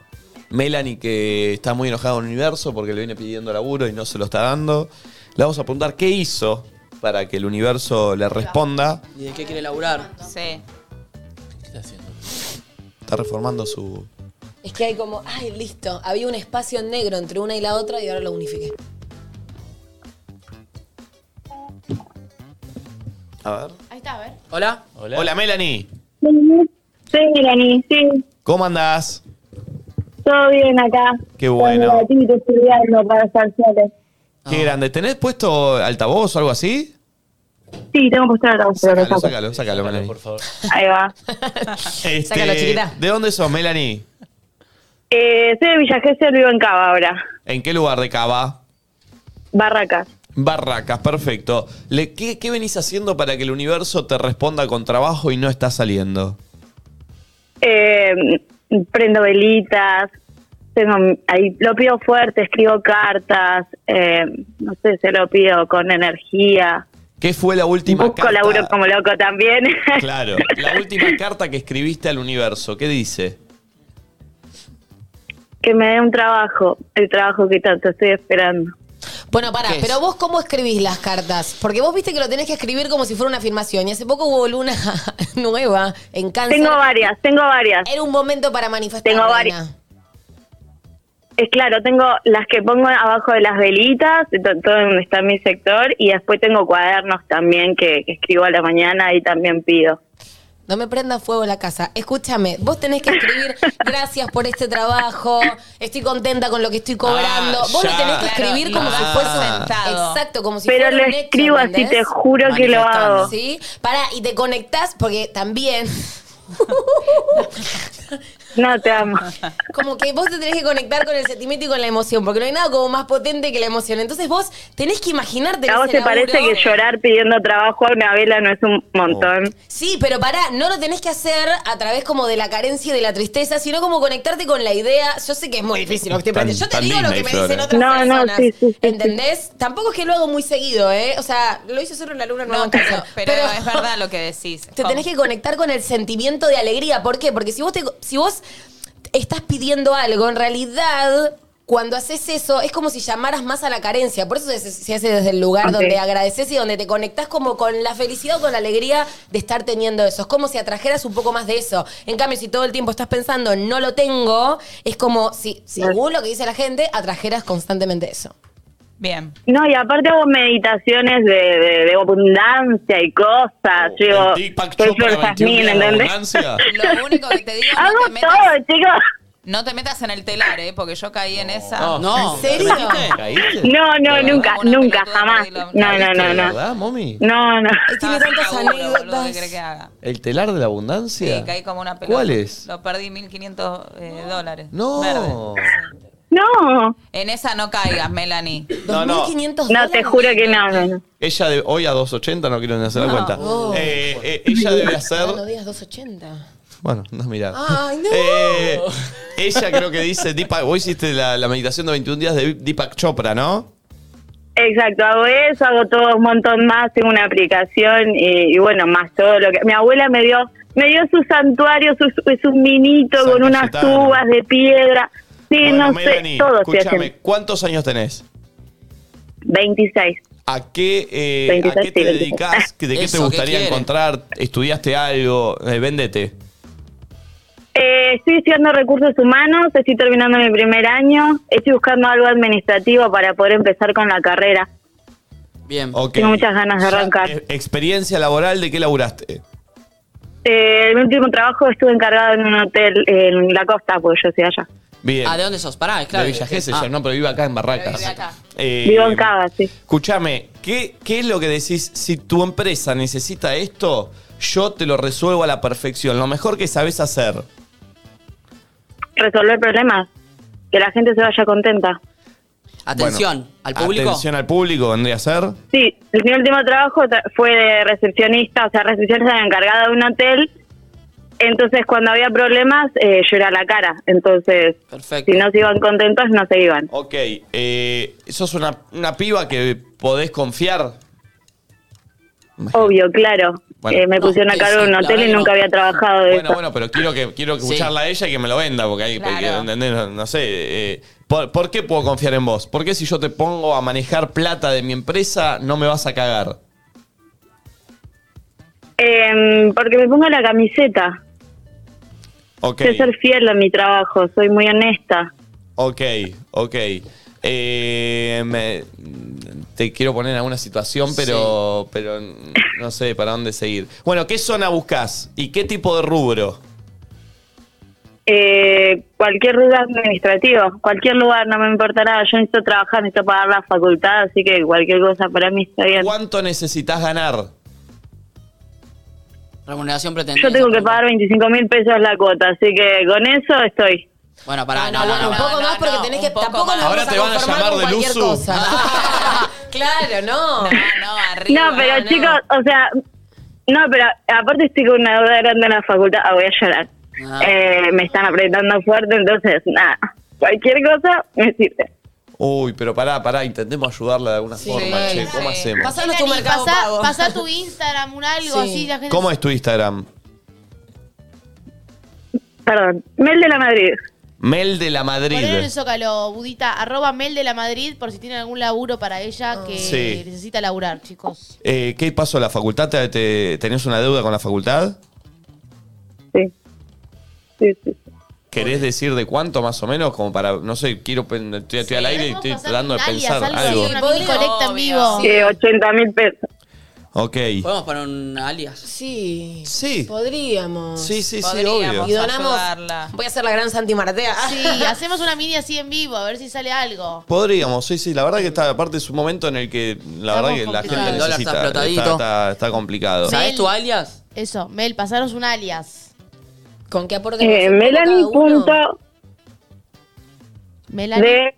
Speaker 1: Melanie, que está muy enojada con el universo porque le viene pidiendo laburo y no se lo está dando. Le vamos a preguntar qué hizo para que el universo le responda.
Speaker 6: ¿Y de qué quiere laburar?
Speaker 17: Sí.
Speaker 1: Está reformando su.
Speaker 4: Es que hay como, ay, listo. Había un espacio en negro entre una y la otra y ahora lo unifiqué.
Speaker 1: A ver.
Speaker 7: Ahí está, a ver.
Speaker 6: Hola.
Speaker 1: Hola, Melanie.
Speaker 14: Sí, Melanie, sí,
Speaker 1: ¿Cómo andás?
Speaker 14: todo bien acá.
Speaker 1: Qué bueno.
Speaker 14: Con mi gatito estudiando para estar sola.
Speaker 1: Qué grande. ¿Tenés puesto altavoz o algo así?
Speaker 14: Sí, tengo puesto la voz, pero lo
Speaker 1: Sácalo,
Speaker 14: saco.
Speaker 1: sácalo, sácalo, Melanie. Por
Speaker 5: favor.
Speaker 14: Ahí va.
Speaker 4: chiquita.
Speaker 1: ¿De dónde sos, Melanie?
Speaker 14: Eh, soy de Villa Gesell, vivo en Cava ahora.
Speaker 1: ¿En qué lugar de Cava?
Speaker 14: Barracas.
Speaker 1: Barracas, perfecto. Le- ¿qué, qué venís haciendo para que el universo te responda con trabajo y no está saliendo?
Speaker 14: Eh, prendo velitas, tengo ahí, lo pido fuerte, escribo cartas, eh, no sé, se lo pido con energía.
Speaker 1: ¿Qué fue la última
Speaker 14: Busco laburo como loco también.
Speaker 1: Claro, la última carta que escribiste al universo, ¿qué dice?
Speaker 14: que me dé un trabajo, el trabajo que tanto estoy esperando.
Speaker 4: Bueno, pará,
Speaker 6: ¿Qué es?
Speaker 4: pero vos cómo escribís las cartas? Porque vos viste que lo tenés que escribir como si fuera una afirmación. Y hace poco hubo luna nueva en cáncer.
Speaker 14: Tengo varias, tengo varias.
Speaker 4: Era un momento para manifestar.
Speaker 14: Tengo
Speaker 4: reina.
Speaker 14: Es claro, tengo las que pongo abajo de las velitas, de to- todo donde está mi sector, y después tengo cuadernos también que, que escribo a la mañana y también pido.
Speaker 4: No me prenda fuego la casa. Escúchame, vos tenés que escribir gracias por este trabajo, estoy contenta con lo que estoy cobrando.
Speaker 14: Ah,
Speaker 4: vos lo
Speaker 14: ya.
Speaker 4: tenés que escribir
Speaker 14: Claro,
Speaker 4: como
Speaker 14: no,
Speaker 4: si fuese
Speaker 14: sentado.
Speaker 4: Exacto, como si
Speaker 14: Pero
Speaker 4: fuera
Speaker 14: lo
Speaker 4: un hecho,
Speaker 14: escribo así,
Speaker 4: ¿entendés?
Speaker 14: te juro que lo hago.
Speaker 4: ¿Sí? Pará, y te conectás porque también
Speaker 14: No, te amo.
Speaker 4: como que vos te tenés que conectar con el sentimiento y con la emoción, porque no hay nada como más potente que la emoción. Entonces vos tenés que imaginarte
Speaker 14: ¿A vos
Speaker 4: ese
Speaker 14: te parece
Speaker 4: laburo.
Speaker 14: que llorar pidiendo trabajo a una vela no es un
Speaker 17: Oh,
Speaker 14: montón?
Speaker 4: Sí, pero pará, no lo tenés que hacer a través como de la carencia y de la tristeza, sino como conectarte con la idea. Yo sé que es muy difícil lo que estoy
Speaker 1: Tan-
Speaker 4: planteando. Yo te
Speaker 1: tan
Speaker 4: digo lo que
Speaker 1: Disney,
Speaker 4: me
Speaker 1: Flores.
Speaker 4: dicen otras
Speaker 14: No, no,
Speaker 4: personas.
Speaker 14: sí, sí, sí,
Speaker 4: ¿Entendés? Tampoco es que lo hago muy seguido, ¿eh? O sea, lo hice solo en la luna nueva. en casa.
Speaker 17: Pero, es verdad lo que decís.
Speaker 4: Te tenés que conectar con el sentimiento de alegría. ¿Por qué? Porque si vos, te, si vos estás pidiendo algo, en realidad, cuando haces eso, es como si llamaras más a la carencia. Por eso se, se hace desde el lugar
Speaker 14: Ok.
Speaker 4: donde agradeces y donde te conectás como con la felicidad o con la alegría de estar teniendo eso. Es como si atrajeras un poco más de eso. En cambio, si todo el tiempo estás pensando, no lo tengo, es como si, según lo que dice la gente, atrajeras constantemente eso.
Speaker 17: Bien.
Speaker 14: No, y aparte hago meditaciones de, de- de abundancia y cosas.
Speaker 17: Oh,
Speaker 14: Digo, soy
Speaker 17: Shop para 21
Speaker 14: Flor Jazmín,
Speaker 17: días de
Speaker 14: ¿entendés?
Speaker 17: abundancia. Lo único que te digo es
Speaker 14: hago
Speaker 17: que te metas-
Speaker 14: todo, chicos.
Speaker 17: No te metas en el telar, ¿eh? Porque yo caí en esa.
Speaker 14: No. ¿En serio? No, no, nunca, nunca, jamás. No, no, no,
Speaker 1: ¿De
Speaker 14: no.
Speaker 1: verdad, mami?
Speaker 14: No, no.
Speaker 17: Tiene tantas anécdotas. ¿Qué crees que haga?
Speaker 1: ¿El telar de la
Speaker 17: Sí,
Speaker 1: abundancia?
Speaker 17: caí como una pelota.
Speaker 1: ¿Cuál es?
Speaker 17: Lo perdí 1.500 eh, dólares.
Speaker 1: No.
Speaker 17: Verde.
Speaker 14: No.
Speaker 17: En esa no caigas, Melanie.
Speaker 1: No, no.
Speaker 4: 2.500
Speaker 14: No, te juro que no, no, no.
Speaker 1: Ella de, hoy a 2.80, no quiero ni hacer la
Speaker 4: No.
Speaker 1: cuenta.
Speaker 4: Oh.
Speaker 1: Eh, eh, ella debe hacer...
Speaker 4: No digas 280.
Speaker 1: Bueno, no es mirar.
Speaker 4: Ay, no.
Speaker 1: Eh, ella creo que dice, Deepak, vos hiciste la, la meditación de 21 días de Deepak Chopra, ¿no?
Speaker 14: Exacto, hago eso, hago todo un montón más, tengo una aplicación y, y bueno, más todo lo que... Mi abuela me dio me dio su santuario, su, su- su minito con unas
Speaker 1: Cayetano.
Speaker 14: uvas de piedra. Sí,
Speaker 1: Bueno,
Speaker 14: no
Speaker 1: Melanie,
Speaker 14: sé, todo estoy
Speaker 1: escúchame,
Speaker 14: haciendo.
Speaker 1: ¿cuántos años tenés?
Speaker 14: 26.
Speaker 1: ¿A qué, eh,
Speaker 14: 26,
Speaker 1: ¿a qué te
Speaker 14: sí, 26.
Speaker 1: dedicas? ¿De qué te
Speaker 14: Eso, ¿qué
Speaker 1: gustaría
Speaker 14: quiere?
Speaker 1: encontrar? ¿Estudiaste algo? Eh, véndete.
Speaker 14: Eh, estoy estudiando recursos humanos, estoy terminando mi primer año, estoy buscando algo administrativo para poder empezar con la carrera.
Speaker 1: Bien. Ok.
Speaker 14: Tengo muchas ganas de
Speaker 1: Ya,
Speaker 14: arrancar.
Speaker 1: eh, ¿Experiencia laboral de qué laburaste?
Speaker 14: Eh, en mi último trabajo estuve encargado en un hotel en la costa, porque yo soy allá.
Speaker 1: Bien.
Speaker 6: Ah, ¿de dónde sos? Pará, es claro.
Speaker 1: de Villa Gesell,
Speaker 6: Ah.
Speaker 1: ya, no, pero vive acá en Barracas. Eh,
Speaker 14: Vivo en Cava, sí.
Speaker 1: Escúchame, ¿qué, ¿qué es lo que decís? Si tu empresa necesita esto, yo te lo resuelvo a la perfección. Lo mejor que sabes hacer.
Speaker 14: Resolver problemas, que la gente se vaya contenta.
Speaker 6: Atención,
Speaker 1: Bueno,
Speaker 6: al público.
Speaker 1: Atención al público, vendría a ser.
Speaker 14: Sí, mi último trabajo tra- fue de recepcionista, o sea, recepcionista encargada de un hotel. Entonces, cuando había problemas, eh, yo era la cara. Entonces, si no se iban contentos, no se iban.
Speaker 1: Ok, eh, sos una, una piba que podés confiar.
Speaker 14: Obvio, claro.
Speaker 1: Bueno.
Speaker 14: Eh, me
Speaker 1: No,
Speaker 14: pusieron a
Speaker 1: sí,
Speaker 14: cargo de
Speaker 1: sí,
Speaker 14: un
Speaker 1: la
Speaker 14: hotel
Speaker 1: verdad
Speaker 14: y
Speaker 1: que
Speaker 14: nunca
Speaker 1: no.
Speaker 14: había trabajado de
Speaker 1: Bueno,
Speaker 14: eso.
Speaker 1: bueno, pero quiero que quiero escucharla a ella y que me lo venda, porque ahí, porque, ¿entendés? no, no sé. eh, ¿por, por qué puedo confiar en vos? ¿Por qué si yo te pongo a manejar plata de mi empresa, no me vas a cagar?
Speaker 14: Em, porque me pongo la camiseta.
Speaker 1: Ok,
Speaker 14: Sé ser fiel a mi trabajo, soy muy honesta.
Speaker 1: ok, ok. Eh, me- te quiero poner en alguna situación, pero, pero no sé para dónde seguir. Bueno, ¿qué zona buscas y qué tipo de rubro?
Speaker 14: Eh, cualquier lugar administrativo, cualquier lugar, no me importa nada. Yo necesito trabajar, necesito pagar la facultad, así que cualquier cosa para mí está bien.
Speaker 1: ¿Cuánto necesitas ganar?
Speaker 6: Remuneración
Speaker 14: Yo
Speaker 6: pretendida.
Speaker 14: tengo que pagar 25 mil pesos la cuota, así que con eso estoy.
Speaker 6: Bueno, pará, no,
Speaker 14: No, no,
Speaker 6: no, no.
Speaker 4: Un poco más porque tenés que. Tampoco nos
Speaker 1: Ahora
Speaker 4: vamos
Speaker 1: te van a
Speaker 4: conformar
Speaker 1: llamar
Speaker 4: con
Speaker 1: de
Speaker 4: cualquier
Speaker 1: Luzu.
Speaker 4: cosa. claro, no. No, no,
Speaker 14: no, pero chicos, o sea, no, pero aparte estoy con una deuda grande en la facultad, ah, voy a llorar. Eh, me están apretando fuerte, entonces, nada, cualquier cosa me sirve.
Speaker 1: Uy, pero pará, pará, intentemos ayudarla de alguna forma, che. ¿Cómo hacemos?
Speaker 4: Pasanos tu
Speaker 7: Melanie,
Speaker 4: mercado
Speaker 7: pasá-
Speaker 4: pago.
Speaker 7: pasá tu Instagram, un algo
Speaker 4: Sí.
Speaker 7: así. La gente
Speaker 1: ¿Cómo es tu Instagram?
Speaker 14: Perdón, Mel de la Madrid.
Speaker 1: Mel de la Madrid.
Speaker 7: Poner en el zócalo, Budita, arroba Mel de la Madrid por si tienen algún laburo para ella que
Speaker 1: Ah. Sí.
Speaker 7: necesita laburar, chicos.
Speaker 1: Eh, ¿Qué pasó? ¿La facultad? ¿Te, te, tenías una deuda con la facultad?
Speaker 14: Sí, sí.
Speaker 1: ¿Querés decir de cuánto más o menos? Como para, no sé, quiero pen- estoy, estoy al aire y estoy tratando de pensar algo.
Speaker 7: Una mini colecta en vivo.
Speaker 14: Que 80 mil pesos.
Speaker 1: Ok.
Speaker 6: ¿Podemos poner un alias?
Speaker 4: Sí.
Speaker 1: Sí.
Speaker 4: Podríamos.
Speaker 1: Sí, sí, sí, Podríamos obvio.
Speaker 4: Y donamos.
Speaker 17: ayudarla.
Speaker 4: Voy a hacer la gran Santi Maratea.
Speaker 7: Sí, hacemos una mini así en vivo, a ver si sale algo.
Speaker 1: Podríamos, sí, sí. La verdad que está, aparte es un momento en el que la verdad que la
Speaker 6: complicados.
Speaker 1: gente
Speaker 6: El dólar está
Speaker 1: necesita.
Speaker 6: explotadito.
Speaker 1: está- está complicado.
Speaker 6: ¿Sabés tu alias?
Speaker 7: Eso, Mel, pasaros un alias.
Speaker 4: ¿Con qué aporte?
Speaker 14: Eh, Melanie punto
Speaker 7: Melanie.
Speaker 14: de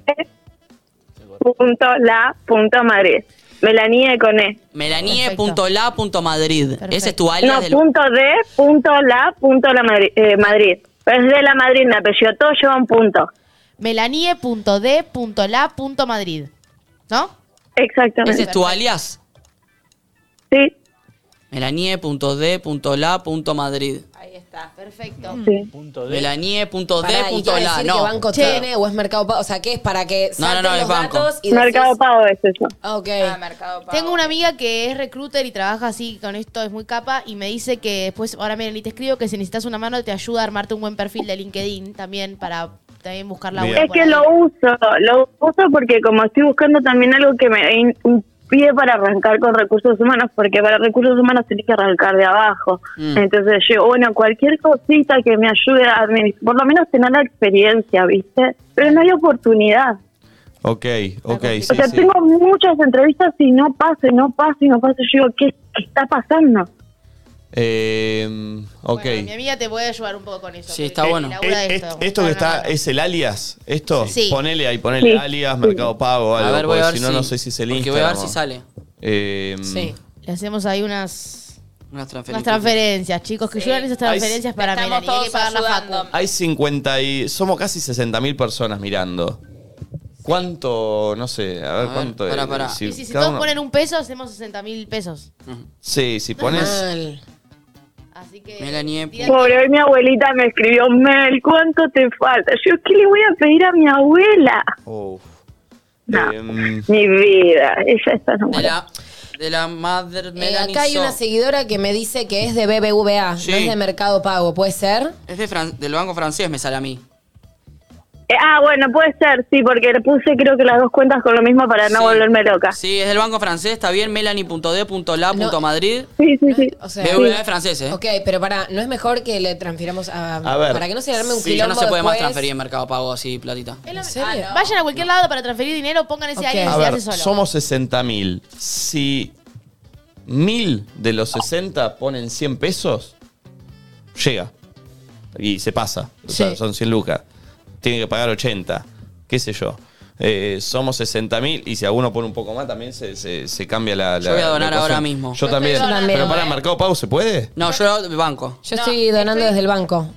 Speaker 14: punto la punto Madrid. Melanie con E.
Speaker 6: Melanie.la.madrid. Ese es tu alias
Speaker 14: No, pues-
Speaker 6: del-
Speaker 14: punto de punto la punto la Madrid. eh, Madrid. Es de la Madrid, mi apellido. Todo lleva un punto.
Speaker 7: Melanie.d.la.madrid. ¿No?
Speaker 14: Exactamente.
Speaker 6: ¿Ese es tu alias?
Speaker 14: Sí.
Speaker 6: Melanie.d.la.madrid.
Speaker 7: Ahí está, perfecto.
Speaker 4: Pará, ¿y quiere
Speaker 6: Melanie.d.la.
Speaker 4: decir que
Speaker 6: No.
Speaker 4: banco tiene o es Mercado Pago? O sea, ¿qué es para que
Speaker 6: No, no,
Speaker 4: salten
Speaker 6: no, es
Speaker 4: los
Speaker 6: banco.
Speaker 4: datos y
Speaker 14: Mercado
Speaker 4: decís-
Speaker 14: Pago es eso.
Speaker 4: Ok.
Speaker 7: Ah, Tengo una amiga que es recruiter y trabaja así con esto, es muy capa, y me dice que después, ahora miren, y te escribo que si necesitas una mano te ayuda a armarte un buen perfil de LinkedIn también para también buscar la
Speaker 14: Es que lo uso, lo uso porque como estoy buscando también algo que me in- impide para arrancar con recursos humanos, porque para recursos humanos tenés que arrancar de abajo.
Speaker 31: Mm.
Speaker 14: Entonces yo, bueno, cualquier cosita que me ayude a administ- por lo menos tener la experiencia, ¿viste? Pero no hay oportunidad.
Speaker 1: Ok, ok,
Speaker 14: o
Speaker 1: sí,
Speaker 14: sea,
Speaker 1: sí.
Speaker 14: tengo muchas entrevistas y no paso, y no paso, y no paso. Yo digo, ¿qué, qué está pasando?
Speaker 1: Eh, ok.
Speaker 7: Mi amiga te puede ayudar un poco con eso.
Speaker 6: Sí,
Speaker 7: porque
Speaker 6: está bueno.
Speaker 7: labura
Speaker 1: Eh,
Speaker 7: de
Speaker 1: est-
Speaker 7: esto.
Speaker 1: esto que está es el alias. Esto,
Speaker 7: Sí.
Speaker 1: ponele ahí, ponele
Speaker 7: Sí.
Speaker 1: alias, Mercado Pago,
Speaker 6: A
Speaker 1: algo.
Speaker 6: ver, voy a
Speaker 1: porque
Speaker 6: ver
Speaker 1: si no,
Speaker 6: si-
Speaker 1: no sé si es el
Speaker 6: porque
Speaker 1: Instagram.
Speaker 6: voy a ver si
Speaker 1: o-
Speaker 6: sale.
Speaker 1: Eh,
Speaker 7: Sí. Le hacemos ahí unas,
Speaker 6: Unas
Speaker 7: unas
Speaker 6: transferencias.
Speaker 7: transferencias, chicos, que ayudan
Speaker 1: Ahí
Speaker 7: esas
Speaker 1: sí.
Speaker 7: transferencias para
Speaker 17: Estamos
Speaker 7: Melanie. Hay
Speaker 17: todos
Speaker 7: que pagar la
Speaker 17: ayudando.
Speaker 7: facu.
Speaker 1: Hay 50 y... Somos casi 60.000 personas mirando. ¿Cuánto? No sé, a ver,
Speaker 6: ver,
Speaker 1: cuánto
Speaker 6: pará,
Speaker 1: es?
Speaker 6: pará. Mm.
Speaker 1: Si
Speaker 7: Y si, si
Speaker 1: cada
Speaker 7: todos
Speaker 1: uno-
Speaker 7: ponen un peso, hacemos 60 mil pesos.
Speaker 1: Sí, si pones...
Speaker 7: Así que...
Speaker 14: Pobre, hoy mi abuelita me escribió, Mel, ¿cuánto te falta? Yo, ¿qué le voy a pedir a mi abuela?
Speaker 1: Uf.
Speaker 14: No,
Speaker 1: Em,
Speaker 14: mi vida, ella está enamorada.
Speaker 6: De la madre
Speaker 4: Eh,
Speaker 6: Melanie.
Speaker 4: acá hay
Speaker 6: So.
Speaker 4: una seguidora que me dice que es de BBVA,
Speaker 6: Sí.
Speaker 4: no es de Mercado Pago, ¿puede ser?
Speaker 6: Es de Fran- del banco francés, me sale a mí.
Speaker 14: Eh, ah, bueno, puede ser, sí, porque le puse creo que las dos cuentas con lo mismo para no
Speaker 6: Sí.
Speaker 14: volverme loca.
Speaker 6: Sí, es del banco francés, está bien. Melanie.d.la.madrid.
Speaker 14: Sí, sí, sí.
Speaker 4: O sea,
Speaker 6: BBVA es francés, ¿eh?
Speaker 4: Ok, pero para, ¿no es mejor que le transfiramos a...
Speaker 6: A ver.
Speaker 4: Para que no se le arme un
Speaker 6: Sí, ya
Speaker 4: quilombo
Speaker 6: no se puede más
Speaker 4: después?
Speaker 6: transferir en Mercado Pago así, platita.
Speaker 7: Es lo- Ah, no. Vayan a cualquier lado para transferir dinero, pongan ese alias
Speaker 1: A
Speaker 7: y se
Speaker 1: ver,
Speaker 7: hace solo.
Speaker 1: somos 60.000. Si mil de los 60 ponen 100 pesos, llega. Y se pasa. O sea, son 100 lucas. Tiene que pagar 80. Qué sé yo. Eh, somos 60.000 y si alguno pone un poco más también se, se- se cambia la,
Speaker 6: Yo
Speaker 1: la-
Speaker 6: voy a donar
Speaker 1: la cosa.
Speaker 6: ahora mismo.
Speaker 1: Yo
Speaker 6: Yo
Speaker 1: también.
Speaker 6: estoy donando,
Speaker 1: Pero para
Speaker 6: eh.
Speaker 1: Mercado Pago se puede.
Speaker 6: No, yo banco.
Speaker 4: Yo estoy donando desde el banco.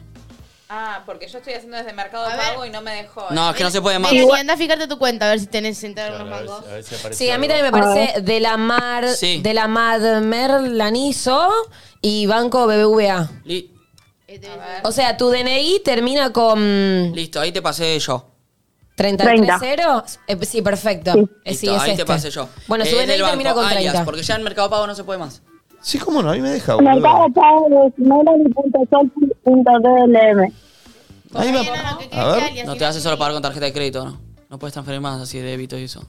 Speaker 17: Ah, porque yo estoy haciendo desde Mercado Pago y no me dejó.
Speaker 6: No, es que no se puede más.
Speaker 7: Melanie, anda a fijarte tu cuenta, a ver si tenés entrar unos bancos.
Speaker 4: Sí, a mí también me
Speaker 14: Ah.
Speaker 4: parece de la Mar,
Speaker 6: Sí.
Speaker 4: de la Mad Merlanizo y Banco BBVA.
Speaker 6: Li-
Speaker 4: O sea, tu DNI termina con
Speaker 6: Listo, ahí te pasé yo.
Speaker 4: 330. Eh, sí, perfecto. Eh, sí,
Speaker 6: Listo,
Speaker 4: es
Speaker 6: ahí
Speaker 4: este.
Speaker 6: te pasé yo.
Speaker 4: Bueno, su
Speaker 6: Eh,
Speaker 4: DNI
Speaker 6: del banco,
Speaker 4: termina con
Speaker 6: alias,
Speaker 4: 30.
Speaker 6: Porque ya en Mercado Pago no se puede más.
Speaker 1: Sí, cómo no, a mí me deja. boludo.
Speaker 14: Mercado Pago es melanie.sol.dlm.
Speaker 1: Ahí me- A ver.
Speaker 6: No te hace solo pagar con tarjeta de crédito, ¿no? No puedes transferir más así de débito y eso.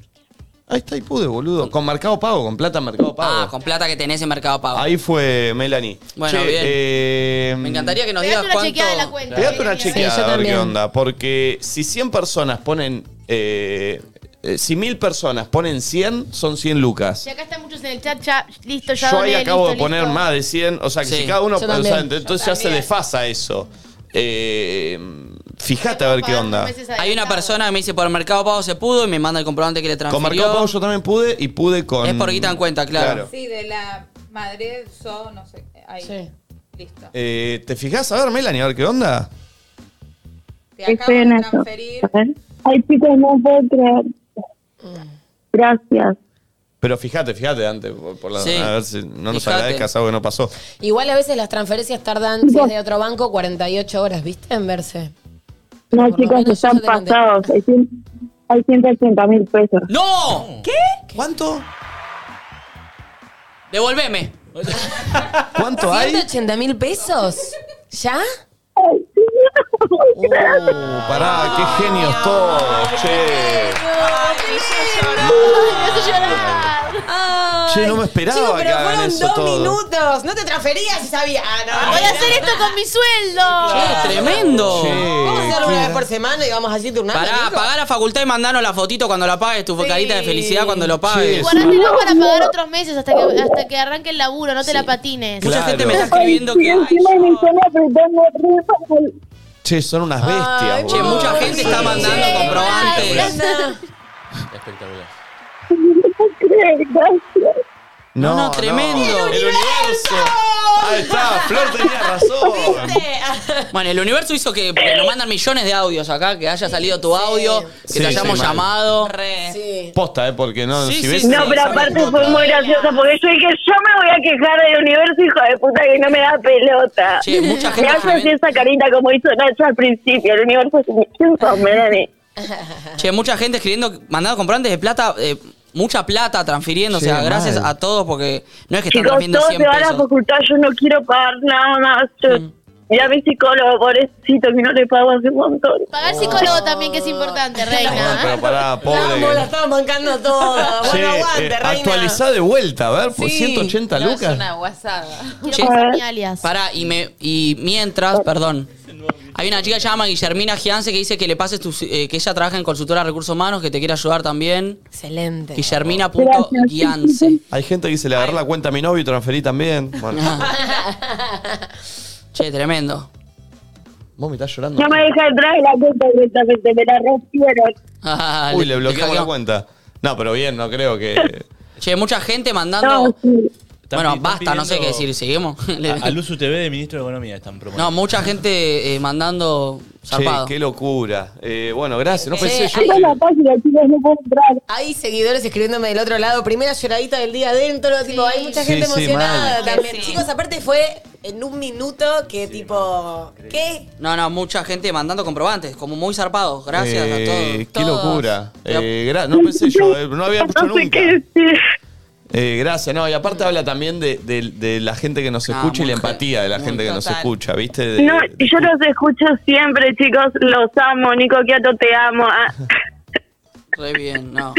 Speaker 1: Ahí está y pude, boludo. Con Mercado Pago, con plata Mercado Pago.
Speaker 6: Ah, con plata que tenés en Mercado Pago.
Speaker 1: Ahí fue Melanie.
Speaker 6: Bueno, bien.
Speaker 1: eh,
Speaker 6: Me encantaría que nos digas
Speaker 7: una
Speaker 6: cuánto...
Speaker 7: chequeada de la cuenta. eh,
Speaker 1: Pegate una chequeada
Speaker 7: Sí, yo
Speaker 1: a ver qué
Speaker 7: también.
Speaker 1: onda. Porque si 100 personas ponen. eh, eh, si 1000 personas ponen 100, son 100 lucas.
Speaker 7: Y acá están muchos en el chat, ya, listo, ya
Speaker 1: Yo ahí
Speaker 7: doné,
Speaker 1: acabo
Speaker 7: listo,
Speaker 1: de poner
Speaker 7: listo.
Speaker 1: más de 100. O sea, que
Speaker 6: Sí.
Speaker 1: si cada uno.
Speaker 6: Yo
Speaker 1: o sea,
Speaker 6: también.
Speaker 1: entonces
Speaker 6: Yo
Speaker 1: ya se
Speaker 6: también.
Speaker 1: desfasa eso. Eh, fíjate a ver qué onda.
Speaker 6: Hay una persona que me dice por Mercado Pago se pudo y me manda el comprobante que le transfirió.
Speaker 1: Con Mercado Pago yo también pude y pude con.
Speaker 6: Es por guita en cuenta, claro.
Speaker 17: Sí, de la Madrid, so, no sé. Ahí. Listo.
Speaker 1: Eh, ¿Te fijas a ver, Melanie, a ver qué onda?
Speaker 14: Estoy en eso. A ver. Ay, chicos, no puedo creer.
Speaker 6: Mm.
Speaker 14: Gracias.
Speaker 1: Pero fíjate, fíjate antes, por por la-
Speaker 6: Sí.
Speaker 1: a ver si no nos
Speaker 6: Fíjate.
Speaker 1: agradezcas algo que no pasó.
Speaker 4: Igual a veces las transferencias tardan, si es de otro banco, 48 horas, ¿viste? En verse.
Speaker 14: No, chicos, están pasados. Hay cien- Hay 180 mil pesos.
Speaker 6: ¡No!
Speaker 14: ¿Qué?
Speaker 6: ¿Cuánto? Devolveme.
Speaker 1: ¿Cuánto hay?
Speaker 4: ¿180 mil pesos? ¿Ya?
Speaker 1: Uh, pará, qué genios todos, che. Che, no me esperaba
Speaker 4: Chicos,
Speaker 1: que
Speaker 4: pero
Speaker 1: hagan
Speaker 4: fueron
Speaker 1: eso
Speaker 4: dos
Speaker 1: todo.
Speaker 4: minutos. No te transferías si sabía. Ah, no,
Speaker 7: Voy a hacer esto con mi sueldo.
Speaker 6: ¡Tremendo!
Speaker 4: Vamos a hacerlo una vez por semana y vamos así turnando.
Speaker 6: Pará, pagá la facultad y mandanos la fotito cuando la pagues, tu carita de felicidad cuando lo
Speaker 7: Y
Speaker 6: pagues.
Speaker 7: Guardátelo para pagar otros meses hasta que, hasta que arranque el laburo, no te la patines.
Speaker 6: Mucha gente me
Speaker 1: Claro.
Speaker 6: está escribiendo
Speaker 14: Y
Speaker 6: que.
Speaker 14: encima me están apretando arriba.
Speaker 1: Che, son unas bestias,
Speaker 6: Che,
Speaker 1: boludo.
Speaker 6: mucha gente está mandando comprobantes.
Speaker 5: Espectacular.
Speaker 14: No creo, gracias.
Speaker 1: No,
Speaker 6: no, tremendo.
Speaker 1: El universo. Ahí está, Flor tenía razón.
Speaker 6: Bueno, el universo hizo que que nos mandan millones de audios acá, que haya salido tu audio, que
Speaker 1: Sí,
Speaker 6: te hayamos
Speaker 1: sí, mal.
Speaker 6: llamado.
Speaker 1: Posta, ¿eh? Porque no,
Speaker 6: Sí,
Speaker 1: si
Speaker 6: sí,
Speaker 1: ves.
Speaker 6: sí.
Speaker 14: No, pero aparte fue muy graciosa porque yo dije, yo me voy a quejar del universo, hijo de puta, que no me da pelota.
Speaker 6: Sí, mucha gente
Speaker 14: me hace así esa carita como hizo Nacho al principio, el universo es un ¿Quién sos, Melanie?
Speaker 6: Che, mucha gente escribiendo, mandando comprantes de plata, eh, mucha plata transfiriendo. o
Speaker 14: Sí,
Speaker 6: sea, gracias
Speaker 14: mal.
Speaker 6: a todos porque no es que están
Speaker 14: Chicos,
Speaker 6: transfiriendo
Speaker 14: todos
Speaker 6: 100
Speaker 14: se van a la
Speaker 6: pesos. Mm.
Speaker 14: facultad, yo no quiero pagar nada más. Yo, Ya mi psicólogo, pobrecito, que no le pago hace un montón.
Speaker 7: Pagar psicólogo también, que es importante,
Speaker 1: No,
Speaker 7: reina.
Speaker 1: pero pará,
Speaker 4: Vamos, la
Speaker 1: pobre.
Speaker 4: estaban bancando toda.
Speaker 1: Che,
Speaker 4: Bueno, aguante,
Speaker 1: eh,
Speaker 4: reina.
Speaker 1: actualizá de vuelta, a ver, por 180
Speaker 17: no,
Speaker 1: lucas.
Speaker 17: Es una guasada.
Speaker 6: Che, Pará, y, me, y mientras, perdón. Hay una chica que se llama Guillermina Gianse que dice que le pases tus, eh, que ella trabaja en consultora de recursos humanos, que te quiere ayudar también.
Speaker 4: Excelente.
Speaker 6: Guillermina.gianse.
Speaker 1: Hay gente que se le agarró la cuenta a mi novio y transferí también. Bueno,
Speaker 6: Ah, Che, tremendo.
Speaker 1: vos me estás llorando.
Speaker 14: No me deja entrar en la cuenta directamente, me la rompieron.
Speaker 6: Ah.
Speaker 1: Uy, le bloqueamos la cuenta. No, pero bien, no creo que.
Speaker 6: Che, mucha gente mandando. bueno,
Speaker 5: están
Speaker 6: basta, no sé qué
Speaker 5: pidiendo-
Speaker 6: decir, seguimos.
Speaker 5: A, a Luzu TV de Ministro de Economía están promoviendo.
Speaker 6: no, mucha gente eh, mandando
Speaker 1: Che,
Speaker 6: zarpado.
Speaker 1: qué locura. Eh, bueno, gracias. No
Speaker 4: Eh,
Speaker 1: pensé yo.
Speaker 4: hay-
Speaker 1: que-
Speaker 4: Hay seguidores escribiéndome del otro lado. Primera lloradita del día adentro. Tipo, hay mucha gente
Speaker 1: Sí, sí,
Speaker 4: emocionada
Speaker 1: mal.
Speaker 4: también. Chicos, aparte fue en un minuto que tipo. ¿Qué?
Speaker 6: No, no, mucha gente mandando comprobantes, como muy zarpados. Gracias a todos.
Speaker 1: Eh, Qué locura. Eh, gra- no pensé yo, eh, no había mucho nunca. Eh, gracias, no, y aparte habla también de, de- de la gente que nos
Speaker 6: Ah,
Speaker 1: escucha y la empatía de la gente que nos
Speaker 14: total.
Speaker 1: escucha, ¿viste? De-
Speaker 14: No, yo los escucho siempre, chicos. Los amo, Nico Quiato, te amo. Ah.
Speaker 6: Re bien, no.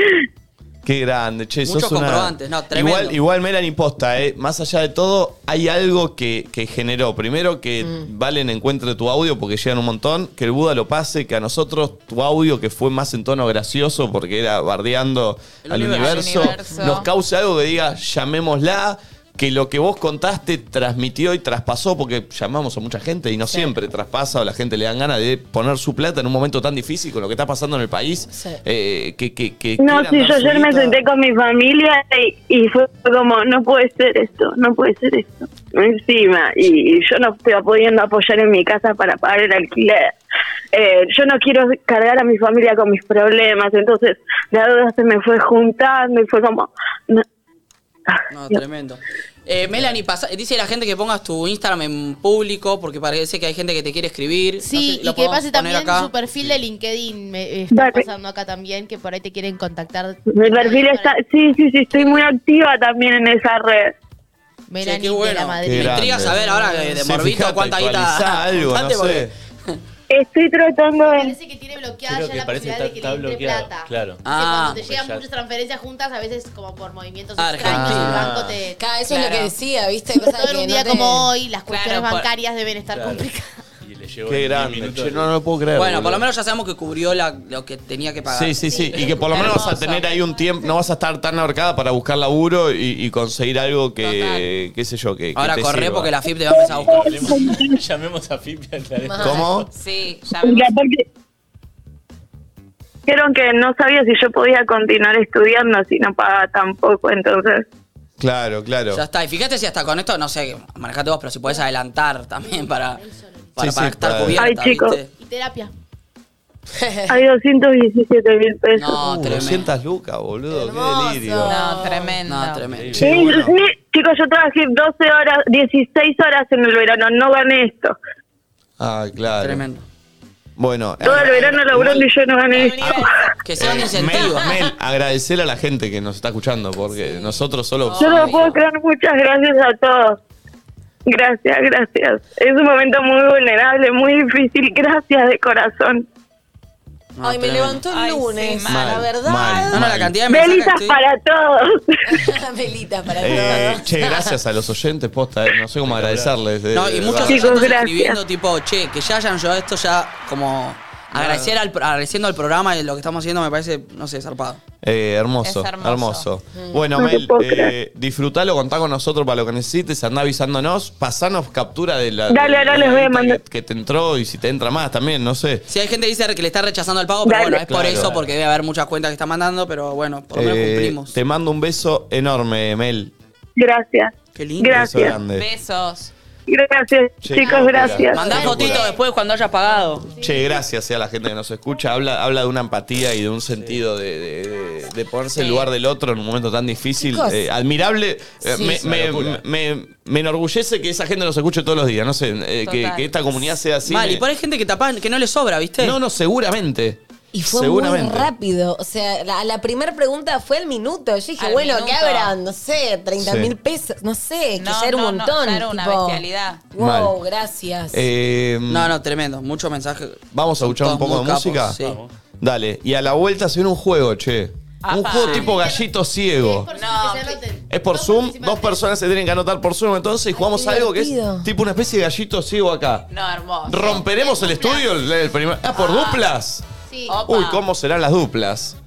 Speaker 1: Qué grande, che,
Speaker 6: Muchos
Speaker 1: sos una-
Speaker 6: comprobantes, no, tremendo.
Speaker 1: Igual, igual Melanie Posta, eh, más allá de todo, hay algo que, que generó. Primero que
Speaker 6: Mm.
Speaker 1: Valen encuentre tu audio porque llegan un montón, que el Buda lo pase, que a nosotros tu audio que fue más en tono gracioso porque era bardeando
Speaker 6: El
Speaker 1: al
Speaker 6: universo.
Speaker 1: universo,
Speaker 6: Al universo.
Speaker 1: nos cause algo que diga, llamémosla. Que lo que vos contaste transmitió y traspasó, porque llamamos a mucha gente y no siempre traspasa o la gente le dan ganas de poner su plata en un momento tan difícil con lo que está pasando en el país. eh, que, que, que
Speaker 14: No,
Speaker 1: quieran
Speaker 14: sí,
Speaker 1: dar
Speaker 14: yo
Speaker 1: su
Speaker 14: ayer me
Speaker 1: guita.
Speaker 14: senté con mi familia y, y fue como, no puede ser esto, no puede ser esto. Encima, y, y yo no estoy pudiendo apoyar en mi casa para pagar el alquiler. Eh, yo no quiero cargar a mi familia con mis problemas, entonces la deuda se me fue juntando y fue como... no.
Speaker 6: No, tremendo. Eh, Melanie, pasa- dice la gente que pongas tu Instagram en público porque parece que hay gente que te quiere escribir. No sé
Speaker 7: Sí,
Speaker 6: si lo
Speaker 7: y que
Speaker 6: podemos
Speaker 7: pase
Speaker 6: poner
Speaker 7: también
Speaker 6: acá.
Speaker 7: su perfil de LinkedIn. Me eh, está pasando acá también, que por ahí te quieren contactar.
Speaker 14: Mi perfil está... Sí, sí, sí, estoy muy activa también en esa red.
Speaker 7: Melanie
Speaker 6: qué
Speaker 7: de la
Speaker 6: bueno.
Speaker 7: Madrid.
Speaker 1: Qué
Speaker 6: Me
Speaker 1: grande.
Speaker 6: intriga saber ahora eh, de
Speaker 1: Sí,
Speaker 6: Morbito
Speaker 1: fíjate,
Speaker 6: cuánta guita.
Speaker 1: actualizá algo, no
Speaker 6: Contate porque-
Speaker 1: sé.
Speaker 14: Estoy tratando de...
Speaker 7: Parece que tiene bloqueada
Speaker 5: Creo
Speaker 7: ya
Speaker 5: que
Speaker 7: la
Speaker 5: parece que está,
Speaker 7: posibilidad de que
Speaker 5: está
Speaker 7: le entre
Speaker 5: bloqueado.
Speaker 7: plata.
Speaker 5: Claro.
Speaker 7: Ah, cuando te
Speaker 5: Pues
Speaker 7: llegan
Speaker 5: ya-
Speaker 7: muchas transferencias juntas, a veces como por movimientos
Speaker 6: Ah, Argentina.
Speaker 7: extraños, el banco te...
Speaker 4: Cada eso es lo que decía, ¿viste? Cosa de
Speaker 7: Todo en
Speaker 4: que
Speaker 7: un
Speaker 4: no
Speaker 7: día
Speaker 4: te-
Speaker 7: como hoy, las cuestiones
Speaker 4: Claro, por-
Speaker 7: bancarias deben estar complicadas.
Speaker 1: Qué grande, che, no, no lo puedo creer.
Speaker 6: Bueno, por
Speaker 1: boludo.
Speaker 6: lo menos ya sabemos que cubrió la- lo que tenía que pagar.
Speaker 1: Sí, sí, sí. Y que por lo menos vas a tener ahí un tiempo, no vas a estar tan ahorcada para buscar laburo y, y conseguir algo que, qué sé yo, que, que
Speaker 6: Ahora
Speaker 1: te
Speaker 6: corre
Speaker 1: sirva.
Speaker 6: porque la FIP te va a empezar a buscar.
Speaker 5: Llamemos a FIP y aclaremos.
Speaker 1: ¿Cómo?
Speaker 17: Sí,
Speaker 14: Porque aparte dijeron que no sabía si yo podía continuar estudiando si no pagaba tampoco, entonces
Speaker 1: Claro, claro.
Speaker 6: Ya está. Y fíjate si hasta con esto, no sé, manejate vos, pero si podés adelantar también para, para,
Speaker 1: Sí,
Speaker 6: para
Speaker 1: sí,
Speaker 6: estar
Speaker 1: para-
Speaker 6: cubierta.
Speaker 14: Ay, chicos.
Speaker 6: ¿viste?
Speaker 7: Y terapia.
Speaker 14: hay 217 mil pesos.
Speaker 1: Uh, 200 lucas, boludo, qué delirio.
Speaker 17: No, tremendo.
Speaker 6: No, tremendo.
Speaker 14: Sí, mi- chicos, yo trabajé 12 horas, 16 horas en el verano, no gané esto.
Speaker 1: Ah, claro. Tremendo. Bueno,
Speaker 3: Todo el verano laburando y yo no gané esto.
Speaker 6: Que
Speaker 1: Eh,
Speaker 6: sea un
Speaker 1: Mel, Mel, agradecer a la gente que nos está escuchando, porque nosotros solo...
Speaker 3: Yo no puedo creer, muchas gracias a todos. Gracias, gracias. Es un momento muy vulnerable, muy difícil. Gracias de corazón.
Speaker 4: Ay, me levantó el lunes, la verdad.
Speaker 1: mal, mal.
Speaker 3: Belitas para todos.
Speaker 4: Velitas para
Speaker 1: Eh,
Speaker 4: todos.
Speaker 1: che, gracias a los oyentes, posta, eh, no sé cómo agradecerles. eh,
Speaker 6: No,
Speaker 1: de
Speaker 6: y muchos
Speaker 1: verdad.
Speaker 6: ya están escribiendo tipo, che, que ya hayan yo esto ya como agradecer al, agradeciendo al programa y lo que estamos haciendo me parece, no sé, zarpado.
Speaker 1: Eh, hermoso,
Speaker 6: Es
Speaker 1: hermoso,
Speaker 6: hermoso. Mm.
Speaker 1: Bueno,
Speaker 6: No te
Speaker 1: Mel,
Speaker 6: puedo
Speaker 1: eh, disfrutalo, contá con nosotros para lo que necesites, andá avisándonos, pasanos captura de la.
Speaker 6: Dale,
Speaker 1: de la
Speaker 6: ahora les voy a
Speaker 1: guita
Speaker 6: mandar.
Speaker 1: Que, que te entró y si te entra más también, no sé.
Speaker 6: Si hay gente que dice que le está rechazando el pago, pero
Speaker 1: Dale.
Speaker 6: bueno, es por
Speaker 1: Claro.
Speaker 6: eso, porque debe haber muchas cuentas que están mandando, pero bueno, por lo menos
Speaker 1: Eh,
Speaker 6: cumplimos.
Speaker 1: te mando un beso enorme, Mel.
Speaker 3: Gracias.
Speaker 6: Qué
Speaker 1: lindo. Beso grande.
Speaker 17: Besos.
Speaker 3: Gracias,
Speaker 1: Che, chicos, gracias.
Speaker 6: Mandá
Speaker 1: Sí.
Speaker 6: fotito después cuando hayas pagado.
Speaker 1: Che, gracias eh, a la gente que nos escucha. Habla, habla de una empatía y de un sentido de, de- de- de ponerse en el lugar del otro en un momento tan difícil.
Speaker 6: Chicos.
Speaker 1: eh, admirable. Eh,
Speaker 6: Sí.
Speaker 1: me,
Speaker 6: Es una
Speaker 1: me-
Speaker 6: locura.
Speaker 1: me- me enorgullece que esa gente nos escuche todos los días. No sé, eh, que,
Speaker 6: Total.
Speaker 1: que esta comunidad sea así.
Speaker 6: Mal, y
Speaker 1: me-
Speaker 6: por ahí gente que tapan, que no le sobra, ¿viste?
Speaker 1: No, no, seguramente.
Speaker 4: Y Fue muy rápido. O sea, la, la primera pregunta fue al minuto. Yo dije,
Speaker 17: Al
Speaker 4: bueno, ¿qué
Speaker 17: minuto.
Speaker 4: habrán? No sé, 30 mil
Speaker 1: Sí.
Speaker 4: pesos. No sé,
Speaker 17: No,
Speaker 4: que ya era un
Speaker 17: no, no,
Speaker 4: montón.
Speaker 17: ya era una
Speaker 4: tipo,
Speaker 17: bestialidad.
Speaker 4: Wow,
Speaker 1: Mal.
Speaker 4: gracias.
Speaker 1: Eh,
Speaker 6: No, no, tremendo. Mucho mensaje.
Speaker 1: Vamos a escuchar un
Speaker 6: Todos
Speaker 1: poco de
Speaker 6: muy capos,
Speaker 1: música.
Speaker 6: sí. Vamos.
Speaker 1: Dale, y a la vuelta se viene un juego, che. Un
Speaker 6: Apa.
Speaker 1: juego
Speaker 6: Sí.
Speaker 1: tipo gallito ciego.
Speaker 17: No,
Speaker 1: Es por Zoom, dos personas se tienen que anotar por Zoom entonces y jugamos algo que es tipo una especie de gallito ciego acá.
Speaker 17: no, hermoso.
Speaker 1: ¿Romperemos el estudio? El, el primer- ah, por duplas.
Speaker 17: Sí.
Speaker 1: Uy, ¿cómo serán las duplas?